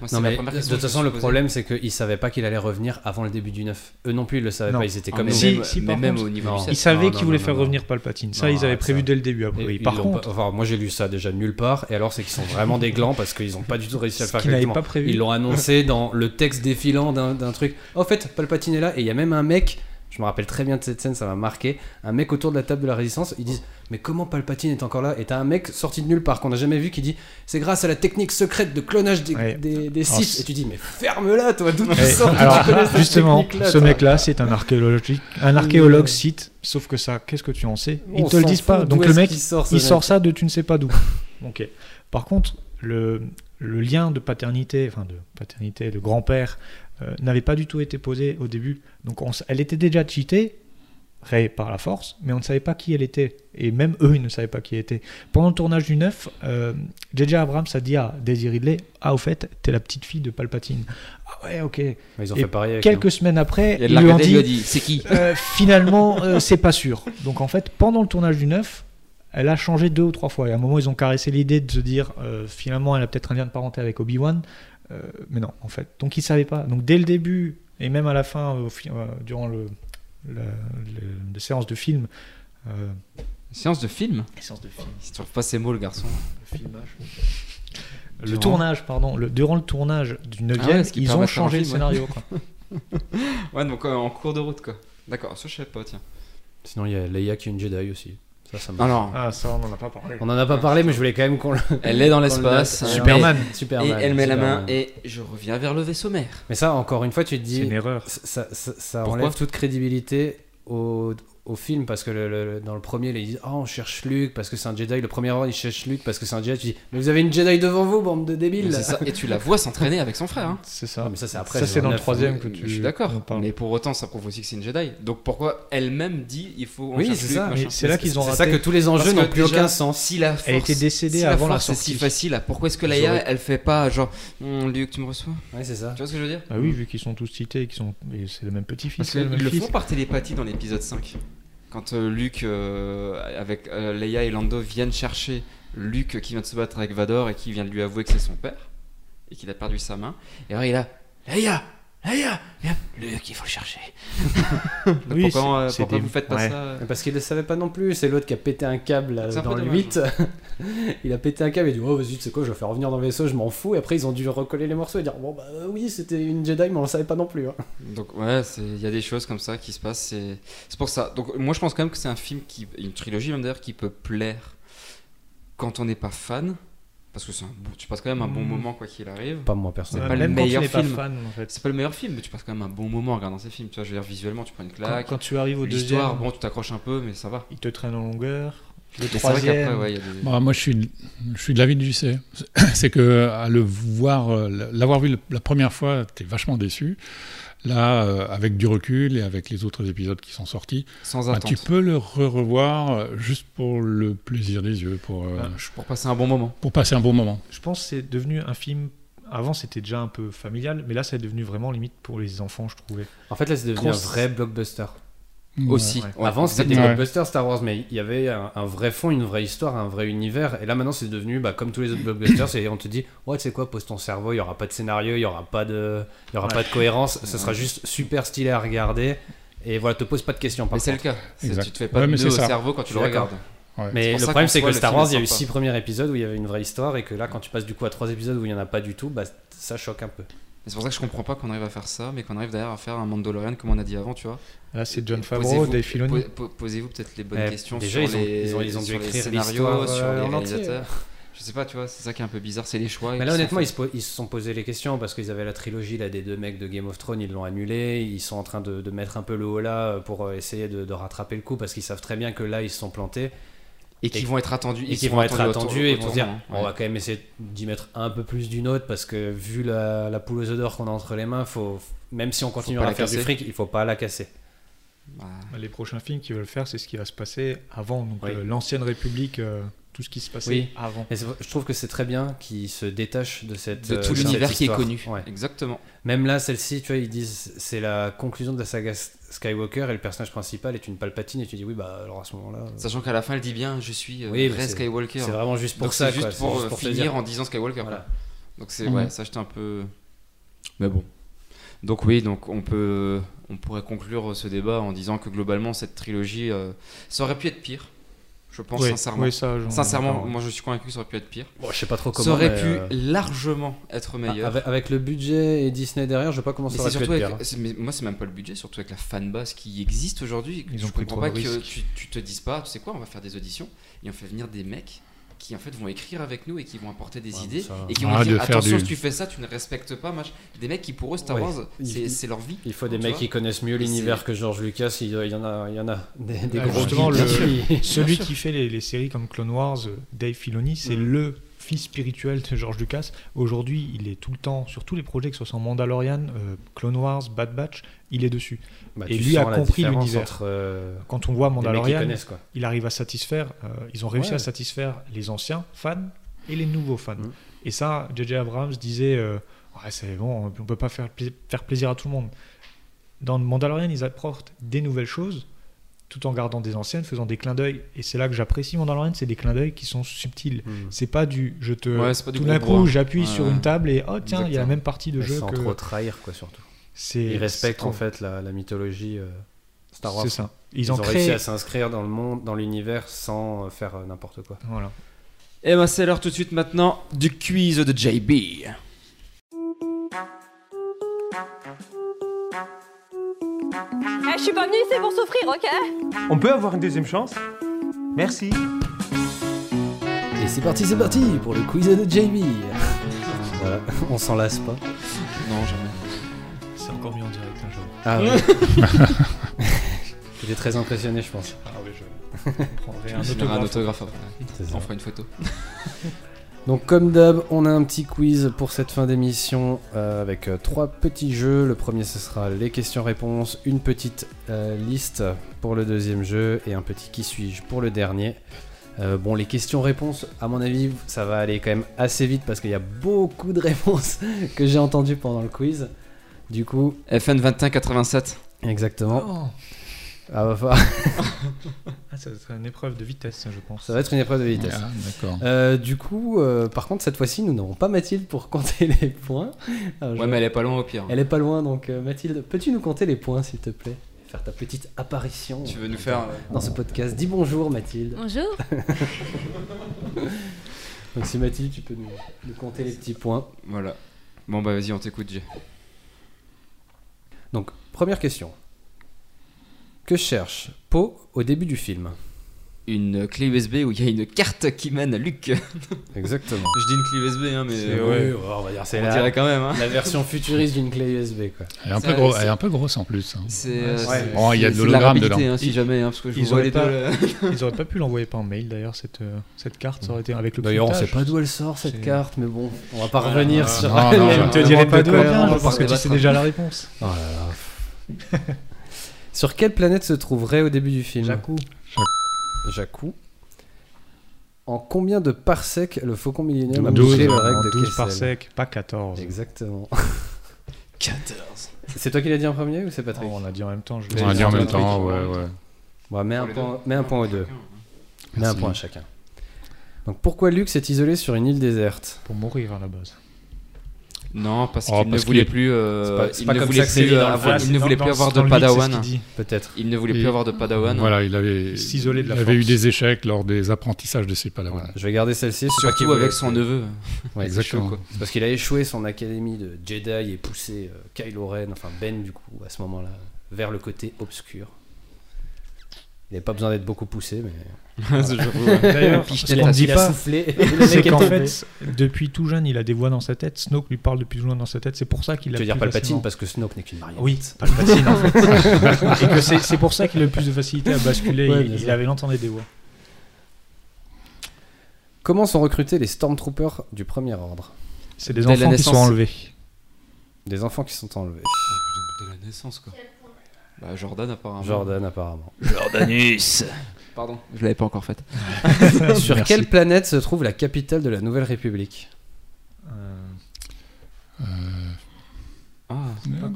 S6: Moi, c'est
S7: Non,
S6: la
S7: mais de
S6: première
S7: toute
S6: question que je me
S7: façon,
S6: suis
S7: le
S6: posée.
S7: problème, c'est qu'ils savaient pas qu'il allait revenir avant le début du 9. Eux non plus, ils le savaient
S8: Non.
S7: pas. Ils étaient
S6: Ah,
S7: comme
S6: mais
S7: nous.
S8: si,
S6: même,
S8: si,
S6: mais
S8: par
S6: même
S8: contre-
S6: au niveau
S7: Non.
S6: du
S8: Ils
S6: set.
S8: savaient
S7: Non,
S8: qu'ils
S7: non,
S8: voulaient
S7: non,
S8: faire
S7: non,
S8: revenir Palpatine. Ça,
S7: Non,
S8: ils avaient
S7: ça-
S8: prévu dès le début. Après.
S7: Et ils
S8: Par
S7: l'ont pas-
S8: contre,
S7: enfin, moi j'ai lu ça déjà nulle part, et alors c'est qu'ils sont vraiment des glands parce qu'ils n'ont pas du tout réussi à le
S8: ce
S7: faire
S8: qu'ils n'avaient
S7: correctement.
S8: pas prévu.
S7: Ils l'ont annoncé dans le texte défilant d'un d'un truc. Oh, En fait, Palpatine est là, et il y a même un mec, je me rappelle très bien de cette scène, ça m'a marqué. Un mec autour de la table de la résistance, ils disent Mais comment Palpatine est encore là Et t'as un mec sorti de nulle part qu'on n'a jamais vu qui dit C'est grâce à la technique secrète de clonage des,
S8: Ouais.
S7: des, des
S8: Alors,
S7: Sith. Et tu dis Mais ferme-la, toi, d'où tu
S8: Eh,
S7: sors, d'où tu
S8: alors,
S7: connais cette
S8: justement,
S7: technique-là,
S8: ce
S7: toi
S8: mec-là, c'est un archéologue, un archéologue cite. Sauf que ça, qu'est-ce que tu en sais Ils
S7: On
S8: te le
S7: s'en
S8: disent
S7: fout
S8: pas.
S7: d'où
S8: Donc le
S7: est-ce
S8: mec,
S7: qu'il sort, ce
S8: il
S7: mec.
S8: sort ça de tu ne sais pas d'où. ok. Par contre, le, le lien de paternité, enfin de paternité, de grand-père, euh, n'avait pas du tout été posé au début. Donc on s- elle était déjà cheatée, ré- par la force, mais on ne savait pas qui elle était. Et même eux, ils ne savaient pas qui elle était. Pendant le tournage du 9, euh, J.J. Abrams a dit à Daisy Ridley Ah, au fait, t'es la petite fille de Palpatine. Ah, ouais, ok.
S7: Ils ont
S8: Et
S7: fait pareil avec
S8: Quelques semaines après,
S6: Il
S8: ils lui ont
S6: regardé, il lui a
S8: dit
S6: dit C'est qui
S8: Euh, finalement, euh, c'est pas sûr. Donc en fait, pendant le tournage du 9, elle a changé deux ou trois fois. Et à un moment, ils ont caressé l'idée de se dire euh, finalement, elle a peut-être un lien de parenté avec Obi-Wan. Euh, mais non, en fait. Donc ils savaient pas. Donc dès le début, et même à la fin, au fi- euh, durant le, le- le- les séances de film, euh,
S6: Séance de film
S8: les séances de film,
S6: Il se trouve pas ses mots, le garçon.
S8: le filmage. Le
S6: Durant-
S8: tournage, pardon, le, durant le tournage du 9e,
S6: Ah ouais, ce qui
S8: ils
S6: permet
S8: ont
S6: de faire un
S8: changé le
S6: film, ouais.
S8: scénario. quoi.
S6: Ouais, donc euh, en cours de route, quoi. D'accord, ça je savais pas, tiens.
S7: nous. Sinon, il y a Leia qui est une Jedi aussi. Ça, ça me-
S6: Alors,
S8: Ah, ça, on n'en a pas parlé.
S7: On en a pas parlé, mais je voulais quand même qu'on le.
S6: elle est dans
S7: qu'on le note.
S6: l'espace.
S8: Superman.
S6: hein. Et
S7: Superman.
S6: elle met la main
S7: Superman.
S6: et je reviens vers le vaisseau mère.
S7: Mais ça, encore une fois, tu te
S8: C'est
S7: dis,
S8: une erreur.
S7: ça, ça- ça
S6: Pourquoi
S7: enlève toute crédibilité au, au film parce que le- le- le- dans le premier, là, ils disent Oh, on cherche Luke parce que c'est un Jedi. Le premier ordre, ils cherchent Luke parce que c'est un Jedi. Tu dis Mais vous avez une Jedi devant vous, bande de débiles
S6: C'est ça. Et tu la vois s'entraîner avec son frère. hein.
S8: C'est ça.
S7: Ah, mais ça, c'est après.
S8: ça, c'est dans le
S7: neuf,
S8: troisième
S7: hein.
S8: que tu.
S6: Euh, Je suis
S8: on
S6: d'accord.
S8: parle.
S6: Mais pour autant, ça prouve aussi que c'est une Jedi. Donc pourquoi elle-même dit il faut. on
S7: Oui,
S6: cherche
S7: c'est
S6: Luke,
S7: ça.
S6: machin.
S8: Ah, Mais c'est là qu'ils ont
S7: C'est
S8: raté.
S7: ça que tous les
S6: Parce
S7: enjeux
S6: que
S7: n'ont plus
S6: déjà,
S7: aucun sens.
S6: Si la force,
S8: Elle était décédée
S6: si
S8: avant la
S6: force
S8: sortie.
S6: est si facile, ah, pourquoi est-ce que
S7: Ils
S6: Leia
S7: auraient-
S6: elle fait pas genre Hum, Luke, tu me reçois
S7: Ouais, c'est ça.
S6: Tu vois ce que je veux dire
S8: Bah oui, vu qu'ils sont tous cités, et qu'ils sont, et c'est le même
S6: Parce
S8: petit-fils.
S6: qu'ils
S8: le même
S6: le
S8: fils.
S6: font par télépathie dans l'épisode 5. Quand euh, Luke, euh, avec euh, Leia et Lando, viennent chercher Luke qui vient de se battre avec Vador et qui vient de lui avouer que c'est son père et qu'il a perdu sa main. Et alors il a Leia Leia Viens, Luke, il faut le chercher. Donc pourquoi
S8: Oui, c'est-
S6: euh,
S8: c'est
S6: pourquoi
S8: des-
S6: vous faites pas
S8: ouais.
S6: ça euh
S7: Mais Parce qu'il le savait pas non plus. C'est l'autre qui a pété un câble là,
S6: C'est un peu
S7: dans le
S6: dommage,
S7: 8. il a pété un câble et dit Oh, vas-y, tu sais quoi, je vais faire revenir dans le vaisseau, je m'en fous. Et après, ils ont dû recoller les morceaux et dire Bon, bah euh, oui, c'était une Jedi, mais on le savait pas non plus. hein.
S6: Donc ouais, c'est- il y a des choses comme ça qui se passent. C'est c'est pour ça. Donc moi je pense quand même que c'est un film qui, une trilogie même d'ailleurs, qui peut plaire quand on n'est pas fan, parce que c'est un bon- tu passes quand même un bon
S8: Mm.
S6: moment quoi qu'il arrive.
S7: Pas moi,
S8: Ouais,
S7: personnellement.
S6: pas le
S8: même quand tu
S6: meilleur
S8: n'es pas
S6: film.
S8: fan, en fait.
S6: C'est pas le meilleur film, mais tu passes quand même un bon moment en regardant ces films. Tu vois, je veux dire visuellement, tu prends une
S8: Quand,
S6: claque.
S8: quand tu arrives au
S6: Bah, L'histoire,
S8: deuxième,
S6: bon, tu t'accroches un peu, mais ça va.
S8: il te traîne en longueur. Le
S6: Mais c'est vrai qu'après,
S8: troisième,
S6: ouais, il y a des-
S9: Bah, moi, je suis, je suis de l'avis du JC. C'est que à le voir, euh, l'avoir vu le- la première fois, t'es vachement déçu. Là, euh, avec du recul et avec les autres épisodes qui sont sortis,
S6: sans
S9: bah,
S6: attente.
S9: tu peux le revoir juste pour le plaisir des yeux, pour, euh,
S8: Ah.
S6: Pour passer un bon moment.
S9: pour passer un bon moment.
S8: je pense que c'est devenu un film. Avant, c'était déjà un peu familial, mais là, c'est devenu vraiment limite pour les enfants, je trouvais.
S7: En fait, là, c'est devenu
S8: Trop-
S7: un vrai blockbuster.
S6: aussi. Ouais,
S7: Avant, c'était des
S6: exactement.
S8: Ouais.
S7: blockbusters Star Wars, mais il y avait un, un vrai fond, une vraie histoire, un vrai univers. Et là, maintenant, c'est devenu bah, comme tous les autres blockbusters. et on te dit, ouais, tu sais quoi, pose ton cerveau, il n'y aura pas de scénario, il n'y aura, pas de, il y aura pas de cohérence. Ça sera juste super stylé à regarder. Et voilà, te pose pas de questions. Par
S6: Mais c'est le
S7: contre.
S6: cas. C'est-
S9: Exact.
S6: Tu te fais pas
S9: Ouais, mais
S6: de nœud au
S9: c'est ça.
S6: cerveau quand tu
S7: Je
S6: le
S7: suis d'accord.
S6: regardes.
S9: Ouais.
S7: Mais le
S6: pour ça
S7: problème,
S6: qu'en
S7: c'est
S6: soi,
S7: que
S6: le
S7: Star
S6: film
S7: Wars,
S6: est
S7: il y a eu
S6: sympa.
S7: six premiers épisodes où il y avait une vraie histoire. Et que là, quand tu passes du coup à trois épisodes où il n'y en a pas du tout, bah, ça choque un peu.
S6: Et C'est pour ça que je comprends pas qu'on arrive à faire ça, mais qu'on arrive derrière à faire un Mandalorian comme on a dit avant, tu vois.
S8: Là, c'est John Favreau,
S6: Posez-vous-
S8: Dave Filoni.
S6: po- po- Posez-vous peut-être les bonnes
S7: Eh,
S6: questions
S7: déjà, ils
S6: sur
S7: ont-
S6: les,
S7: ils ont- ils ont dû
S6: sur les
S7: écrire
S6: scénarios,
S7: l'histoire,
S6: sur
S7: euh,
S6: les
S7: en entier.
S6: réalisateurs. Je sais pas, tu vois, c'est ça qui est un peu bizarre, c'est les choix. et
S7: Mais là,
S6: qui sont
S7: honnêtement, ils se,
S6: faits.
S7: po- ils se sont posé les questions parce qu'ils avaient la trilogie là, des deux mecs de Game of Thrones, ils l'ont annulé. Ils sont en train de, de mettre un peu le haut là pour euh, essayer de, de rattraper le coup parce qu'ils savent très bien que là, ils se sont plantés
S6: et qui
S7: et-
S6: vont être attendus,
S7: et qu'ils vont être attendus et ils vont se dire on va quand même essayer d'y mettre un peu plus d'une autre parce que vu la, la poule aux œufs d'or qu'on a entre les mains, faut, même si on continue
S6: pas
S7: à
S6: la
S7: faire du
S6: casser.
S7: fric, il faut pas la casser.
S6: Bah,
S8: Les prochains films qu'ils veulent faire, c'est ce qui va se passer avant. Donc,
S7: Oui.
S8: euh, l'ancienne République, euh, tout ce qui se passait
S7: Oui.
S8: avant.
S7: Et c'est- je trouve que c'est très bien qu'ils se détachent de cette
S6: de
S7: euh,
S6: tout
S7: cette
S6: l'univers qui est
S7: histoire.
S6: connu.
S7: Ouais.
S6: Exactement.
S7: Même là, celle-ci, tu vois, ils disent c'est la conclusion de la saga S- Skywalker et le personnage principal est une palpatine et tu dis oui, bah alors à ce moment-là. euh,
S6: Sachant qu'à la fin, elle dit bien je suis euh,
S7: Oui, mais
S6: vrai
S7: c'est-
S6: Skywalker.
S7: C'est vraiment juste pour
S6: Donc
S7: ça,
S6: c'est juste
S7: quoi, c'est
S6: pour,
S7: juste
S6: euh,
S7: pour te
S6: finir
S7: dire.
S6: en disant Skywalker. quoi.
S7: Voilà.
S6: Donc c'est
S9: Mhm.
S6: ouais, ça j'étais un peu. Mais bon. Donc oui, donc on peut, on pourrait conclure euh, ce débat en disant que globalement cette trilogie, euh, ça aurait pu être pire. Je pense
S8: Oui,
S6: sincèrement.
S8: oui, ça, j'en-
S6: Sincèrement,
S8: j'en-
S6: moi je suis convaincu que ça aurait pu être pire.
S7: Bon, je sais pas trop comment.
S6: ça aurait
S7: mais,
S6: pu
S7: euh,
S6: largement être meilleur.
S7: Ah, Avec, avec le budget et Disney derrière, je sais pas comment
S6: Mais
S7: ça aurait
S6: c'est
S7: pu être
S6: surtout
S7: pire. hein.
S6: avec, c'est- mais moi c'est même pas le budget, surtout avec la fanbase qui existe aujourd'hui.
S8: Ils
S6: Je
S8: ont pris
S6: comprends
S8: trop
S6: pas
S8: de
S6: que
S8: risques.
S6: tu, tu te dises pas, tu sais quoi, on va faire des auditions et on fait venir des mecs qui en fait vont écrire avec nous et qui vont apporter des
S7: Ouais,
S6: idées
S7: ça-
S6: et qui vont
S9: Ah, de
S6: dire
S9: faire
S6: attention
S9: du-
S6: si tu fais ça tu ne respectes pas mach... des mecs qui pour eux Star
S7: Ouais.
S6: Wars c'est
S7: Il-
S6: c'est leur vie.
S7: Il faut des
S6: Tu
S7: mecs
S6: vois
S7: qui connaissent mieux
S6: Et
S7: l'univers
S6: c'est-
S7: que George Lucas. Il doit- il y en a, il y en a des, des
S8: Ah,
S7: gros Bah,
S8: justement,
S7: geeks
S8: le-
S7: qui-
S8: Celui qui fait les, les séries comme Clone Wars, euh, Dave Filoni, c'est
S7: Mm.
S8: le fils spirituel de George Lucas. Aujourd'hui, il est tout le temps, sur tous les projets, que ce soit Mandalorian, euh, Clone Wars, Bad Batch, il est dessus.
S7: Bah,
S8: Et
S7: tu
S8: lui a
S7: sens la
S8: compris
S7: différence
S8: l'univers.
S7: entre, euh,
S8: Quand on voit
S7: des mecs qui
S8: Mandalorian,
S7: connaissent quoi.
S8: il arrive à satisfaire, euh, ils ont réussi
S7: Ouais.
S8: à satisfaire les anciens fans et les nouveaux fans.
S7: Mhm.
S8: Et ça, JJ Abrams disait, euh, ouais, c'est bon, on peut pas faire, pla- faire plaisir à tout le monde. Dans le Mandalorian, ils apportent des nouvelles choses tout en gardant des anciennes, faisant des clins d'œil. Et c'est là que j'apprécie Mandalorian, c'est des clins d'œil qui sont subtils.
S7: Hmm.
S8: C'est pas du je te.
S6: Ouais, c'est pas du
S8: tout d'un
S6: gros bois.
S8: coup, j'appuie
S6: Ouais,
S8: sur
S6: ouais.
S8: une table et oh tiens, il y a la
S6: Exactement.
S8: même partie de
S7: Mais
S8: jeu
S7: Sans
S8: que.
S7: trop trahir quoi surtout.
S8: C'est-
S7: Ils respectent
S8: c'est
S7: en
S8: trop.
S7: fait la, la mythologie euh, Star Wars.
S8: C'est ça. Ils,
S7: Ils,
S8: en
S7: ont réussi
S8: créent.
S7: à s'inscrire dans le monde, dans l'univers sans euh, faire euh, n'importe quoi.
S8: Voilà.
S6: Et ben c'est l'heure tout de suite maintenant du quiz de JB.
S10: Eh, je suis pas venue ici pour souffrir, ok
S4: On peut avoir une deuxième chance Merci.
S7: Et c'est parti, c'est parti pour le quiz de Jamie. voilà, on s'en lasse pas.
S6: Non jamais.
S8: C'est encore mieux en direct
S6: hein,
S8: un jour.
S7: Ah oui. J'étais très impressionné, je pense.
S8: Ah oui, je prendrai un
S6: Je signerai un autographe
S8: autographe.
S6: après. On fera une photo.
S7: Donc comme d'hab, on a un petit quiz pour cette fin d'émission euh, avec euh, trois petits jeux. Le premier ce sera les questions-réponses, une petite euh, liste pour le deuxième jeu et un petit qui suis-je pour le dernier. Euh, bon, les questions-réponses, à mon avis, ça va aller quand même assez vite parce qu'il y a beaucoup de réponses que j'ai entendues pendant le quiz. Du coup,
S6: FN 2187.
S7: exactement.
S8: Oh.
S7: Ah, va falloir-
S8: Ah, ça va être une épreuve de vitesse, je pense.
S7: ça va être une épreuve de vitesse.
S9: Ah, d'accord.
S7: Euh, du coup, euh, par contre, cette fois-ci, nous n'aurons pas Mathilde pour compter les points. Alors, je-
S6: Ouais mais elle est pas loin au pire.
S7: Elle est pas loin, donc euh, Mathilde, peux-tu nous compter les points, s'il te plaît Faire ta petite apparition
S6: Tu veux nous faire euh,
S7: dans ce podcast. Dis bonjour, Mathilde.
S10: Bonjour.
S7: Donc si Mathilde, tu peux nous, nous compter les petits points.
S6: voilà. Bon bah vas-y on t'écoute J.
S7: Donc, première question. Que cherche Poe au début du film
S6: une clé USB où il y a une carte qui mène à Luc. Je
S7: Exactement.
S6: dis une clé USB, hein, mais euh,
S7: on va dire c'est
S6: on
S7: la,
S6: dirait quand même. Hein.
S7: la version futuriste d'une clé USB, quoi.
S9: Elle est un
S6: Ça,
S9: peu gros-
S6: c'est-
S9: elle est un peu grosse en plus. hein.
S6: C'est, euh,
S8: Ouais.
S6: c'est-
S9: Oh, il y a de
S6: c'est
S9: l'hologramme
S6: rapidité,
S9: dedans.
S6: hein, si jamais, hein, parce que je
S8: ils
S6: vous vois
S8: auraient
S6: les deux.
S8: pas-
S6: là.
S8: Ils auraient pas pu l'envoyer par mail d'ailleurs cette, euh, cette carte, ça aurait été avec le
S7: D'ailleurs, on sait
S8: cryptage.
S7: pas d'où elle sort cette
S8: C'est-
S7: carte, mais bon, on va pas revenir sur.
S9: Non, non,
S7: les
S9: je ne
S8: Je te
S7: manques
S8: dirais
S7: de
S8: pas d'où elle
S7: cohérence.
S8: vient, je pense que tu sais déjà la réponse.
S7: Oh là là. Sur quelle planète se trouve Ray au début du film
S8: Jakku.
S7: Jakku. En combien de parsecs le faucon millénaire a
S8: En
S7: bouclé le règle de
S8: 12
S7: Kessel
S8: par sec, pas 14.
S7: Exactement.
S6: 14.
S7: C'est toi qui l'as dit en premier ou c'est
S8: Oh,
S7: Patrick
S8: on l'a dit en même temps. je
S9: On va
S8: l'ai
S9: dire en
S8: dit.
S9: même temps, ouais, ouais.
S7: hein. Bon, mets un,
S6: Pour les
S7: point,
S6: deux.
S7: mets un point aux deux. Mets un
S9: Merci.
S7: point à chacun. Donc pourquoi Lux est isolé sur une île déserte
S8: Pour mourir à la base.
S6: Non, parce
S9: Oh,
S6: qu'il ne
S9: parce
S6: voulait
S9: qu'il est-
S6: plus. euh,
S7: C'est pas- c'est
S6: il
S7: pas
S6: ne
S7: comme
S6: voulait
S7: ça que c'est
S6: plus
S7: dit dans le
S6: avoir-
S7: film.
S6: il ne voulait plus avoir de padawan.
S7: Peut-être.
S6: Il ne voulait plus
S9: Et-
S6: avoir de padawan.
S9: Voilà, il avait,
S8: S'isoler de la
S9: il avait eu
S8: force.
S9: des échecs lors des apprentissages de ses padawans.
S7: Je vais garder celle-ci. c'est parce qu'il
S6: Surtout
S7: voulait-
S6: avec son neveu.
S7: Ouais,
S9: Exactement.
S6: chaud,
S7: C'est parce qu'il a échoué son académie de Jedi et poussé euh, Kylo Ren, enfin Ben du coup, à ce moment-là, vers le côté obscur. Il n'avait pas besoin d'être beaucoup poussé, mais.
S6: Ce jour-là.
S8: D'ailleurs,
S6: Puis je
S8: ce
S6: t'ai
S8: qu'on
S6: la-
S8: dit
S7: Il a
S8: pas,
S7: soufflé. et le mec
S8: c'est
S7: est
S8: qu'en
S7: tombé.
S8: fait, depuis tout jeune, il a des voix dans sa tête. Snoke lui parle depuis tout jeune dans sa tête. C'est pour ça qu'il
S7: Tu
S8: a.
S7: veux dire
S8: plus
S7: Palpatine
S8: facilement-
S7: parce que Snoke n'est qu'une marionnette.
S8: Oui, Palpatine en fait. Et que c'est c'est pour ça qu'il a le plus de facilité à basculer.
S7: Ouais,
S8: il,
S7: bien
S8: il
S7: sûr.
S8: avait l'entendait des voix.
S7: Comment sont recrutés les Stormtroopers du premier ordre
S8: C'est des
S6: Dès la
S8: enfants qui sont
S6: naissance.
S8: enlevés.
S7: Des enfants qui sont enlevés.
S6: De la naissance, quoi. Bah, Jordan, apparemment.
S7: Jordan apparemment.
S6: Jordanus Pardon, je l'avais pas encore faite.
S7: Sur
S8: Merci.
S7: quelle planète se trouve la capitale de la Nouvelle République
S8: Euh,
S6: Ah,
S9: c'est pas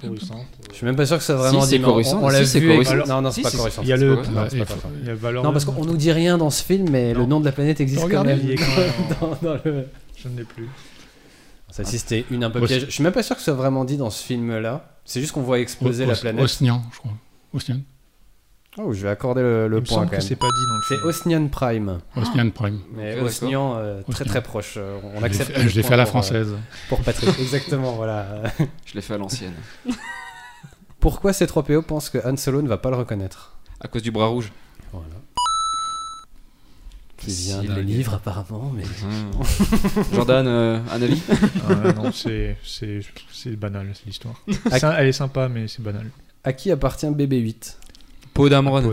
S7: Je suis même pas sûr que ça a vraiment
S6: Si, c'est
S7: dit non.
S6: Coruscant.
S7: On, on l'a
S6: Si, c'est
S7: vu. avec-
S6: Coruscant.
S7: Non, non, c'est
S6: Si,
S7: pas
S6: si,
S7: Coruscant.
S8: Il y a
S7: c'est
S8: le. Bah,
S7: pas Coruscant, c'est
S9: il
S7: pas
S9: faut-
S7: Coruscant.
S8: Il y a Valor.
S7: Non, parce qu'on nous dit rien dans ce film, mais le
S8: Non.
S7: nom de la planète existe quand
S8: Regardez,
S7: même.
S8: il est quand même-
S7: Dans le-
S8: Je ne l'ai plus.
S7: Celle-ci, c'était une un peu
S9: Aussi-
S7: piège. Je suis même pas sûr que ce soit vraiment dit dans ce film-là. C'est juste qu'on voit exploser
S9: Os-
S7: la
S9: Os-
S7: planète.
S9: Osnian, je crois. Osnian.
S7: Oh, je vais accorder le, le
S8: Il me
S7: point
S8: semble
S7: quand
S8: que
S7: même.
S8: c'est pas dit dans le
S7: C'est
S8: film.
S7: Osnian Prime.
S9: Osnian Prime.
S7: Mais
S6: Ok,
S7: Osnian, euh, très
S9: Osnian.
S7: très proche. Euh, On
S9: Je l'ai
S7: accepte.
S9: fait-
S7: le
S9: je l'ai
S7: point
S9: fait à la
S7: pour, euh,
S9: française.
S7: Pour Patrick, exactement, voilà.
S6: je l'ai fait à l'ancienne.
S7: Pourquoi C3PO pense que Han Solo ne va pas le reconnaître
S6: À cause du bras rouge.
S7: Voilà. Qui
S6: Facile,
S7: vient d'un
S6: les gars.
S7: livre apparemment, mais.
S6: Hmm. Jordan, euh, un avis
S8: Ah, non, c'est- c'est c'est banal, c'est l'histoire.
S7: Ah,
S8: Ça, Elle est sympa, mais c'est banal.
S7: À qui appartient BB-8
S6: Peau
S8: Paul
S7: Ah
S6: d'Amron.
S8: Dameron.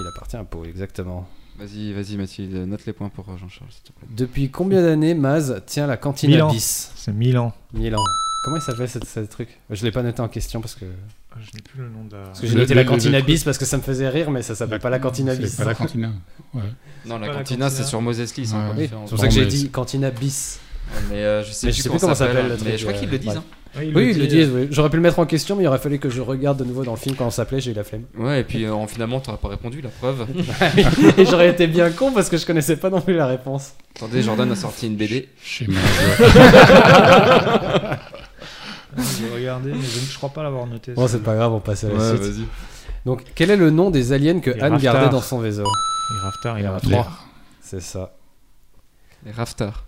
S7: Il appartient à Poe, exactement.
S6: Vas-y, vas-y, Mathilde, note les points pour euh, Jean-Charles, s'il te plaît.
S7: Depuis combien d'années Maz tient la cantine
S8: Mille
S7: à
S8: ans.
S7: bis
S8: C'est Milan.
S7: Mille ans. Comment il s'appelle ce, ce truc Je l'ai pas noté en question parce que.
S8: Ah, Je n'ai plus le nom de la.
S7: Parce que j'ai
S9: Le-
S7: noté
S9: le-
S7: la
S9: le-
S7: cantine
S9: le
S7: à
S9: truc-
S7: bis parce que ça me faisait rire, mais ça s'appelle pas la cantine à bis.
S9: C'est pas la cantina. Ouais.
S6: Non, la
S8: pas la
S6: cantina, c'est
S8: cantina.
S6: sur Moses Lee, c'est
S9: Ouais.
S6: encore
S7: Oui,
S6: différent.
S7: c'est pour ça que
S9: Bon,
S7: j'ai
S9: mais
S7: dit
S9: c'est-
S7: cantine à bis.
S6: Mais euh, je sais
S7: Mais
S6: plus comment ça s'appelle.
S7: le
S6: Mais
S7: truc,
S6: je crois qu'ils
S7: euh,
S6: le disent.
S7: bref.
S6: hein.
S7: Oui, ils le disent. oui. J'aurais pu le mettre en question, mais il aurait fallu que je regarde de nouveau dans le film quand on s'appelait, j'ai eu la flemme.
S6: Ouais, et puis euh, en- finalement, t'auras pas répondu, la preuve.
S7: Et j'aurais été bien con parce que je connaissais pas non plus la réponse.
S6: Attendez, Jordan a sorti une BD.
S9: Chez moi.
S8: J'ai regardé, mais je ne je crois pas l'avoir noté.
S7: Bon, c'est
S8: celle-là.
S7: pas grave, on passe à la suite.
S6: vas-y.
S7: Donc, quel est le nom des aliens que
S8: Les
S7: Han
S8: Raptors.
S7: gardait dans son vaisseau
S8: Il rave tard, il
S7: Les
S8: a
S7: Raptors. C'est ça.
S6: Les Raftar.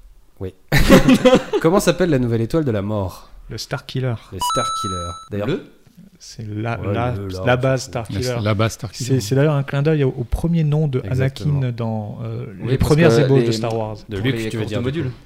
S7: Comment s'appelle la nouvelle étoile de la mort
S8: Le Star Killer.
S7: Les Star Killer. D'ailleurs,
S6: Le
S8: C'est la,
S7: Ouais,
S8: la,
S7: le- là,
S8: la base
S7: c'est-
S8: Star Killer.
S9: La base Star
S8: C'est c'est d'ailleurs un clin d'œil au, au premier nom de
S7: Exactement.
S8: Anakin dans euh,
S6: Oui,
S8: les
S6: parce
S8: premières
S6: que
S8: ébauches
S6: les-
S8: de Star Wars.
S7: de
S6: Pour les
S7: Luke, tu veux
S6: courses
S7: dire
S6: de
S7: du
S6: module.
S7: coup.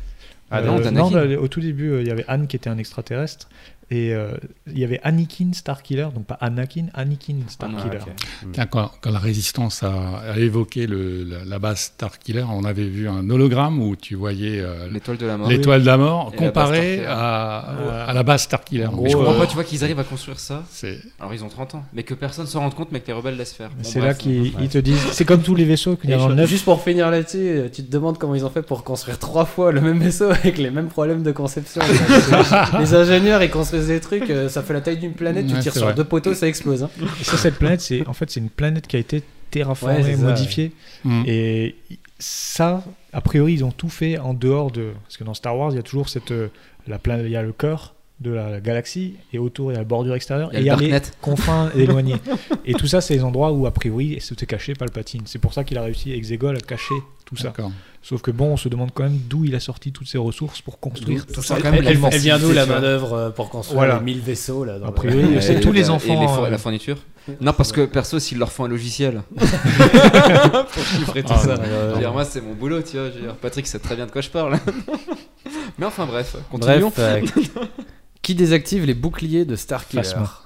S7: Ah
S6: non,
S8: Euh,
S6: d'Anakin.
S8: non, mais au tout début, euh, il y avait Anne qui était un extraterrestre. Et euh, il y avait Anakin Star Killer, donc pas Anakin, Anakin Star
S6: Ah,
S8: Killer.
S7: ok.
S9: Tiens, quand, quand la résistance a, a évoqué le, la, la base Starkiller, on avait vu un hologramme où tu voyais euh,
S6: L'étoile de la mort.
S9: l'étoile de la mort
S6: Et la base
S9: comparée
S6: Starkiller.
S9: à,
S8: Ah.
S9: à la base Starkiller.
S8: En
S9: Mais
S6: Mais
S9: je
S6: je
S8: gros,
S9: crois
S6: comprends
S8: euh,
S6: pas, tu vois qu'ils arrivent à construire ça.
S9: pas, c'est-
S6: Alors ils ont 30 ans, mais que personne se rende compte, mais que les rebelles laissent faire. Bon,
S8: C'est là
S6: bref.
S8: qu'ils
S7: Ouais.
S8: ils te disent. C'est comme tous les vaisseaux qu'il y
S7: Et
S8: a dans
S7: je-
S8: le neuf.
S7: juste pour finir là-dessus, euh, tu te demandes comment ils ont fait pour construire trois fois le même vaisseau avec les mêmes problèmes de conception. les ingénieurs, ils construisent des trucs, euh, ça fait la taille d'une planète, tu
S9: Ouais,
S7: tires
S9: c'est
S7: sur
S9: vrai.
S7: deux poteaux, ça explose. hein.
S8: Et ça, cette planète, c'est en fait c'est une planète qui a été
S7: Ouais,
S8: terraformée,
S7: c'est ça,
S8: modifiée.
S9: Hmm.
S8: Et ça, a priori, ils ont tout fait en dehors de parce que dans Star Wars, il y a toujours cette euh, la planète, il y a le cœur de la galaxie et autour il y a la bordure extérieure
S6: Il y a
S8: et
S6: le
S8: il y a les
S6: Darknet.
S8: confins éloignés. et tout ça, c'est les endroits où a priori c'était caché Palpatine. C'est pour ça qu'il a réussi Exegol à cacher tout ça.
S9: D'accord.
S8: Sauf que bon, on se demande quand même d'où il a sorti toutes ces ressources pour construire tout ça.
S6: quand même,
S7: elle,
S6: la
S7: elle- elle
S6: densité,
S7: vient d'où la
S6: tu vois.
S7: manœuvre euh, pour construire
S8: Voilà.
S7: les 1000 vaisseaux là dans
S8: A
S7: le-
S8: priori,
S6: Ouais,
S8: c'est
S6: et
S8: tous
S6: la-
S8: les
S6: Et les
S8: enfants.
S6: for-
S8: euh,
S6: la fourniture Non, parce que perso, s'ils leur font un logiciel. pour chiffrer tout
S9: Ah,
S6: ça.
S9: non,
S8: euh,
S6: Je veux dire, moi, c'est mon boulot, tu vois. Je veux dire, Patrick sait très bien de quoi je parle. mais enfin, bref, continuons.
S7: Bref, euh, qui désactive les boucliers de Starkiller
S8: Phasma.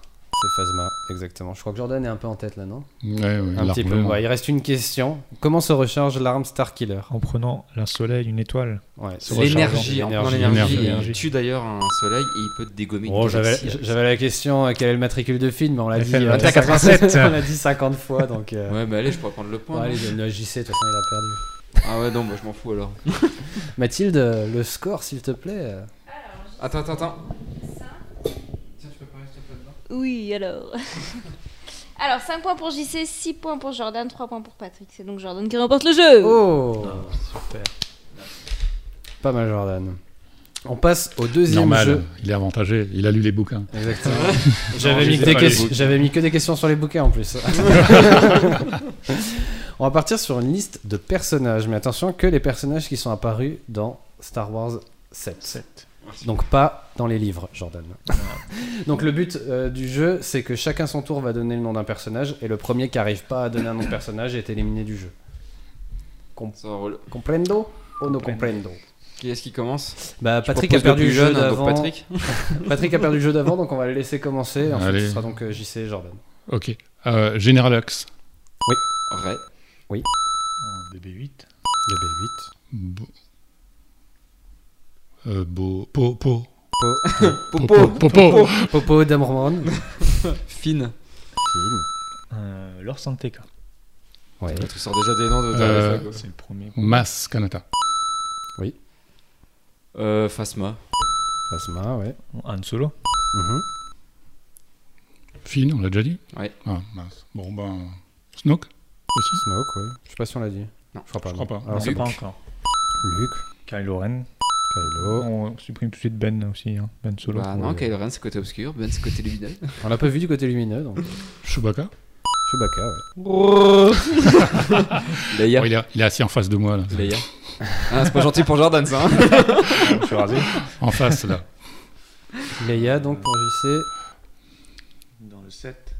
S7: C'est Phasma, exactement. Je crois que Jordan est un peu en tête là, non
S9: Ouais, ouais,
S7: Un petit peu.
S9: l'arbre.
S7: ouais. il reste une question. Comment se recharge l'arme Starkiller
S8: En prenant un soleil, une étoile.
S7: ouais,
S8: Se
S6: L'énergie, en prenant
S9: L'énergie,
S6: l'énergie,
S8: l'énergie.
S6: il tue d'ailleurs un soleil et il peut te dégommer. une
S7: Oh, j'avais
S6: galaxie.
S7: j'avais la question euh, quel est le matricule de film, mais on l'a dit. euh,
S8: 87.
S7: on l'a dit 50 fois, donc. euh,
S6: Ouais, mais allez, je pourrais prendre le
S7: bon,
S6: point. non
S7: allez, donne-le à JC, de toute façon, il a perdu.
S6: ah ouais, non, moi, je m'en fous alors.
S7: Mathilde, euh, le score, s'il te plaît. euh.
S6: Attends, attends, attends. Tiens, tu peux parler.
S10: Oui, alors. alors, 5 points pour JC, 6 points pour Jordan, 3 points pour Patrick. C'est donc Jordan qui remporte le jeu.
S7: Oh Super. Pas mal, Jordan. On passe au deuxième
S9: Normal,
S7: jeu.
S9: il est avantagé, il a lu les bouquins.
S7: Exactement.
S9: Non,
S7: J'avais
S9: je
S7: mis,
S9: sais
S7: que des
S9: pas les
S7: ques-
S9: bouquins.
S7: j'avais mis que des questions sur les bouquins en plus. On va partir sur une liste de personnages, mais attention que les personnages qui sont apparus dans Star Wars 7. Donc pas dans les livres, Jordan. Donc le but euh, du jeu, c'est que chacun son tour va donner le nom d'un personnage, et le premier qui arrive pas à donner un nom de personnage est éliminé du jeu. Com-
S6: Ça roule.
S7: comprendo ou no comprendo
S6: Qui est-ce qui commence
S7: bah,
S6: Je
S7: Patrick a
S6: propose
S7: perdu
S6: le plus
S7: le jeu
S6: jeune, hein, donc
S7: d'avant.
S6: Patrick.
S7: Patrick a perdu le jeu d'avant, donc on va le laisser commencer. Ensuite,
S9: Allez.
S7: ce sera donc euh, JC et Jordan.
S9: Ok. Euh, General Hux.
S6: Ray.
S8: DB8.
S7: Le B8.
S9: Bo... Euh, bo... Po, po.
S6: Popo.
S9: Po, po.
S7: Popo Damormon.
S6: Finn.
S8: Euh, Laure Santeca.
S7: Ouais.
S6: Tu sors déjà des noms de. de-
S9: Euh,
S6: de-
S8: C'est le premier.
S9: Mas Kanata.
S6: Euh, Phasma.
S7: Phasma, ouais.
S8: Oh, Han Solo.
S7: Mhm.
S9: Finn, on l'a déjà dit
S6: Ouais.
S9: Ah, mince. Bon, ben... Snoke aussi
S7: Snoke, ouais. Je sais pas si on l'a dit.
S6: Non,
S7: je crois pas.
S9: je
S7: non.
S9: crois pas.
S7: Alors,
S8: Non,
S7: c'est
S6: Luke.
S8: pas encore.
S7: Luke,
S8: Kylo Ren.
S7: Kylo.
S8: On supprime tout de suite Ben aussi, hein. Ben Solo.
S6: Bah non, Kylo Ren, c'est côté obscur. Ben, c'est côté lumineux.
S7: On l'a pas vu du côté lumineux, donc.
S9: Chewbacca
S7: Chewbacca, ouais.
S6: Leia.
S9: Oh, il, est, il est assis en face de moi, là.
S6: Leia. Ah, c'est pas gentil pour Jordan, ça. hein.
S8: Je suis rasé.
S9: En face, là.
S7: Leia, donc, pour JC.
S8: Dans le 7.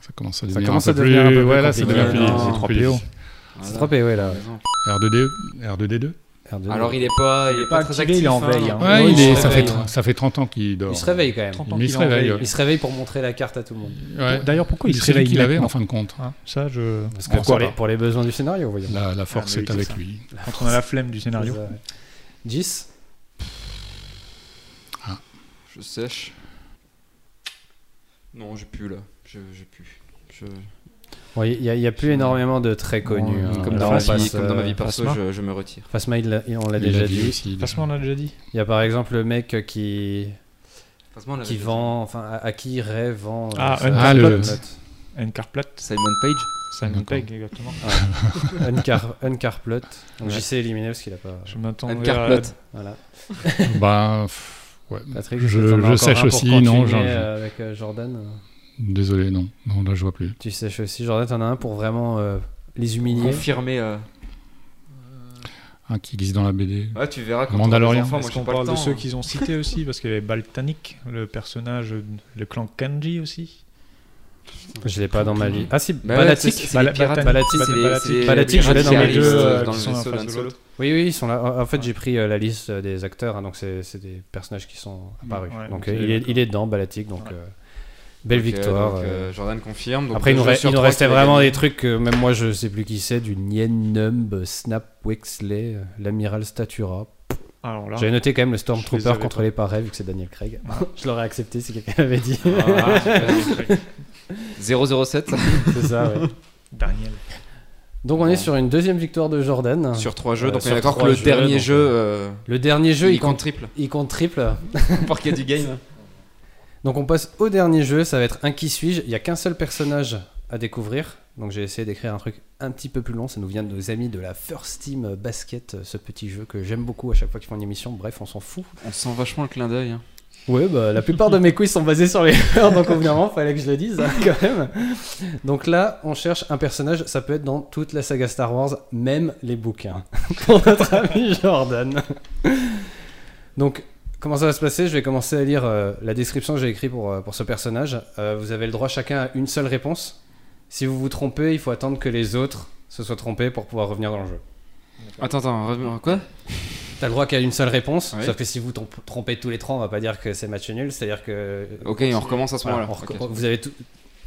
S9: Ça commence
S7: Ça
S9: à devenir,
S7: commence
S9: un,
S7: à
S9: peu
S7: devenir un peu
S9: plus...
S7: plus
S9: Ouais, là, ça
S7: compliqué.
S9: devient plus-
S6: Non,
S9: c'est
S8: c'est
S9: trop plus
S8: 3PO.
S9: difficile.
S6: Voilà.
S7: C'est 3PO, ouais, là. ouais.
S6: Raison.
S9: R2D, R2D2.
S7: R2.
S6: Alors, il est pas, il est pas, très
S8: activé,
S6: actif.
S8: il est en
S6: hein.
S8: veille, hein.
S9: Ouais,
S7: Oui,
S9: il
S7: il
S9: est,
S7: se
S9: ça, fait,
S7: réveille,
S9: tr-
S7: ouais.
S9: ça fait 30 ans qu'il dort.
S7: Il se réveille quand même.
S9: ans qu'il est en veille.
S7: Il se réveille pour montrer la carte à tout le monde.
S9: Ouais.
S8: D'ailleurs, pourquoi il se
S9: C'est lui
S8: réveille
S9: qui l'avait, en
S8: maintenant
S9: fin de compte.
S8: Hein, Ça, je.
S7: Parce
S8: On
S7: que pour,
S8: sait
S7: les, pour les besoins du scénario, voyons.
S9: La, la force
S8: Ah, mais oui,
S9: est
S8: c'est
S9: avec
S8: ça.
S9: lui.
S8: pas. Quand on a la flemme du scénario.
S7: C'est ça, ouais. Jis
S6: Je sèche. Non, j'ai plus là. Je, j'ai plus. Je...
S7: Bon, Il n'y a, il y a plus énormément de très connus.
S8: Bon,
S7: hein.
S6: Comme,
S7: Là,
S6: dans
S7: on
S6: ma vie,
S7: passe,
S6: comme dans ma vie
S7: euh,
S6: perso,
S8: Phasma.
S6: je, je me retire.
S7: Phasma, il l'a- il- on l'a
S9: Il
S7: déjà
S9: l'a dit
S7: dit.
S9: aussi, déjà.
S8: Franchement, on l'a déjà dit.
S7: Il y a par exemple le mec qui,
S6: Phasma, on l'avait
S7: qui
S6: déjà
S7: vend, enfin à, à qui rêve vend. euh,
S8: Ah,
S7: sa-
S8: un-
S7: sa
S9: ah, le-
S7: note.
S8: Une carte
S6: dit.
S8: plate.
S6: Simon Page.
S8: Simon
S9: D'accord.
S8: Pegg, exactement.
S9: Ah,
S7: Uncar, Uncarplot. Donc
S6: Ouais.
S7: JC est éliminé parce qu'il a pas.
S8: Je m'attends
S6: Anne
S8: à
S6: Carplot.
S7: Voilà.
S9: Bah, pff, ouais.
S7: Patrick,
S9: je,
S7: t'en as
S9: je
S7: encore un
S9: sèche
S7: pour
S9: aussi,
S7: continuer,
S9: non. j'en-
S7: euh, Avec euh, Jordan,
S9: Désolé, non. Non, là, je vois plus.
S7: tu sèches aussi. Jordan, t'en as un pour vraiment euh, les humilier.
S6: Confirmé. euh,
S9: Un qui glisse dans la BD.
S6: Ouais, Ah, tu verras quand
S9: Mandalorian.
S6: on aura des enfants, moi,
S8: Est-ce
S6: j'ai
S8: qu'on
S6: pas le
S8: parle de
S6: temps,
S8: ceux
S6: hein.
S8: qu'ils ont cités aussi Parce qu'il y avait Baltanic, le personnage, euh, le clan Kanji aussi.
S7: Je l'ai pas dans ma vie. Ah si,
S6: Bah ouais,
S7: Balatic.
S6: c'est- c'est
S8: Bala-
S6: les pirates.
S8: Baltanic,
S7: Balatic,
S8: Bal-
S6: C'est les-
S8: Balatic.
S6: c'est les-
S7: Balatic, je l'ai
S6: les
S7: dans mes
S6: pirates qui
S7: deux,
S6: arrivent,
S7: euh,
S6: dans
S8: qui
S6: le
S8: sont en
S6: vaisseau
S8: face
S6: d'un
S8: de
S6: seul.
S8: l'autre.
S7: Oui, oui, ils sont là. En en fait, j'ai pris euh, la liste des acteurs, hein, donc c'est c'est des personnages qui sont apparus.
S8: Ouais,
S7: donc
S8: ok,
S7: euh, il, est,
S8: d'accord.
S7: il est dedans, Balatic, donc
S8: Voilà.
S7: euh, belle
S6: Ok,
S7: victoire.
S6: donc,
S7: euh.
S6: euh, Jordan confirme. donc
S7: Après, il
S6: deux
S7: nous,
S6: jeux
S7: re-
S6: sur
S7: il nous
S6: trois
S7: restait
S6: qu'il a
S7: vraiment
S6: gagné.
S7: des trucs que même moi je sais plus qui c'est, du Nien Numb, Snap Wexley, euh, l'amiral Statura.
S8: Alors
S6: Ah.
S8: là,
S7: J'avais noté quand même le
S8: Je les
S7: Stormtrooper
S8: avais
S7: contrôlé par Ray vu que c'est Daniel Craig. je l'aurais accepté si quelqu'un l'avait dit.
S6: Ah, super. 007
S7: c'est ça, ouais.
S8: Daniel.
S7: Donc on est sur une deuxième victoire de Jordan.
S6: sur trois jeux.
S7: Euh,
S6: donc on est
S7: sur
S6: d'accord que
S7: trois
S6: le
S7: jeux,
S6: dernier
S7: donc,
S6: jeu, euh,
S7: Le dernier jeu, il,
S6: il compte
S7: compte,
S6: triple.
S7: il compte triple.
S6: Pour qu'il y ait du game.
S7: Donc on passe au dernier jeu, ça va être un qui suis-je. Il n'y a qu'un seul personnage à découvrir. Donc j'ai essayé d'écrire un truc un petit peu plus long. Ça nous vient de nos amis de la First Team Basket, ce petit jeu que j'aime beaucoup à chaque fois qu'ils font une émission. Bref, on s'en fout.
S6: On sent vachement le clin d'œil. hein.
S7: Ouais, bah, la plupart de mes quiz sont basés sur les joueurs, donc au bout d'un moment, fallait que je le dise hein, quand même. Donc là, on cherche un personnage, ça peut être dans toute la saga Star Wars, même les bouquins, pour notre ami Jordan. Donc, comment ça va se passer Je vais commencer à lire euh, la description que j'ai écrite pour, euh, pour ce personnage. Euh, vous avez le droit chacun à une seule réponse. Si vous vous trompez, il faut attendre que les autres se soient trompés pour pouvoir revenir dans le jeu.
S6: Attends, attends, revenons- quoi
S7: T'as le droit qu'à une seule réponse,
S6: Ouais.
S7: sauf que si vous trom- trompez tous les trois, on va pas dire que c'est match nul, c'est-à-dire que
S6: Ok, on recommence à ce
S7: voilà,
S6: moment-là.
S7: on
S6: Ok.
S7: recommence. Vous avez tout-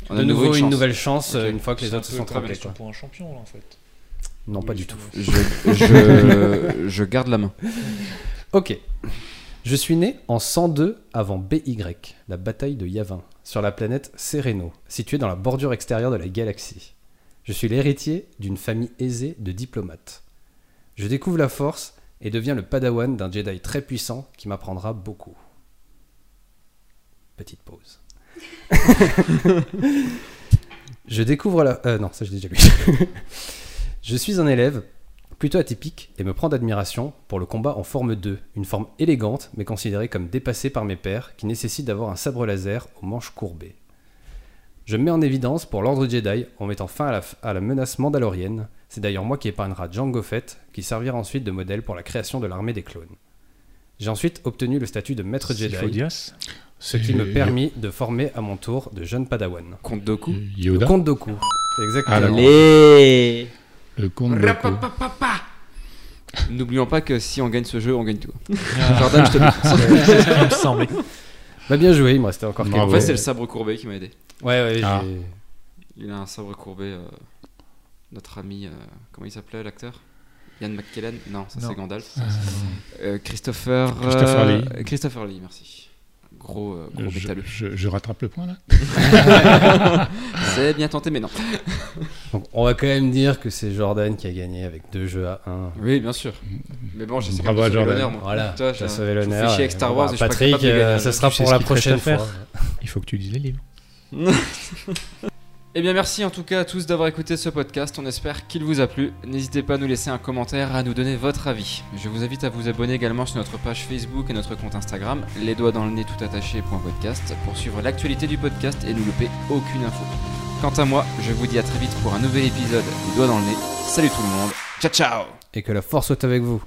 S6: On a
S7: de nouveau, une
S6: chance.
S7: nouvelle chance euh,
S6: Ok.
S7: une fois que les
S8: C'est un
S7: autres se
S8: peu
S7: sont
S8: très
S7: trompés.
S8: bien
S7: quoi.
S8: pour un champion, là, en fait.
S7: Non, pas du tout.
S6: Je, je, je garde la main.
S7: Ok. Je suis né en 102 avant BY, la bataille de Yavin, sur la planète Sereno, située dans la bordure extérieure de la galaxie. Je suis l'héritier d'une famille aisée de diplomates. Je découvre la force et deviens le padawan d'un Jedi très puissant qui m'apprendra beaucoup. Petite pause. Je découvre la. euh, non, ça j'ai déjà lu. je suis un élève plutôt atypique et me prend d'admiration pour le combat en forme 2, une forme élégante mais considérée comme dépassée par mes pairs qui nécessite d'avoir un sabre laser aux manches courbées. Je me mets en évidence pour l'ordre Jedi en mettant fin à la, f- à la menace mandalorienne. C'est d'ailleurs moi qui épargnera Jango Fett, qui servira ensuite de modèle pour la création de l'armée des clones. J'ai ensuite obtenu le statut de maître Jedi,
S8: Sifo-Dyas
S7: ce qui me permit de former à mon tour de jeunes Padawan.
S6: Compte Doku.
S7: Le
S9: Yoda,
S7: comte Doku, exactement.
S9: Ah, d'accord.
S8: Eh.
S6: Allez
S9: le comte Doku.
S6: N'oublions pas que si on gagne ce jeu, on gagne tout.
S7: Ah.
S6: Jordan, je te le dis.
S4: Il me semblait.
S7: Bah bien joué, il me restait encore quelques.
S6: En
S9: Bravo.
S6: fait, c'est le sabre courbé qui m'a aidé.
S7: Ouais, ouais,
S9: Ah.
S7: j'ai-
S6: Il a un sabre courbé. euh, notre ami, euh, comment il s'appelait l'acteur Ian McKellen Non, ça
S8: Non.
S6: c'est Gandalf. Euh, Christopher. euh,
S9: Christopher Lee.
S6: Christopher Lee, merci. Gros, euh, gros
S9: Je,
S6: bétaleux.
S9: je- je rattrape le point là
S6: C'est bien tenté, mais non.
S7: Donc, on va quand même dire que c'est Jordan qui a gagné avec deux jeux à 1.
S6: Oui, bien sûr. Mais bon, j'essaie
S9: Bravo à
S6: de sauver
S9: Jordan.
S6: l'honneur, moi.
S7: Voilà,
S6: Toi,
S7: t'as
S6: j'ai-
S7: sauvé
S6: je vous fais
S7: l'honneur.
S6: chier avec
S7: et
S6: Star
S7: bon,
S6: Wars,
S7: bah,
S6: mais je suis pas
S7: Patrick,
S6: capable de gagner.
S7: euh, ça sera
S8: Tu sais
S7: pour
S8: ce
S7: la
S8: qu'il te reste
S7: prochaine
S8: à faire.
S7: fois.
S8: Il faut que tu lises les livres.
S6: Eh bien, merci en tout cas à tous d'avoir écouté ce podcast. On espère qu'il vous a plu. N'hésitez pas à nous laisser un commentaire, à nous donner votre avis. Je vous invite à vous abonner également sur notre page Facebook et notre compte Instagram, les doigts dans le nez tout attaché point podcast, pour suivre l'actualité du podcast et ne louper aucune info. Quant à moi, je vous dis à très vite pour un nouvel épisode des doigts dans le nez. Salut tout le monde. Ciao ciao
S7: Et que la force soit avec vous.